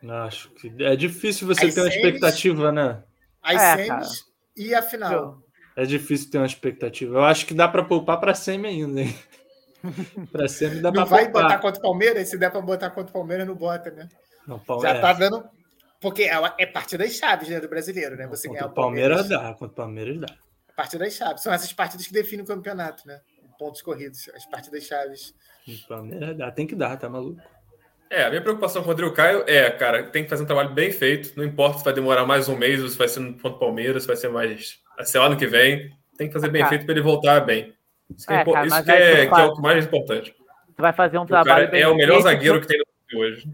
S3: Não, Acho que é difícil você
S2: As
S3: ter uma
S2: seis-
S3: expectativa, né?
S2: As
S4: É,
S2: semis e a final.
S3: É difícil ter uma expectativa. Eu acho que dá pra poupar pra semi ainda, hein? pra semi dá
S2: Não
S3: pra
S2: vai
S3: poupar.
S2: botar contra o Palmeiras? Se der pra botar contra o Palmeiras, não bota, né?
S3: Não, Palme-
S2: Já
S3: é.
S2: tá dando. Porque é uma- é partida das chaves né, do brasileiro, né? Você
S3: Contra
S2: ganhar
S3: o Palmeiras dá, contra o Palmeiras dá.
S2: A partida das chaves. São essas partidas que definem o campeonato, né? Pontos corridos, as partidas chaves.
S3: Contra o Palmeiras dá, tem que dar, tá maluco?
S1: É, a minha preocupação com o Rodrigo Caio é, cara, tem que fazer um trabalho bem feito. Não importa se vai demorar mais um mês, ou se vai ser no ponto Palmeiras, se vai ser mais. vai ser ano que vem. Tem que fazer bem
S4: Cara.
S1: feito para ele voltar bem. Isso que é,
S4: É,
S1: impo-
S4: cara,
S1: isso
S4: mas
S1: que
S4: aí
S1: é-
S4: você
S1: que
S4: fala-
S1: é o que mais é importante.
S4: Tu vai fazer um
S1: O cara
S4: trabalho bem
S1: é o melhor
S4: feito.
S1: zagueiro que tem no Brasil hoje.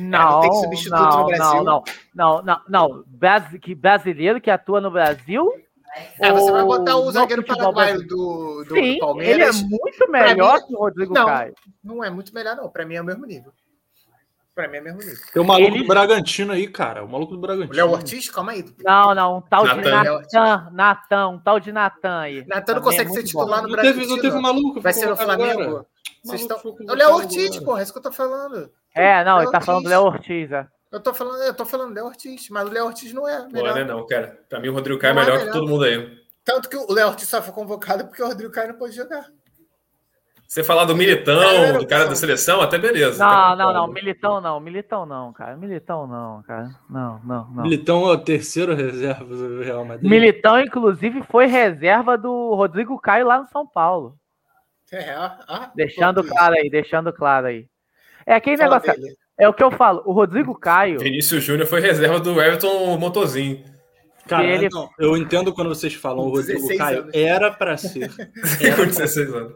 S4: Não,
S2: tem substituto no
S4: não,
S2: Brasil.
S4: não, não, não, não, não. Brasi- que brasileiro que atua no Brasil.
S2: É, você vai
S4: ou
S2: botar o
S4: no
S2: zagueiro
S4: futebol
S2: paraguaio
S4: brasileiro?
S2: do, do, do
S4: Sim, ele é
S2: Palmeiras.
S4: muito
S2: mim,
S4: melhor que o Rodrigo
S2: não.
S4: Caio.
S2: Não é muito melhor, não. Pra mim é o mesmo nível. Pra mim é o mesmo nível.
S3: Tem o maluco
S4: Ele-
S3: do Bragantino aí, cara. O maluco do
S2: O
S3: Bragantino.
S2: Léo Ortiz, calma aí.
S4: Não, não, um tal de
S1: Natan.
S4: Natan, Natan, um tal de Natan aí.
S2: Natan não
S4: Também é
S2: consegue ser
S4: muito
S2: titular
S4: bom.
S2: no
S3: Não teve,
S2: Brasil.
S3: não teve maluco.
S2: Vai
S3: ficou
S2: ser no
S3: agora.
S2: Flamengo? Vocês
S3: Maluco
S2: estão...
S3: ficou
S2: É o Léo
S3: agora.
S2: Ortiz, porra, é isso que eu tô falando.
S4: É, não, ele
S2: Léo
S4: tá falando do
S2: Ortiz.
S4: Léo Ortiz. é.
S2: Eu tô falando, eu tô falando Léo Ortiz, mas o Léo Ortiz não é
S1: Não
S2: melhor.
S1: é, não, cara. Pra mim, o Rodrigo Caio é
S2: Não é
S1: melhor que
S2: melhor.
S1: todo mundo aí.
S2: Tanto que o Léo Ortiz só foi convocado porque o Rodrigo Caio não pôde jogar.
S1: Você falar do
S2: Cara, era
S1: Militão, do cara da
S2: opção.
S1: seleção, até beleza.
S4: Não,
S1: Tá
S4: não,
S1: bom.
S4: não, militão não, militão não, cara. Militão não, cara. Não, não, não.
S3: Militão é o terceiro reserva do Real Madrid.
S4: Militão, inclusive, foi reserva do Rodrigo Caio lá no São Paulo.
S2: É, ó, ó,
S4: Deixando
S2: Ortiz.
S4: claro aí, deixando claro aí. É aquele
S2: Fala
S4: negócio.
S2: dele.
S4: É o que eu falo. O Rodrigo Caio.
S1: Vinícius Júnior foi reserva do Everton Motozinho.
S3: Cara,
S4: ele- é
S3: não, eu entendo quando vocês falam o Rodrigo
S2: 16
S3: Caio
S2: anos.
S3: era pra ser.
S1: Com 16 anos.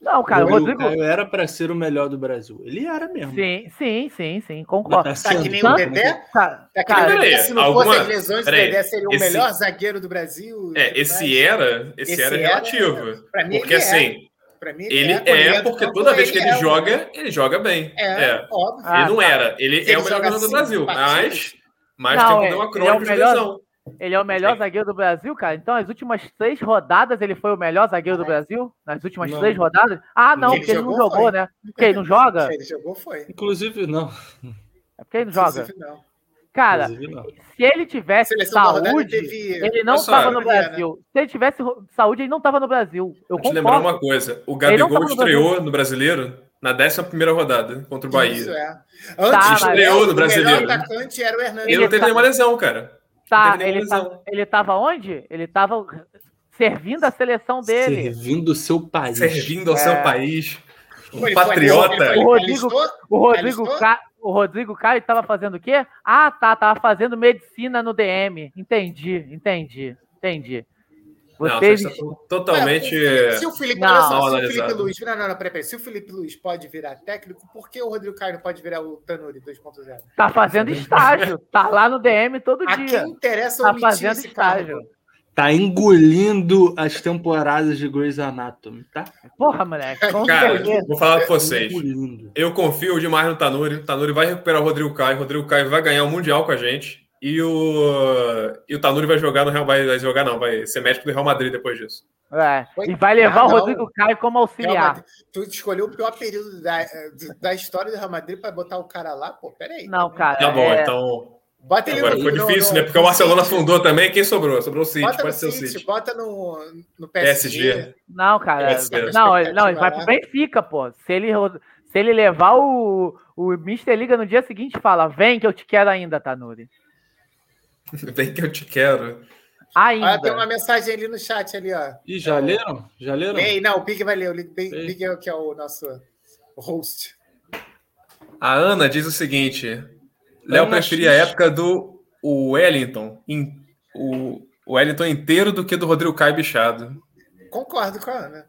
S4: Não, cara, o
S3: o
S4: Rodrigo.
S3: Caio é um era pra ser o melhor do Brasil. Ele era mesmo.
S4: Sim, sim, sim, sim,
S3: Mas
S4: concordo.
S2: Tá que nem o
S3: sendo.
S2: Dedé?
S4: Cara,
S2: Tá que
S4: cara,
S2: nem o Dedé,
S1: peraí,
S2: se não
S1: alguma-
S2: fossem as lesões, o
S1: peraí,
S2: Dedé seria o
S1: esse-
S2: melhor zagueiro do Brasil. e tudo
S1: É, esse
S2: mais.
S1: era, esse,
S2: Esse
S1: era é
S2: era-
S1: relativo.
S2: Pra mim,
S1: Porque
S2: ele é.
S1: assim,
S2: Pra mim,
S1: ele
S2: Quando
S1: é,
S2: entra no
S1: porque
S2: campo,
S1: toda vez que ele
S2: é o-
S1: joga, ele joga bem.
S2: É,
S1: É.
S2: óbvio.
S4: Ah,
S1: Ele não
S4: tá.
S1: era, ele
S2: Se
S1: é
S2: ele
S1: o melhor
S2: joga
S1: jogador do
S2: cinco
S1: Brasil,
S2: partidas-
S1: mas mas
S4: Não,
S1: tem um
S4: é,
S1: problema
S4: ele é o
S1: crônico de
S4: melhor-
S1: lesão.
S4: Ele é o melhor
S1: Sim.
S4: zagueiro do Brasil, cara. Então, as últimas três rodadas, ele foi o melhor zagueiro do Brasil? Nas últimas
S3: Não.
S4: três rodadas? Ah, não,
S2: Ele
S4: porque ele não
S2: jogou,
S4: jogou,
S2: foi.
S4: né? Porque ele não joga?
S2: Se Ele jogou, foi.
S3: Inclusive, não.
S4: É porque ele não joga.
S2: Inclusive, não.
S4: Cara,
S3: Inclusive, não.
S4: se ele tivesse
S2: Seleção da rodada
S4: saúde, É
S2: teve.
S4: ele não
S1: Olha só,
S4: tava no
S2: olha, né?
S4: Brasil. Se ele tivesse ro- saúde, ele não tava no Brasil. Eu
S1: Vou te lembrar
S4: concordo.
S1: uma coisa, o
S4: Ele é um não
S1: Gabigol
S4: tava no
S1: estreou no Brasileiro na 11ª rodada contra o
S2: Isso,
S1: Bahia.
S2: é.
S4: Tá,
S2: Antes
S4: mas-
S1: Estreou no
S2: O
S1: Brasileiro. né?
S2: melhor atacante era o
S1: E
S2: Hernandes.
S1: ele não teve nenhuma lesão, cara.
S4: Tá,
S1: Não teve
S4: ele
S1: nenhuma
S4: tá-
S1: lesão.
S4: ele tava onde? Ele tava Servindo a seleção dele.
S3: Servindo o seu país.
S1: Servindo ao
S4: É.
S1: seu país. Um
S2: Ele foi-
S1: patriota.
S2: ele foi-
S4: O Rodrigo-
S2: alistou?
S4: O Rodrigo,
S2: Alistou?
S4: Ca... o Rodrigo Caio tava fazendo o quê? Ah, tá, tava fazendo medicina no DM. Entendi, entendi, entendi.
S1: Não, vocês
S4: Vocês.
S1: estão totalmente. é,
S2: Se o Felipe, olha
S4: Não.
S2: só, se o Felipe
S1: Analisado.
S2: Luiz. Não, não, não, peraí, peraí. Se o Felipe Luiz pode virar técnico, por que o Rodrigo Caio não pode virar o Tanuri 2.0?
S4: Tá fazendo estágio. Tá lá no DM todo
S2: A
S4: dia.
S2: quem interessa
S4: Tá
S2: omitir
S4: fazendo
S2: esse cargo?
S4: estágio.
S3: Tá engolindo as temporadas de Grey's Anatomy, tá?
S4: Porra, moleque. Com
S1: Cara,
S4: certeza.
S1: vou falar com vocês.
S3: Engolindo.
S1: Eu confio demais no Tanuri. O Tanuri vai recuperar o Rodrigo Caio. O Rodrigo Caio vai ganhar o Mundial com a gente. E o, e o Tanuri vai jogar no Real vai, vai jogar, não. Vai ser médico do Real Madrid depois disso.
S4: É, E vai levar
S2: Ah,
S4: o
S2: não.
S4: Rodrigo Caio como
S2: Real
S4: auxiliar.
S2: Madrid. Tu escolheu o pior período da, da história do Real Madrid pra botar o cara lá? Pô, peraí.
S4: Não, cara.
S1: Tá bom,
S4: é-
S1: então.
S2: Bota ele
S1: Agora
S2: no-
S1: ficou
S2: no-
S1: difícil,
S2: no-
S1: né? Porque o
S2: no
S1: Barcelona
S2: City.
S1: afundou também. Quem sobrou? Sobrou o City.
S2: Bota no
S1: Pode ser o
S2: City,
S1: City.
S2: bota no, no PSG.
S1: PSG.
S4: Não, cara.
S1: Essa é a
S4: Não, ele, não, ele
S2: expectativa
S4: vai
S2: lá.
S4: pro Benfica, pô. Se ele, se ele levar o, o Mr. Liga no dia seguinte, fala: vem que eu te quero ainda, Tanuri.
S1: Bem que eu te quero.
S4: Ainda.
S2: Olha, Ah, tem uma mensagem ali no chat ali, ó.
S3: Ih, já leram? Já leram?
S2: Ei, não, o Big vai ler. O Big,
S3: Ei.
S2: Big é o que é o nosso host.
S1: A Ana diz o seguinte: Léo
S3: Ana
S1: preferia a
S3: X.
S1: época do Wellington. em- o o Wellington inteiro do que do Rodrigo Caio bichado.
S2: Concordo com a Ana.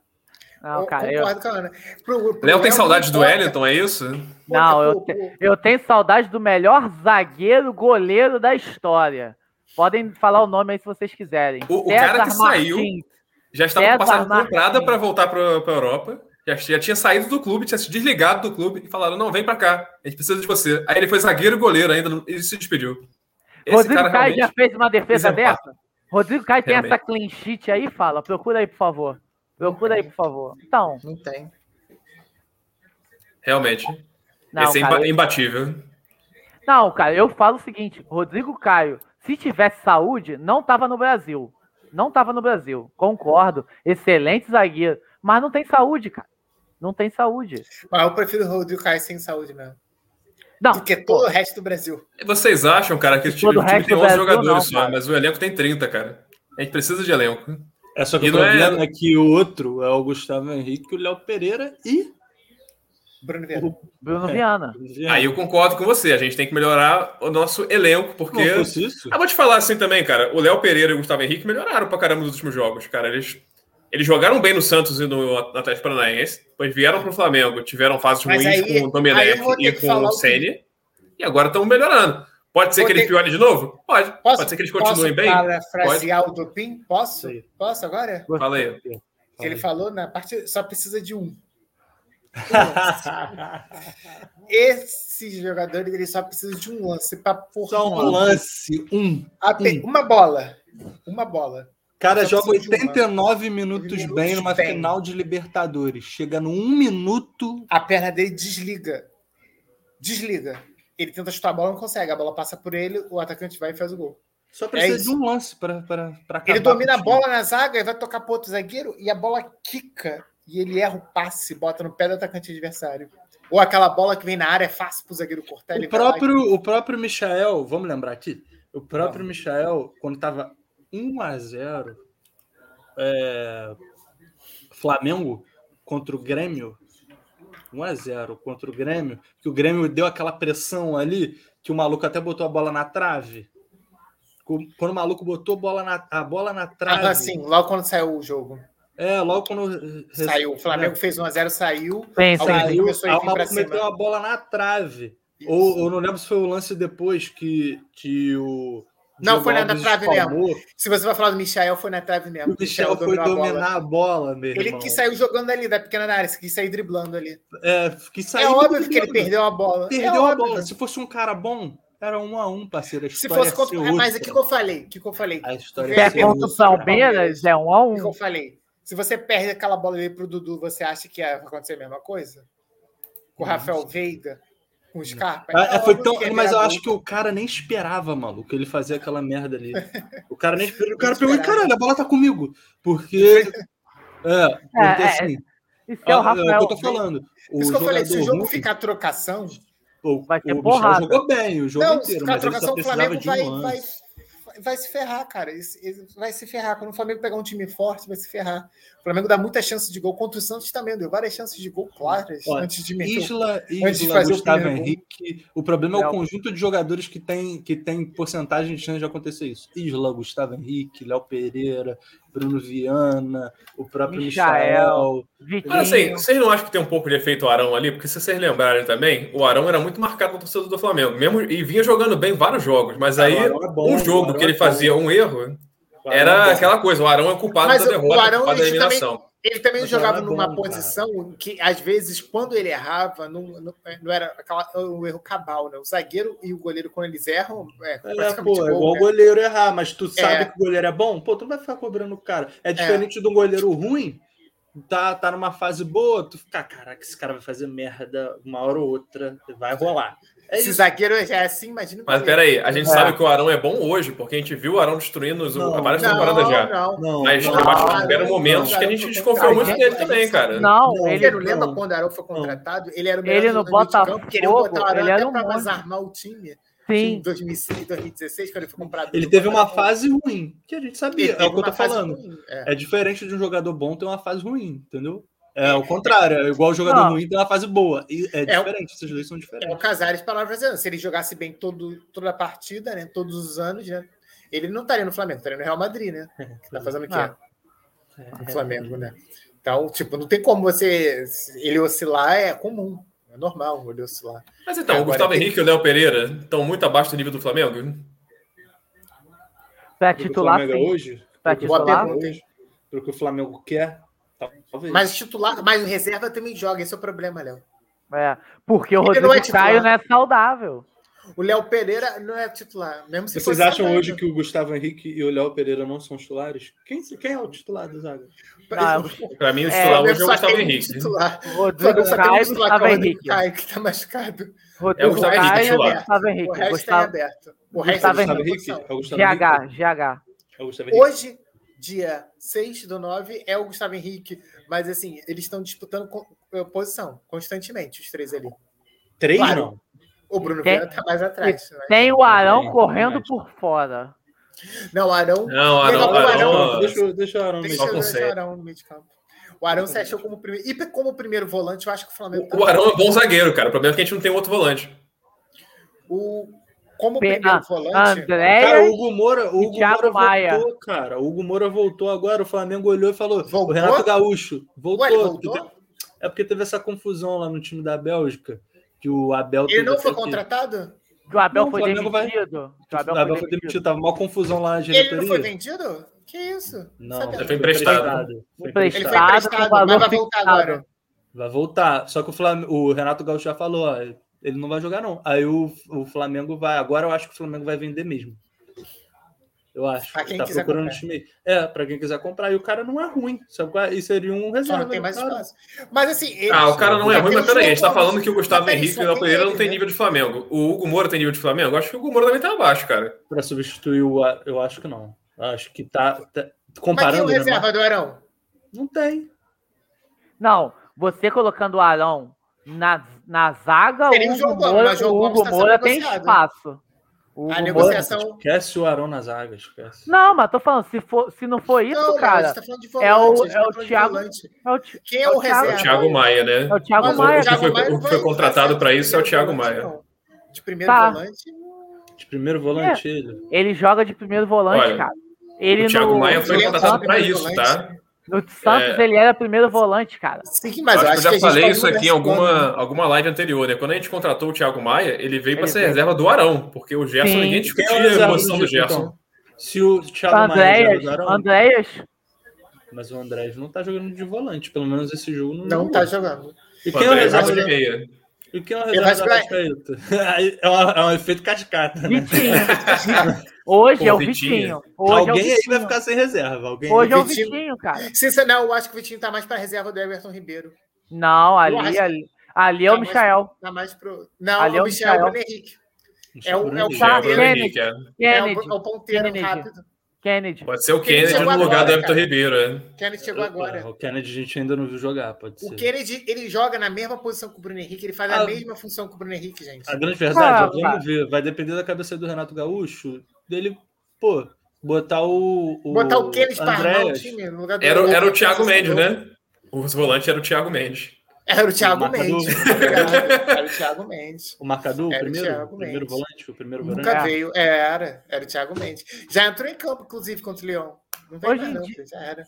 S4: Não,
S2: Eu
S4: cara, eu,
S2: Concordo com a Ana. Pro- pro
S1: Léo tem saudade
S2: não
S1: do
S2: importa.
S1: Wellington, é isso?
S4: Não, eu
S2: Pô,
S4: te-
S2: pô,
S4: eu tenho saudade do melhor zagueiro goleiro da história. Podem falar o nome aí se vocês quiserem.
S1: O- o cara que saiu-
S4: Martins.
S1: Já estava
S4: César
S1: com passagem
S4: Martins.
S1: comprada para voltar para a Europa. Já, já tinha saído do clube, tinha se desligado do clube e falaram: não, vem para cá, a gente precisa de você. Aí ele foi zagueiro e goleiro ainda não- e se despediu. Esse
S4: Rodrigo
S1: cara
S4: Caio já
S1: realmente.
S4: fez uma defesa
S1: exemplar.
S4: dessa? Rodrigo Caio tem
S1: Realmente.
S4: essa clean sheet aí? Fala, procura aí, por favor. Procura aí, por favor. Então,
S2: Não tem.
S1: Realmente.
S4: não,
S1: esse é
S4: cara,
S1: imba- imbatível.
S4: Não, cara, eu falo o seguinte: Rodrigo Caio, se tivesse saúde, não tava no Brasil. Não tava no Brasil. Concordo. Excelente zagueiro. Mas não tem saúde, cara. Não tem saúde.
S2: Mas eu prefiro o Rodrigo Caio sem saúde mesmo.
S4: Não.
S2: Do que
S4: pô,
S2: todo o resto do Brasil.
S1: Vocês acham, cara, que o time,
S4: Todo
S1: o time
S4: o resto
S1: tem
S4: do
S1: 11
S4: Brasil,
S1: jogadores
S4: não,
S1: só,
S4: cara.
S1: mas o elenco tem 30, cara. A gente precisa de elenco.
S3: É só que
S1: E
S3: o
S1: não é-
S3: problema é que o outro é o Gustavo Henrique, o Léo Pereira e.
S2: Bruno Vieira.
S4: Bruno Viana.
S3: É.
S1: Aí eu concordo com você, a gente tem que melhorar o nosso elenco,
S3: não
S1: porque.
S3: fosse isso.
S1: Ah, vou te falar assim também, cara. O Léo Pereira e o Gustavo Henrique melhoraram pra caramba nos últimos jogos, cara. Eles, eles jogaram bem no Santos e no Atlético Paranaense, depois vieram pro Flamengo, tiveram fases
S2: Mas
S1: ruins
S2: aí-
S1: com o
S2: aí
S1: Domenech
S2: eu vou ter
S1: e
S2: que
S1: com
S2: falar
S1: o
S2: o
S1: Ceni, e agora estão melhorando. Pode ser
S2: Vou
S1: que eles
S2: ter-
S1: piorem de novo? Pode. Pode ser que eles continuem
S2: posso
S1: bem?
S2: parafrasear o Dupin? Posso?
S3: Sim.
S2: Posso agora?
S1: Fala aí.
S2: Que ele falou na parte. Só precisa de um. Esses jogadores ele só precisa de um lance para formar
S3: Só um lance, um.
S2: Ape- Uma bola. Uma bola.
S3: O cara
S2: Só
S3: joga
S2: precisa de uma.
S3: 89 minutos
S2: Minutos
S3: bem numa
S2: bem.
S3: final de Libertadores. Chega no um minuto.
S2: A perna dele desliga. Desliga. Ele tenta chutar a bola, não consegue. A bola passa por ele, o atacante vai e faz o gol.
S3: Só precisa
S2: isso.
S3: de um lance pra, pra, pra acabar
S2: Ele domina a
S3: com o time.
S2: bola na zaga e vai tocar pro outro zagueiro e a bola quica e ele erra o passe, bota no pé do atacante adversário. Ou aquela bola que vem na área é fácil pro zagueiro cortar. ele
S3: O
S2: vai lá e-
S3: próprio, o próprio Michael, vamos lembrar aqui? O próprio Michael, quando tava 1 a 0 é, Flamengo contra o Grêmio, 1 a 0 contra o Grêmio, que o Grêmio deu aquela pressão ali, que o maluco até botou a bola na trave. Com- Quando o maluco botou a bola na, a bola na trave.
S2: Ah, sim, logo quando saiu o jogo.
S3: É, logo quando.
S2: Saiu. O Flamengo fez 1x0, saiu.
S4: Pensa.
S2: Alguém-
S3: Saiu,
S2: começou a
S3: aí
S2: ir
S3: o maluco
S2: pra cima.
S3: meteu uma bola na trave. Ou, ou não lembro se foi o lance depois que, que o.
S2: Não, foi na- na
S3: Alves
S2: trave É,
S3: espalmou,
S2: Se você vai falar do Michael, foi na trave mesmo.
S3: O Michel foi
S2: dominou a bola.
S3: dominar a bola, meu
S2: Ele
S3: irmão.
S2: que saiu jogando ali da pequena área, quis sair driblando ali.
S3: É, que
S2: É
S3: saiu
S2: óbvio que ele
S3: driblando.
S2: perdeu a bola.
S3: Perdeu
S2: É
S3: a
S2: óbvio.
S3: bola. Se fosse um cara bom, era um a um, parceiro. A
S2: Se
S3: história
S2: fosse
S3: ia
S2: contra.
S3: ser
S2: É, mas
S3: outra.
S2: o que que eu falei? O que que eu falei?
S3: A história
S2: Se
S4: Se
S3: ia
S4: é
S3: ser
S2: Perdeu
S4: contra o
S3: outra.
S4: Palmeiras, é um a
S2: O que que
S4: um.
S2: eu falei? Se você perde aquela bola ali pro Dudu, você acha que ia acontecer a mesma coisa? Com o Rafael Veiga? Com o Scarpa?
S3: Ah,
S2: É
S3: é, foi
S2: óbvio
S3: tão-
S2: que ia
S3: mas eu
S2: virar
S3: acho
S2: gol.
S3: que o cara nem esperava, maluco, ele fazer aquela merda ali. O cara nem esperava. O cara
S2: Não
S3: pegou e,
S2: esperava.
S3: caralho, a bola tá comigo. Porque. É, porque
S4: É, é,
S3: assim.
S4: Isso é o
S3: Ah, é o que
S4: Rafael.
S3: eu tô falando. O
S2: Por isso que eu falei, se o jogo
S3: ruim,
S2: ficar trocação.
S3: o,
S4: vai ser
S3: o Michel
S4: porrada.
S3: jogou bem o jogo
S2: Não, se
S3: inteiro,
S2: ficar
S3: mas ele só
S2: trocação, o
S3: precisava
S2: Flamengo
S3: de um
S2: vai,
S3: lance.
S2: vai. vai se ferrar, cara. Esse- esse- Vai se ferrar. Quando o Flamengo pegar um time forte, vai se ferrar. O Flamengo dá muita chance de gol. Contra o Santos também deu várias chances de gol claras
S3: Olha,
S2: antes de meter. o-
S3: Isla,
S2: Antes de
S3: Isla
S2: fazer o
S3: Gustavo
S2: primeiro gol.
S3: Henrique. O problema é o
S4: Léo.
S3: conjunto de jogadores que tem, que tem porcentagem de chance de acontecer isso. Isla, Gustavo Henrique, Léo Pereira, Bruno Viana, o próprio Michael.
S4: Michael.
S1: Mas assim,
S4: Vitinho.
S1: vocês não acham que tem um pouco de efeito Arão ali? Porque se vocês lembrarem também, o Arão era muito marcado no torcedor do Flamengo. Mesmo, e vinha jogando bem vários jogos, mas aí
S3: O Arão é bom,
S1: um
S3: o
S1: jogo
S3: Arão
S1: que ele
S3: é bom.
S1: fazia um erro
S3: O Arão é
S1: era
S3: bom.
S1: aquela coisa: o Arão é culpado
S2: Mas
S1: da
S2: o- o
S1: derrota,
S2: Arão,
S1: culpado da
S2: ele também-
S1: eliminação.
S2: Ele também
S3: Mas
S2: jogava
S3: não é bom,
S2: numa
S3: cara.
S2: posição que, às vezes, quando ele errava, não, não, é, não era aquela, o erro cabal, né? O zagueiro e o goleiro, quando eles erram, é
S3: É,
S2: praticamente
S3: pô, é
S2: gol,
S3: igual o
S2: né?
S3: goleiro errar, mas tu sabe
S2: É.
S3: que o goleiro é bom, pô, tu não vai ficar cobrando o cara. É diferente de um goleiro ruim, tá, tá numa fase boa, tu fica, "Ah, caraca, esse cara vai fazer merda uma hora ou outra, vai rolar. É
S2: Se
S3: isso.
S2: zagueiro é assim, imagina. o
S1: Mas
S2: goleiro.
S1: peraí, a gente
S4: É.
S1: sabe que o Arão é bom hoje, porque a gente viu o Arão destruindo os-
S3: Não,
S1: várias
S2: Não,
S1: temporadas já.
S2: não.
S3: Não,
S1: Mas
S3: não,
S1: mas
S3: não,
S1: tiveram
S3: não,
S1: momentos
S3: não,
S1: que a
S3: não,
S1: gente
S3: não,
S1: desconfiou
S2: não,
S1: muito
S2: não,
S1: dele
S2: não,
S1: também,
S2: não,
S1: cara.
S4: Não,
S3: Não,
S4: ele
S2: Ele não um, lembra quando o Arão foi contratado? Ele era o melhor
S4: Ele no
S2: jogador do meio de campo,
S4: Botafogo,
S2: Queriam botar o Arão
S4: ele era
S2: até
S4: um
S2: pra
S4: monstro.
S2: desarmar o time. Em
S4: Sim,
S2: 2006, 2016, quando ele foi comprado.
S3: Ele
S2: pelo
S3: teve uma
S2: Botafogo.
S3: fase ruim, que a gente
S2: Ele
S3: sabia, é
S2: teve
S3: o que eu
S2: uma
S3: tô
S2: fase
S3: falando.
S2: ruim, é.
S3: É diferente de um jogador bom ter uma fase ruim, entendeu? É o contrário, é igual o jogador
S4: Não.
S3: ruim ter uma fase boa. E é
S2: É o-
S3: diferente, esses dois são diferentes.
S2: É o Casares palavras dizendo, se ele jogasse bem todo, toda a partida, né? Todos os anos, né? Ele não estaria no Flamengo, estaria no Real Madrid, né?
S3: É,
S2: Que tá fazendo o quê?
S4: Ah.
S2: No Flamengo, né? Então, tipo, não tem como você. Ele oscilar é comum, é normal ele oscilar.
S1: Mas então, o
S2: Agora,
S1: Gustavo
S2: tem-
S1: Henrique e o Léo Pereira estão muito abaixo do nível do Flamengo?
S4: pra
S3: Pro que o
S4: titular,
S3: Flamengo é
S4: sim.
S3: hoje,
S4: Pra
S3: pro que o
S4: titular?
S3: Flamengo é hoje, pro que o Flamengo quer, talvez.
S2: Mas titular, mas o reserva também joga, esse é o problema, Léo.
S4: É, porque o
S2: Ele não
S4: Rodrigo
S2: é titular.
S4: Caio não é saudável.
S2: O Léo Pereira não é titular, mesmo se
S3: Vocês
S2: fosse
S3: acham
S2: saudável.
S3: hoje que o Gustavo Henrique e o Léo Pereira não são titulares? Quem, quem é o titular do Zaga?
S4: Não, é o
S1: Pra mim, o
S4: É,
S1: titular hoje
S2: Flamengo
S1: é o
S2: só
S1: Gustavo
S2: tem um
S1: Henrique.
S2: Titular.
S4: O
S2: O Flamengo
S4: Rodrigo
S2: só tem um
S4: Caio
S2: titular
S4: e
S2: que é
S4: Gustavo
S2: o Rodrigo
S4: Henrique.
S2: Caio, que tá machucado.
S1: É o
S4: Rodrigo
S1: Gustavo
S4: Caio
S1: Henrique,
S4: e
S1: titular.
S4: Gustavo
S2: O
S4: Henrique.
S2: resto é
S4: Gustavo...
S2: aberto. O
S3: É o
S2: resto
S4: Gustavo
S2: é
S3: Gustavo
S2: Gustavo
S3: Henrique? É o Gustavo Henrique?
S4: GH, GH.
S3: É o Gustavo Henrique?
S2: Hoje, dia 6 do 9, é o Gustavo Henrique. Mas assim, eles estão disputando co- eh, posição constantemente, os três ali.
S3: Três,
S2: claro.
S3: não.
S2: O Bruno
S4: Tem-
S2: Viana tá mais atrás. né?
S4: Tem
S3: tá
S4: o Arão
S3: Tem,
S4: correndo
S3: verdade.
S4: por fora.
S2: Não, o Arão.
S1: Não,
S2: Legal,
S1: Arão,
S2: o
S1: Arão,
S2: Arão-
S3: Deixa, eu- deixa o Arão
S2: Tem que
S3: mesmo.
S1: só
S2: ser
S1: consegue.
S2: o Arão no meio de campo. O Arão se achou como primeiro. E como primeiro volante, eu acho que o Flamengo.
S1: O Arão é bom zagueiro, cara. O problema é que a gente não tem outro volante.
S2: O- Como
S4: Pe-
S2: primeiro
S4: ah,
S2: volante.
S3: Cara, é um- o
S4: Andréia.
S3: Hugo Moura, o Hugo
S4: Thiago
S3: Moura
S4: Maia.
S3: voltou, cara. O Hugo Moura voltou agora, o Flamengo olhou e falou:
S2: Voltou?
S3: o Renato Gaúcho voltou.
S2: Ué, ele voltou?
S3: Porque te- É porque teve essa confusão lá no time da Bélgica, que o Abel
S2: Ele não
S3: teve
S2: foi
S3: até que-
S2: contratado?
S4: que O Abel
S3: Não, o
S4: foi
S3: Flamengo vai-
S4: demitido. que
S3: O Abel foi demitido, tava uma confusão lá na
S2: Ele
S3: diretoria.
S2: não foi vendido? Que isso?
S3: Não,
S2: Sabia.
S1: Ele foi emprestado.
S3: Foi
S4: Emprestado.
S2: Ele
S3: emprestado.
S2: foi emprestado,
S4: com valor
S2: mas vai voltar
S4: fixado.
S2: agora.
S3: Vai voltar. Só que o, Flam... o Renato Gaúcho já falou, ó, ele não vai jogar, não. Aí o, o Flamengo vai. Agora eu acho que o Flamengo vai vender mesmo. Eu acho.
S2: Pra quem
S3: tá
S2: quiser
S3: procurando um
S2: comprar.
S3: time. É, pra quem quiser comprar. E o cara não é ruim. Sabe qual é? E seria um
S2: Só
S3: reserva.
S2: não tem mais
S3: cara.
S2: espaço. Mas assim. ele-
S1: Ah, o cara não é
S2: Só
S1: ruim,
S2: tem
S1: mas peraí, a gente tá
S2: um
S1: falando que o Gustavo
S2: Mas peraí,
S1: Henrique e
S2: só
S1: o Léo
S2: tem
S1: Pereira
S2: ele,
S1: não tem
S2: né?
S1: nível de Flamengo. O Hugo Moura tem nível de Flamengo? Acho que o Hugo Moura também tá abaixo, cara.
S3: Pra substituir o. A- Eu acho que não. Eu Acho que tá.
S2: Mas quem
S3: tá-
S2: é o
S3: Comparando. né,
S2: reserva do Arão?
S3: mas Não tem.
S4: Não, você colocando o Arão na, na zaga, o
S2: Seria o
S4: Hugo
S2: João Gomes,
S4: Moura,
S2: mas o João
S4: o
S2: Gomes
S4: Hugo
S2: tá sendo
S4: Moura tem
S2: negociado.
S4: espaço. O
S2: A
S4: Hugo Moura...
S2: negociação.
S3: Esquece o Arão na zaga, esquece.
S4: Não, mas tô falando, se, for, se não for isso,
S2: Não, não, a
S4: cara,
S2: gente tá falando de
S4: é o-
S2: volante, a gente tá
S4: é o
S2: falando de
S4: Thiago-
S2: volante.
S4: é o, Thi-
S2: Quem é o
S4: o Thiago-
S2: reserva?
S1: É o Thiago Maia, né?
S4: é o Thiago
S2: Mas o
S4: Maia.
S1: Thiago- que foi-
S2: Maia não
S1: o que foi
S2: vai- não vai
S1: contratado
S2: ser
S1: pra isso é o
S2: de
S1: Thiago
S2: volante,
S1: Maia.
S2: não. De primeiro
S4: Tá.
S2: volante.
S3: De primeiro volante, ele.
S4: Ele joga de primeiro volante,
S1: Olha,
S4: cara. Ele
S1: o Thiago
S4: no,
S1: Maia
S4: no
S1: foi
S2: Ele é
S1: contratado
S4: Santos,
S1: pra
S2: volante.
S1: isso, tá?
S4: no Santos
S1: é.
S4: ele era primeiro volante, cara.
S2: Sim,
S1: Eu
S2: mas
S1: acho que eu já
S2: a gente tá
S1: falei
S2: pode
S1: isso aqui em
S2: mudar esse plano.
S1: alguma, alguma live anterior, né? Quando a gente contratou o Thiago Maia, ele veio pra
S4: Ele
S1: ser
S4: veio.
S1: reserva do Arão, porque o Gerson,
S4: Sim.
S1: ninguém
S3: Quem é o
S1: discutia a
S3: reserva
S1: posição do
S3: Egito, então?
S1: Gerson.
S3: Se o Thiago Maia é
S4: Andréas,
S3: reserva do
S1: um-
S3: Arão,
S4: Andréas,
S3: Mas o Andrés não tá jogando de volante, pelo menos esse jogo não.
S2: Não
S3: jogou.
S2: tá jogando.
S3: E
S1: O
S3: quem é o
S1: André
S3: reserva,
S1: joga de
S3: da-
S1: meia.
S3: e quem é o
S2: Ele
S3: reserva
S2: vai
S3: da
S2: jogar-
S3: Rascaeta? Aí é, um, é um efeito cascata, né?
S4: Vitinho. Hoje
S1: Pô,
S4: é o
S1: Vitinho.
S4: Vitinho.
S3: Alguém
S4: Hoje é o
S3: aí vai
S4: Vitinho.
S3: ficar sem reserva. Alguém
S4: Hoje é o
S2: Vitinho.
S4: Vitinho, cara.
S2: Sinceramente, eu acho que o Vitinho tá mais pra reserva do Everton Ribeiro.
S4: Não, ali,
S2: acho-
S4: ali, ali é o
S2: Não, mas-
S4: Michael.
S2: Tá mais pro. Não,
S4: Ali
S2: é
S4: é
S2: o
S4: o
S2: Michel
S4: Michael.
S2: Bruno Henrique. É o, é o
S3: Bruno
S1: Já é o Bruno
S2: ponteiro.
S4: Kennedy.
S1: Henrique, é.
S2: É o,
S4: Kennedy.
S2: é o ponteiro
S4: Kennedy.
S2: rápido.
S4: Kennedy.
S1: Pode ser o
S2: Quem
S1: Kennedy
S2: chegou
S1: no lugar
S2: agora,
S1: do Everton
S2: cara?
S1: Ribeiro, é.
S2: O Kennedy chegou agora.
S3: Ah, O Kennedy a gente ainda não viu jogar, pode ser.
S2: O Kennedy, ele joga na mesma posição que o Bruno Henrique, ele faz
S3: Ah.
S2: a mesma função que o Bruno Henrique, gente. tá.
S3: A grande verdade,
S4: Ah,
S3: vamos
S4: cara.
S3: ver. Vai depender da cabeça do Renato Gaúcho, dele pô, botar o.
S2: Botar o Kennedy para o
S3: Andréas.
S2: time no lugar do
S1: Era, o- era o Thiago
S2: Lucas
S1: Mendes,
S2: Silva.
S1: né? Os volantes era o Thiago Mendes.
S2: Era o Thiago
S3: Marcador.
S2: Mendes. Era o Thiago Mendes.
S3: O marcador, o
S2: Era É, o
S3: primeiro,
S2: Thiago
S3: o primeiro
S2: Mendes.
S3: volante, o primeiro volante.
S2: Nunca veio. É, Era, era o Thiago Mendes. Já entrou em campo, inclusive, contra o Leão. Não veio
S4: Hoje
S2: mais,
S4: em
S2: não,
S4: dia-
S2: já era.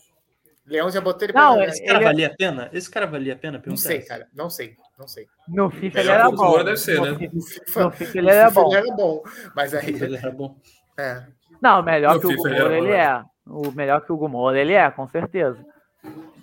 S2: Leão já botou ele
S4: Não,
S2: pra jogar.
S3: Esse cara
S4: Ele é-
S3: valia a pena? Esse cara valia a pena?
S2: Não
S3: Pergunta
S2: sei,
S3: essa.
S2: cara. Não sei, não sei.
S4: No FIFA ele
S1: Melhor
S4: era
S1: que o Zoro
S4: bom.
S1: deve ser, né?
S4: no, FIFA,
S2: No
S4: no
S2: FIFA,
S4: FIFA ele era
S2: no FIFA
S4: bom.
S2: Ele era bom. Mas aí.
S3: Ele era bom.
S2: É.
S4: Não, melhor
S1: No
S4: que o
S1: FIFA ele
S4: Gumolo
S1: era bom,
S4: ele é. O melhor que o Gumolo ele é, com certeza.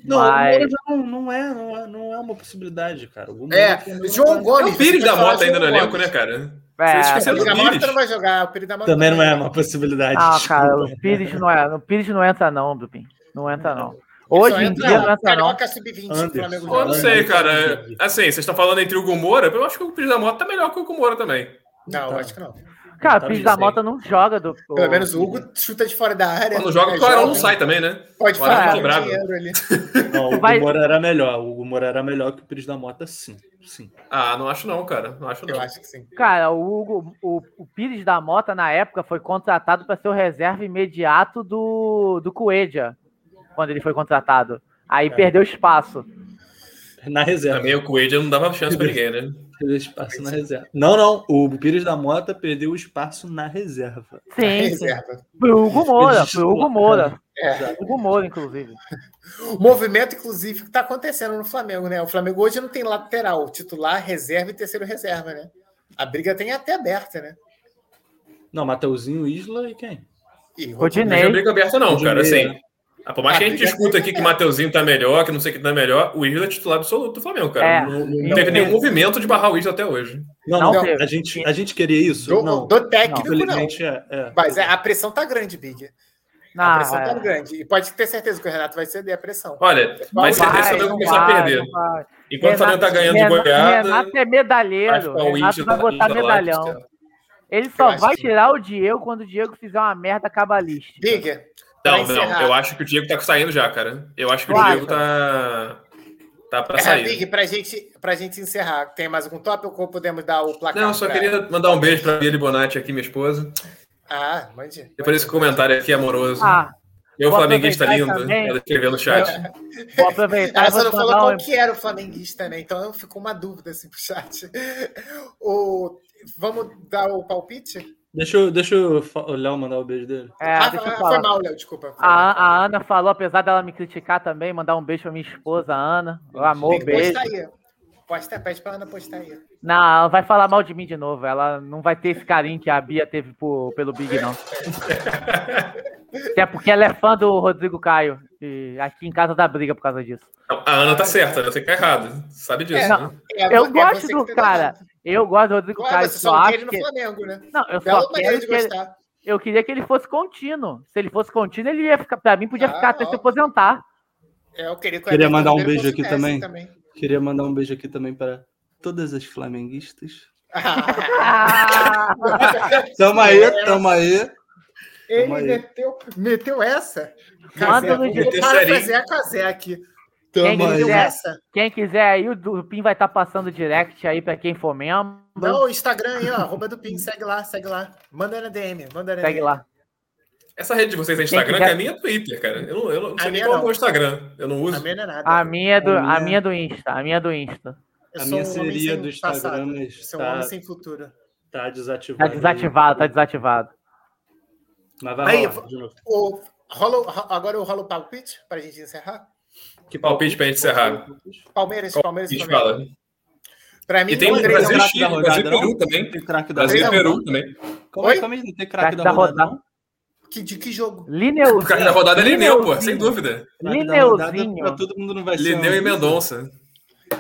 S3: Não, o
S4: Mas-
S3: Moura já não, não, é, não é, não é uma possibilidade, cara. O Moura
S2: É,
S3: já não-
S2: João
S1: É
S2: Gomes.
S1: o Pires
S2: você assim,
S1: da
S2: vai falar
S1: Mota ainda no
S2: João
S1: elenco, né,
S2: Gomes.
S1: cara?
S4: É,
S1: Vocês
S2: O
S1: esqueceram
S2: Pires
S1: do
S2: da Mota não
S1: Pires.
S2: vai jogar. O Pires da Mota
S3: Também não é
S2: vai
S3: uma
S2: jogar.
S3: possibilidade.
S4: Ah,
S3: desculpa.
S4: cara, o Pires não é. O Pires não entra, não, Dupin. Não entra, não.
S2: Só
S4: Hoje em
S2: entra
S4: dia não entra, não.
S2: Carioca sub-20 do
S3: Anderson.
S2: Flamengo.
S1: Pô, Eu não
S2: joga.
S1: sei, cara. Assim, vocês estão falando entre o Gumora, eu acho que o Pires da Mota tá melhor que o Gumora também.
S2: Não,
S3: Tá.
S2: acho que não.
S4: Cara, o
S3: Tá
S4: Pires da
S3: bem.
S4: Mota não joga do.
S2: Pelo menos o Hugo chuta de fora da área.
S1: Quando joga, o
S2: pega
S1: Clarão
S2: É jovem,
S1: não sai também, né?
S2: Pode
S1: O Arão
S2: falar,
S1: é quebrado.
S2: dinheiro ali.
S3: Não, o
S4: Vai-
S3: Moura era melhor. O Moura era melhor que o Pires da Mota, sim. sim.
S1: Ah, não acho não, cara. Não acho
S2: Eu
S1: não.
S2: acho que sim.
S4: Cara, o, Hugo, o, o Pires da Mota, na época, foi contratado para ser o reserva imediato do, do Coelho, quando ele foi contratado.
S1: É.
S4: Aí perdeu espaço.
S3: Na reserva.
S1: Também o Coelho não dava chance pra ninguém, né?
S3: Perdeu espaço na reserva. Não, não. O Pires da Mota perdeu o espaço na reserva.
S1: É,
S4: Sim, sim.
S2: É Reserva.
S4: Foi o Hugo Moura, foi o Hugo
S3: Desculpa,
S4: Moura.
S2: É.
S4: O Hugo Moura, inclusive.
S2: O movimento, inclusive, que está acontecendo no Flamengo, né? O Flamengo hoje não tem lateral, titular, reserva e terceiro reserva, né? A briga tem até aberta, né?
S3: Não, Mateuzinho, Isla e quem?
S2: E
S1: Não é
S4: Rodinei.
S1: briga aberta não, cara. Assim, ah, por mais que a gente
S2: Briga
S1: discuta aqui que Mateuzinho tá melhor, que não sei quem tá melhor, o Isla é titular absoluto do Flamengo, cara.
S4: É.
S1: Não, não teve nenhum movimento de barrar o Isla até hoje.
S3: Não,
S4: Não,
S3: não,
S4: teve.
S3: a, gente, a gente queria isso?
S2: do,
S3: não.
S2: do técnico, não.
S3: Infelizmente, é, é.
S2: Mas a pressão tá grande, Big. A
S4: Ah,
S2: pressão tá
S4: é.
S2: grande. E pode ter certeza que o Renato vai ceder a pressão.
S1: Olha, vai ser
S4: Vai,
S1: desse eu
S4: não
S1: começar
S4: vai,
S1: a perder.
S4: não vai.
S1: Enquanto o Flamengo tá ganhando de
S4: Renato-
S1: goiada,
S4: Renato é medalheiro.
S1: ficar
S4: Renato vai
S1: Isla
S4: botar
S1: lá,
S4: medalhão.
S1: etc.
S4: Ele só
S2: acho
S4: vai
S2: que-
S4: tirar o Diego quando o Diego fizer uma merda cabalística.
S2: Big, pra
S1: Não, não.
S2: encerrar.
S1: Eu acho que o Diego tá saindo já, cara. Eu acho que o
S4: Vai,
S1: Diego tá. Tá pra
S2: é,
S1: sair.
S2: Big, pra gente, pra gente encerrar, tem mais algum tópico ou podemos dar o placar?
S4: tá
S1: Não, só
S2: pra-
S1: queria mandar um beijo pra Bia Bonatti aqui, minha esposa.
S2: Ah, mande.
S1: Depois desse comentário aqui amoroso.
S4: Ah,
S1: Meu
S4: vou
S1: flamenguista lindo,
S4: aproveitar também.
S1: ela escreveu no chat.
S4: vou aproveitar.
S2: Ela
S4: e
S2: só não
S4: vou
S2: falou
S4: mandar
S2: qual
S4: um-
S2: que era o flamenguista, né? Então ficou uma dúvida assim pro chat. O... Vamos dar o palpite?
S3: Deixa, eu- deixa eu fa- o Léo mandar o beijo dele.
S4: É,
S2: ah,
S4: deixa
S2: foi-
S4: eu
S2: foi
S4: falar. Ah,
S2: mal, Léo, desculpa. Foi
S4: A,
S2: mal.
S4: a Ana falou, apesar dela me criticar também, mandar um beijo pra minha esposa, Ana. O amor,
S2: Tem que
S4: beijo.
S2: postar aí. Posta, pede pra Ana postar aí.
S4: Não, ela vai falar mal de mim de novo. Ela não vai ter esse carinho que a Bia teve por- pelo Big, não. Até porque ela é fã do Rodrigo Caio. E aqui em casa dá briga por causa disso.
S1: A Ana tá certa, você que tá errado. Sabe disso,
S2: É,
S1: né?
S2: É,
S4: Eu
S2: vo- é
S4: gosto
S2: você
S4: do
S2: que tá
S4: cara.
S2: errado.
S4: Eu gosto do Rodrigo
S2: Ué,
S4: Caio,
S2: você
S4: só
S2: só quer ele
S4: acho
S2: no
S4: que...
S2: Flamengo, né?
S4: Não, eu só
S2: Bela maneira
S4: quero
S2: de
S4: que ele...
S2: gostar.
S4: Eu queria que ele fosse contínuo. Se ele fosse contínuo, ele ia ficar... Pra mim, podia
S2: Ah,
S4: ficar até se
S2: óbvio.
S4: aposentar.
S2: É, eu queria, que o
S3: Queria
S2: Everton
S3: mandar um
S2: Ribeiro
S3: beijo aqui
S2: fosse Messi
S3: Queria mandar um beijo aqui também para todas as flamenguistas.
S4: Ah,
S3: Tamo aí, tamo aí.
S2: Ele
S3: Tamo aí.
S2: meteu, meteu essa.
S4: Manda no
S2: Cazé,
S1: dia.
S2: vou para
S1: Terceirinho.
S2: fazer a Cazé aqui.
S4: Quem
S3: Tamo aí.
S2: Meteu
S4: quiser.
S2: essa.
S4: quem quiser aí, o Dupin vai estar passando direct aí pra quem for membro.
S2: Não, o Instagram aí, ó, arroba do Pin, segue lá, segue lá. Manda na DM, manda na
S4: Segue
S2: DM.
S4: lá.
S1: Essa rede de vocês é Instagram,
S4: Quem
S1: que
S4: quiser-
S1: a minha é Twitter, cara. Eu não, eu não sei nem
S2: A minha
S1: qual é o
S2: não.
S1: meu Instagram. Eu não
S2: A
S1: uso.
S2: minha não é nada.
S4: A minha é do,
S3: A minha-
S4: a minha é do Insta. A minha é do Insta.
S2: Eu
S3: A
S2: sou
S3: minha
S2: um homem
S3: seria
S2: sem
S3: do Instagram,
S2: passado. Eu
S3: mas
S2: sou um homem
S3: tá,
S2: sem futuro.
S3: tá desativado.
S4: Tá desativado, tá desativado.
S3: Mas vai
S2: Aí,
S3: rolar de novo.
S2: O, rola, o- agora eu rolo o palpite pra gente encerrar.
S3: Que
S1: palpite pra gente encerrar?
S2: Palmeiras, Palmeiras
S1: A
S2: e
S1: gente
S2: Flamengo.
S1: fala.
S2: Pra mim,
S1: E tem
S2: um
S1: o
S2: três a um.
S1: Brasil
S3: craque da
S1: Chile, Brasil
S3: rodada,
S1: Peru
S3: não?
S1: também.
S3: Tem craque da
S1: Brasil
S2: Três a um.
S1: Peru também.
S3: Como é,
S2: Oi?
S3: como é que não tem
S4: Craque
S3: craque da
S4: da
S3: rodada? não?
S2: Que, de que jogo?
S4: Lineu,
S1: O cara da rodada é Lineu, pô,
S4: Lineuzinho.
S1: sem dúvida.
S3: Craque da rodada
S4: Lineuzinho.
S3: Pra todo mundo não vai ser. um
S1: Lineu e Mendonça.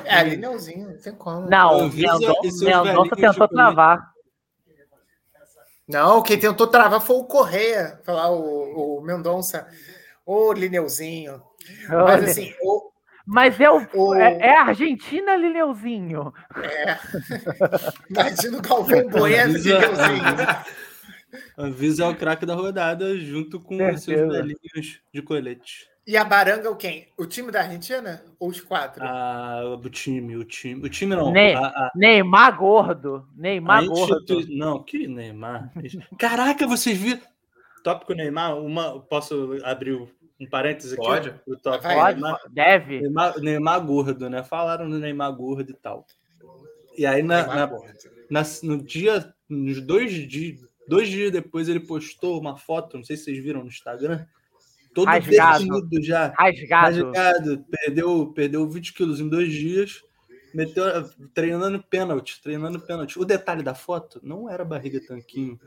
S2: É,
S1: Hum.
S2: Lineuzinho, não tem como.
S4: Não,
S3: Eu vi esse-
S4: Mendonça
S3: esse
S4: Mendonça
S3: velhinho
S4: tentou
S3: chocolate.
S4: travar.
S2: Não, quem tentou travar foi o Correia, falar o, o Mendonça, o Lineuzinho. Mas
S4: Olha,
S2: assim, o,
S4: Mas é, o,
S2: o-
S4: é, é a Argentina, Lineuzinho.
S2: imagina o Galvão Bueno,
S3: Avisa-
S2: Lineuzinho.
S3: Anvisa é o craque da rodada junto com os seus
S4: Certeza.
S3: velhinhos de colete.
S2: E a Baranga, é o quem? O time da Argentina? Ou os quatro?
S3: Ah, o time, o time. O time não.
S4: Ne-
S3: a- a-
S4: Neymar gordo.
S3: a
S4: Neymar gordo.
S3: institui- Não, que Neymar. Caraca, vocês viram. tópico Neymar, uma, posso abrir um parêntese aqui?
S1: Pode.
S3: O tópico
S2: Vai,
S4: Pode,
S3: Neymar.
S4: deve.
S3: Neymar, Neymar gordo, né? Falaram do Neymar gordo e tal. E aí, na,
S2: Neymar
S3: na-
S2: gordo.
S3: na- no dia, nos dois dias, dois dias depois, ele postou uma foto, não sei se vocês viram no Instagram, todo
S4: Rasgado.
S3: definido já,
S4: Rasgado.
S2: é-
S3: rasgado, perdeu, perdeu 20 quilos em dois dias, meteu, treinando pênalti, treinando pênalti. O detalhe da foto não era barriga tanquinho,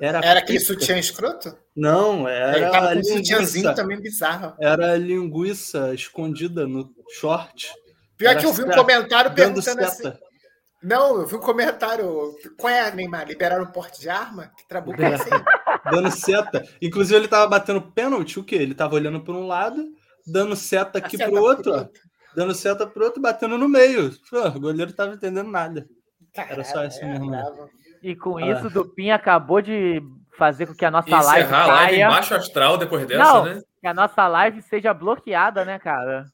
S3: era...
S2: Era aquele
S3: pica.
S2: sutiã escroto?
S3: Não, era
S2: Ele tava
S3: a
S2: com um sutiãzinho
S3: linguiça,
S2: também bizarro.
S3: era linguiça escondida no short,
S2: Pior
S3: Era
S2: que eu vi um
S3: seta,
S2: comentário
S3: dando
S2: perguntando
S3: seta.
S2: assim. Não, eu vi um comentário. Qual é, Neymar? Liberaram o porte de arma? Que trabuco é esse aí?
S3: dando seta. Inclusive, ele tava batendo pênalti, o quê? Ele tava olhando para um lado, dando seta aqui
S2: Seta
S3: pro outro,
S2: pro
S3: ó. dando seta pro outro, batendo no meio. Pô, o goleiro tava entendendo nada. Era só
S2: Caralho, é,
S3: isso mesmo, né?
S2: bravo.
S4: E com
S3: Ah.
S4: isso, o Dupin acabou de fazer com que a
S1: E
S4: nossa live
S1: encerrar a live
S4: caia.
S1: embaixo astral depois dessa,
S4: Não.
S1: né?
S4: Que a nossa live seja bloqueada, né, cara?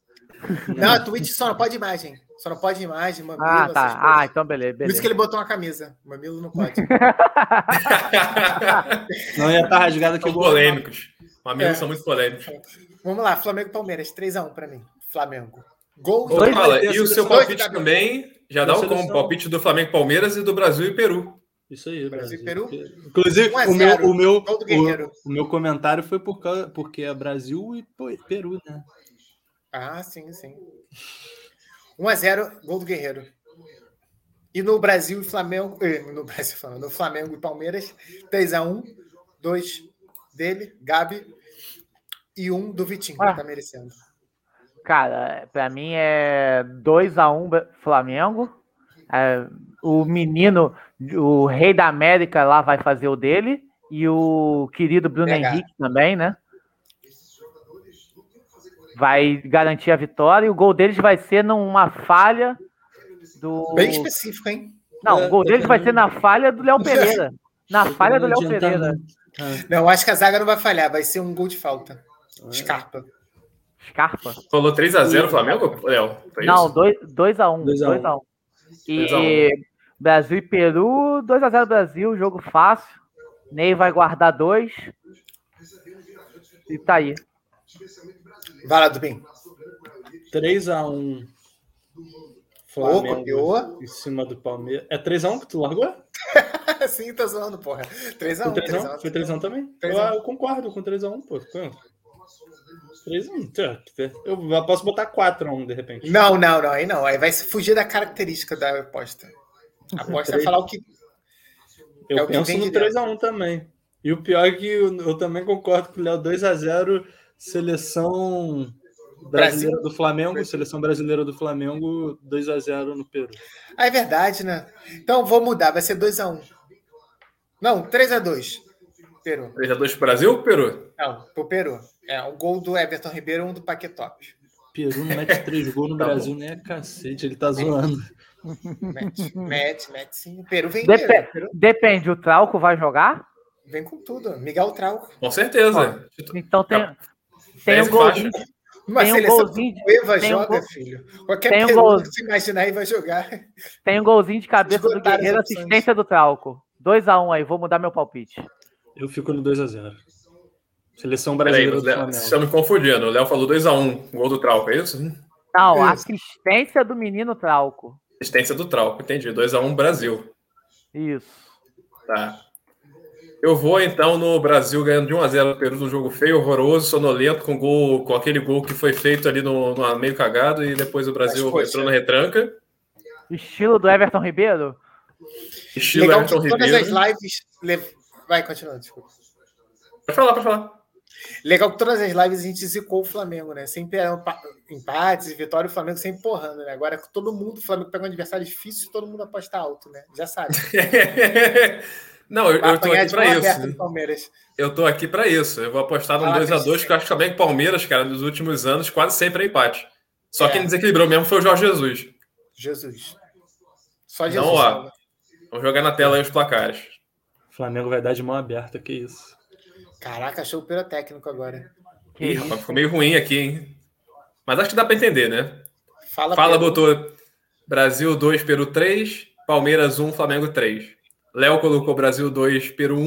S2: Não, a Twitch só não pode imagem. Só não pode imagem, mamilo,
S4: Ah,
S2: essas
S4: tá.
S2: coisas.
S4: Ah, então beleza,
S2: Por isso
S4: beleza.
S2: que ele botou uma camisa. Mamilo não pode.
S3: Não ia estar rasgado aqui
S1: São
S3: igual o Neymar.
S1: polêmicos. Mamilos
S2: É.
S1: são muito polêmicos.
S2: Vamos lá, Flamengo e Palmeiras. 3x1 pra mim. Flamengo. Gol
S1: Ô,
S4: Dois
S1: Fala,
S3: vai ter
S1: e o
S3: seleção.
S1: seu
S2: Dois
S1: palpite
S2: vai ter.
S1: também já dá
S3: Tem
S1: o combo.
S3: seleção.
S1: Palpite do Flamengo Palmeiras e do Brasil e Peru.
S3: Isso aí,
S2: Brasil
S3: Brasil.
S2: e Peru.
S3: Inclusive,
S2: Um a
S3: o meu,
S2: zero.
S3: o, meu,
S2: Gol do
S3: o,
S2: Guerreiro.
S3: o meu comentário foi por causa, porque é Brasil e pô, Peru, né?
S2: Ah, sim, sim. 1x0, gol do Guerreiro. E no Brasil e Flamengo. eh, No Brasil e Flamengo, no Flamengo e Palmeiras, 3x1, 2 dele, Gabi, e um do Vitinho, que
S4: Ah.
S2: tá merecendo.
S4: Cara, pra mim é 2x1 Flamengo. É, o menino, o rei da América lá vai fazer o dele. E o querido Bruno
S2: Pegar.
S4: Henrique também, né? Vai garantir a vitória. E o gol deles vai ser numa falha do.
S2: Bem específico, né? hein?
S4: Não, o gol deles vai ser na falha do Léo Pereira. Na falha do Léo Pereira.
S2: Não, acho que a zaga não vai falhar, vai ser um gol de falta.
S3: É.
S2: Scarpa.
S4: Scarpa.
S1: Falou 3x0 Flamengo, Léo? Foi
S4: Não,
S1: É isso?
S4: 2x1.
S3: 2 a 1.
S4: 2x1. E,
S1: 2 a 1.
S4: e Brasil e Peru, 2x0 Brasil, jogo fácil. Ney vai guardar dois. E tá aí.
S2: Vai lá, Dubim.
S3: 3x1
S2: Ô,
S3: Flamengo
S2: copiou.
S3: em cima do Palmeiras. É 3x1 que tu largou?
S2: Sim, tá zoando, porra.
S3: Foi
S2: 3x1,
S3: 3x1?
S2: 3x1.
S3: Foi 3x1 também?
S2: 3
S3: Eu,
S2: a 1.
S3: eu concordo com 3x1, pô. 3x1, eu posso botar 4x1 de repente.
S2: Não, não, não, aí não. Aí vai se fugir da característica da aposta. A aposta é falar o que.
S3: Eu
S2: é o que
S3: penso
S2: vem
S3: no
S2: de dentro.
S3: 3x1 também. E o pior é que eu, eu também concordo com o Léo 2x0, seleção brasileira do Flamengo,
S2: Brasil.
S3: seleção brasileira do Flamengo, 2x0 no Peru.
S2: Ah, é verdade, né? Então vou mudar, vai ser 2x1. Não, 3x2. Peru.
S1: 3x2 Brasil ou Peru?
S2: Não, pro Peru. É, um gol do Everton Ribeiro, um do Paquetop.
S3: Peru não mete 3 gols no
S1: Tá bom.
S3: Brasil, nem é cacete, ele tá zoando.
S2: Mete, mete, mete sim. O Peru vem,
S4: Depe-
S2: Peru. Peru
S4: Depende, o Trauco vai jogar?
S2: vem com tudo. Miguel Trauco.
S1: Com certeza.
S4: Então tem, tem
S1: Pese
S4: um golzinho.
S1: faixa.
S2: Uma
S4: Tem um
S2: seleção
S4: golzinho de-
S2: do Eva
S4: tem um
S2: joga,
S4: gol-
S2: filho. Qualquer
S4: tem um
S2: Peru
S4: gol-
S2: que se imaginar aí vai jogar.
S4: Tem um golzinho de cabeça do
S2: Esgotaram as
S4: Guerreiro,
S2: opções.
S4: assistência do Trauco. 2x1 aí, vou mudar meu palpite.
S3: Eu fico no 2x0. Seleção
S1: Peraí,
S3: brasileira
S1: mas
S3: do
S1: Léo,
S3: Flamengo.
S1: vocês estão me confundindo. O Léo falou 2x1, gol do Trauco, é isso?
S4: Não,
S2: É Isso.
S4: assistência do menino Trauco.
S1: Assistência do Trauco, entendi. 2x1 Brasil.
S4: Isso.
S1: Tá. Eu vou então no Brasil ganhando de 1x0 o Peru num jogo feio, horroroso, sonolento, com gol, com aquele gol que foi feito ali no, no meio cagado e depois o Brasil
S2: Mas, é. poxa.
S1: entrou na retranca.
S4: Estilo do Everton Ribeiro?
S1: Estilo
S2: Legal que
S1: Everton
S2: todas
S1: Ribeiro.
S2: as lives. le- Vai, continua, desculpa.
S1: Pode falar, pode falar.
S2: Legal que todas as lives a gente zicou o Flamengo, né? Sempre eram pa- empates, vitória, o Flamengo sempre porrando, né? Agora todo mundo, o Flamengo pega um adversário difícil todo mundo aposta alto, né? Já sabe.
S1: Não, eu,
S2: Vai
S1: eu tô
S2: apanhar
S1: aqui
S2: de
S1: pra
S2: mão aberta
S1: isso.
S2: do Palmeiras.
S1: Eu tô aqui pra isso. Eu vou apostar num
S4: Ah,
S2: Fala,
S1: 2x2,
S2: Cristiano.
S1: que eu acho que também Palmeiras, cara, nos últimos anos, quase sempre é empate. Só
S2: É.
S1: quem desequilibrou mesmo foi o Jorge Jesus.
S2: Jesus. Só
S1: Não,
S2: Jesus.
S1: ó.
S2: salva.
S1: Vamos jogar na tela aí os placares.
S3: Flamengo vai dar de mão aberta, que isso.
S2: Caraca, achou o pirotécnico agora.
S4: Que
S1: Ih,
S4: isso.
S1: rapaz, ficou meio ruim aqui, hein? Mas acho que dá pra entender, né?
S2: Fala,
S1: Fala,
S2: Pedro.
S1: botou Brasil 2, Peru um, 3, Palmeiras 1, Flamengo 3. Léo colocou Brasil 2, Peru 1.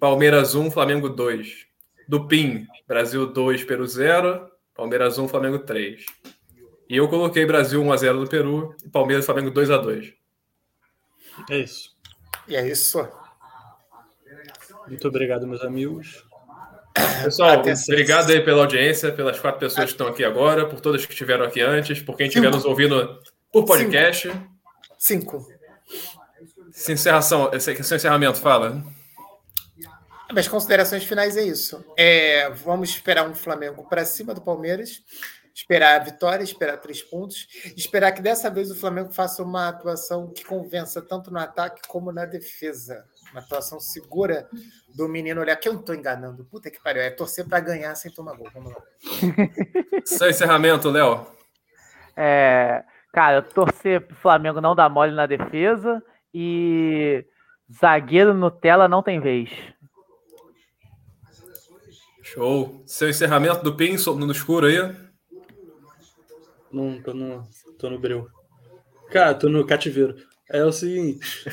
S1: Palmeiras 1, Flamengo 2. Do PIN, Brasil 2, Peru 0. Palmeiras 1, Flamengo 3. E eu coloquei Brasil 1x0 do Peru e Palmeiras e Flamengo 2x2.
S3: É isso.
S2: E é isso.
S3: Muito obrigado, meus amigos.
S1: Pessoal,
S2: Atenção.
S1: obrigado aí pela audiência, pelas quatro pessoas que estão aqui agora, por todas que estiveram aqui antes, por quem estiver nos ouvindo por podcast.
S2: Cinco.
S1: Esse encerração, esse, esse encerramento, fala.
S2: Mas Ah, considerações finais é isso. É, vamos esperar um Flamengo para cima do Palmeiras, esperar a vitória, esperar três pontos, esperar que dessa vez o Flamengo faça uma atuação que convença tanto no ataque como na defesa. Uma atuação segura do menino olhar, que eu não estou enganando. Puta que pariu, é torcer para ganhar sem tomar gol. Vamos lá.
S1: Seu encerramento, Léo.
S4: É, cara, torcer pro Flamengo não dar mole na defesa e zagueiro Nutella não tem vez.
S1: Show. Seu encerramento do PIN so- no escuro aí.
S3: Não, tô no, tô no breu. Cara, tô no cativeiro. É o seguinte.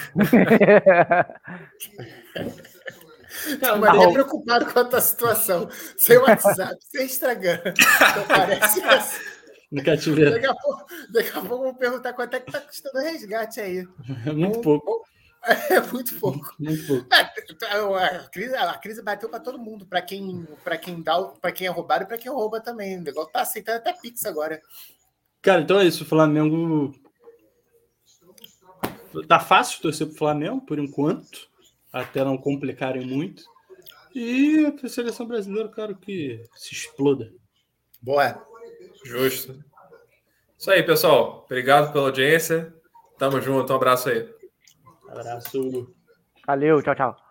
S2: Não, mas ele é preocupado com a tua situação. Sem WhatsApp, sem Instagram. Então parece assim.
S3: No cativeiro.
S2: Daqui a pouco, daqui a pouco eu vou perguntar quanto é que tá custando o resgate aí.
S3: É muito pouco.
S2: É muito pouco.
S3: Muito pouco.
S2: É, A crise, a crise bateu para todo mundo, para quem, para quem dá, para quem é roubado e para quem rouba também. O negócio tá aceitando até Pix agora.
S3: Cara, então é isso. O Flamengo. Tá fácil torcer pro Flamengo, por enquanto. Até não complicarem muito. E a seleção brasileira, eu quero que se exploda.
S2: Boa.
S1: Justo. Isso aí, pessoal. Obrigado pela audiência. Tamo junto. Um abraço aí.
S3: Abraço.
S4: Valeu, tchau, tchau.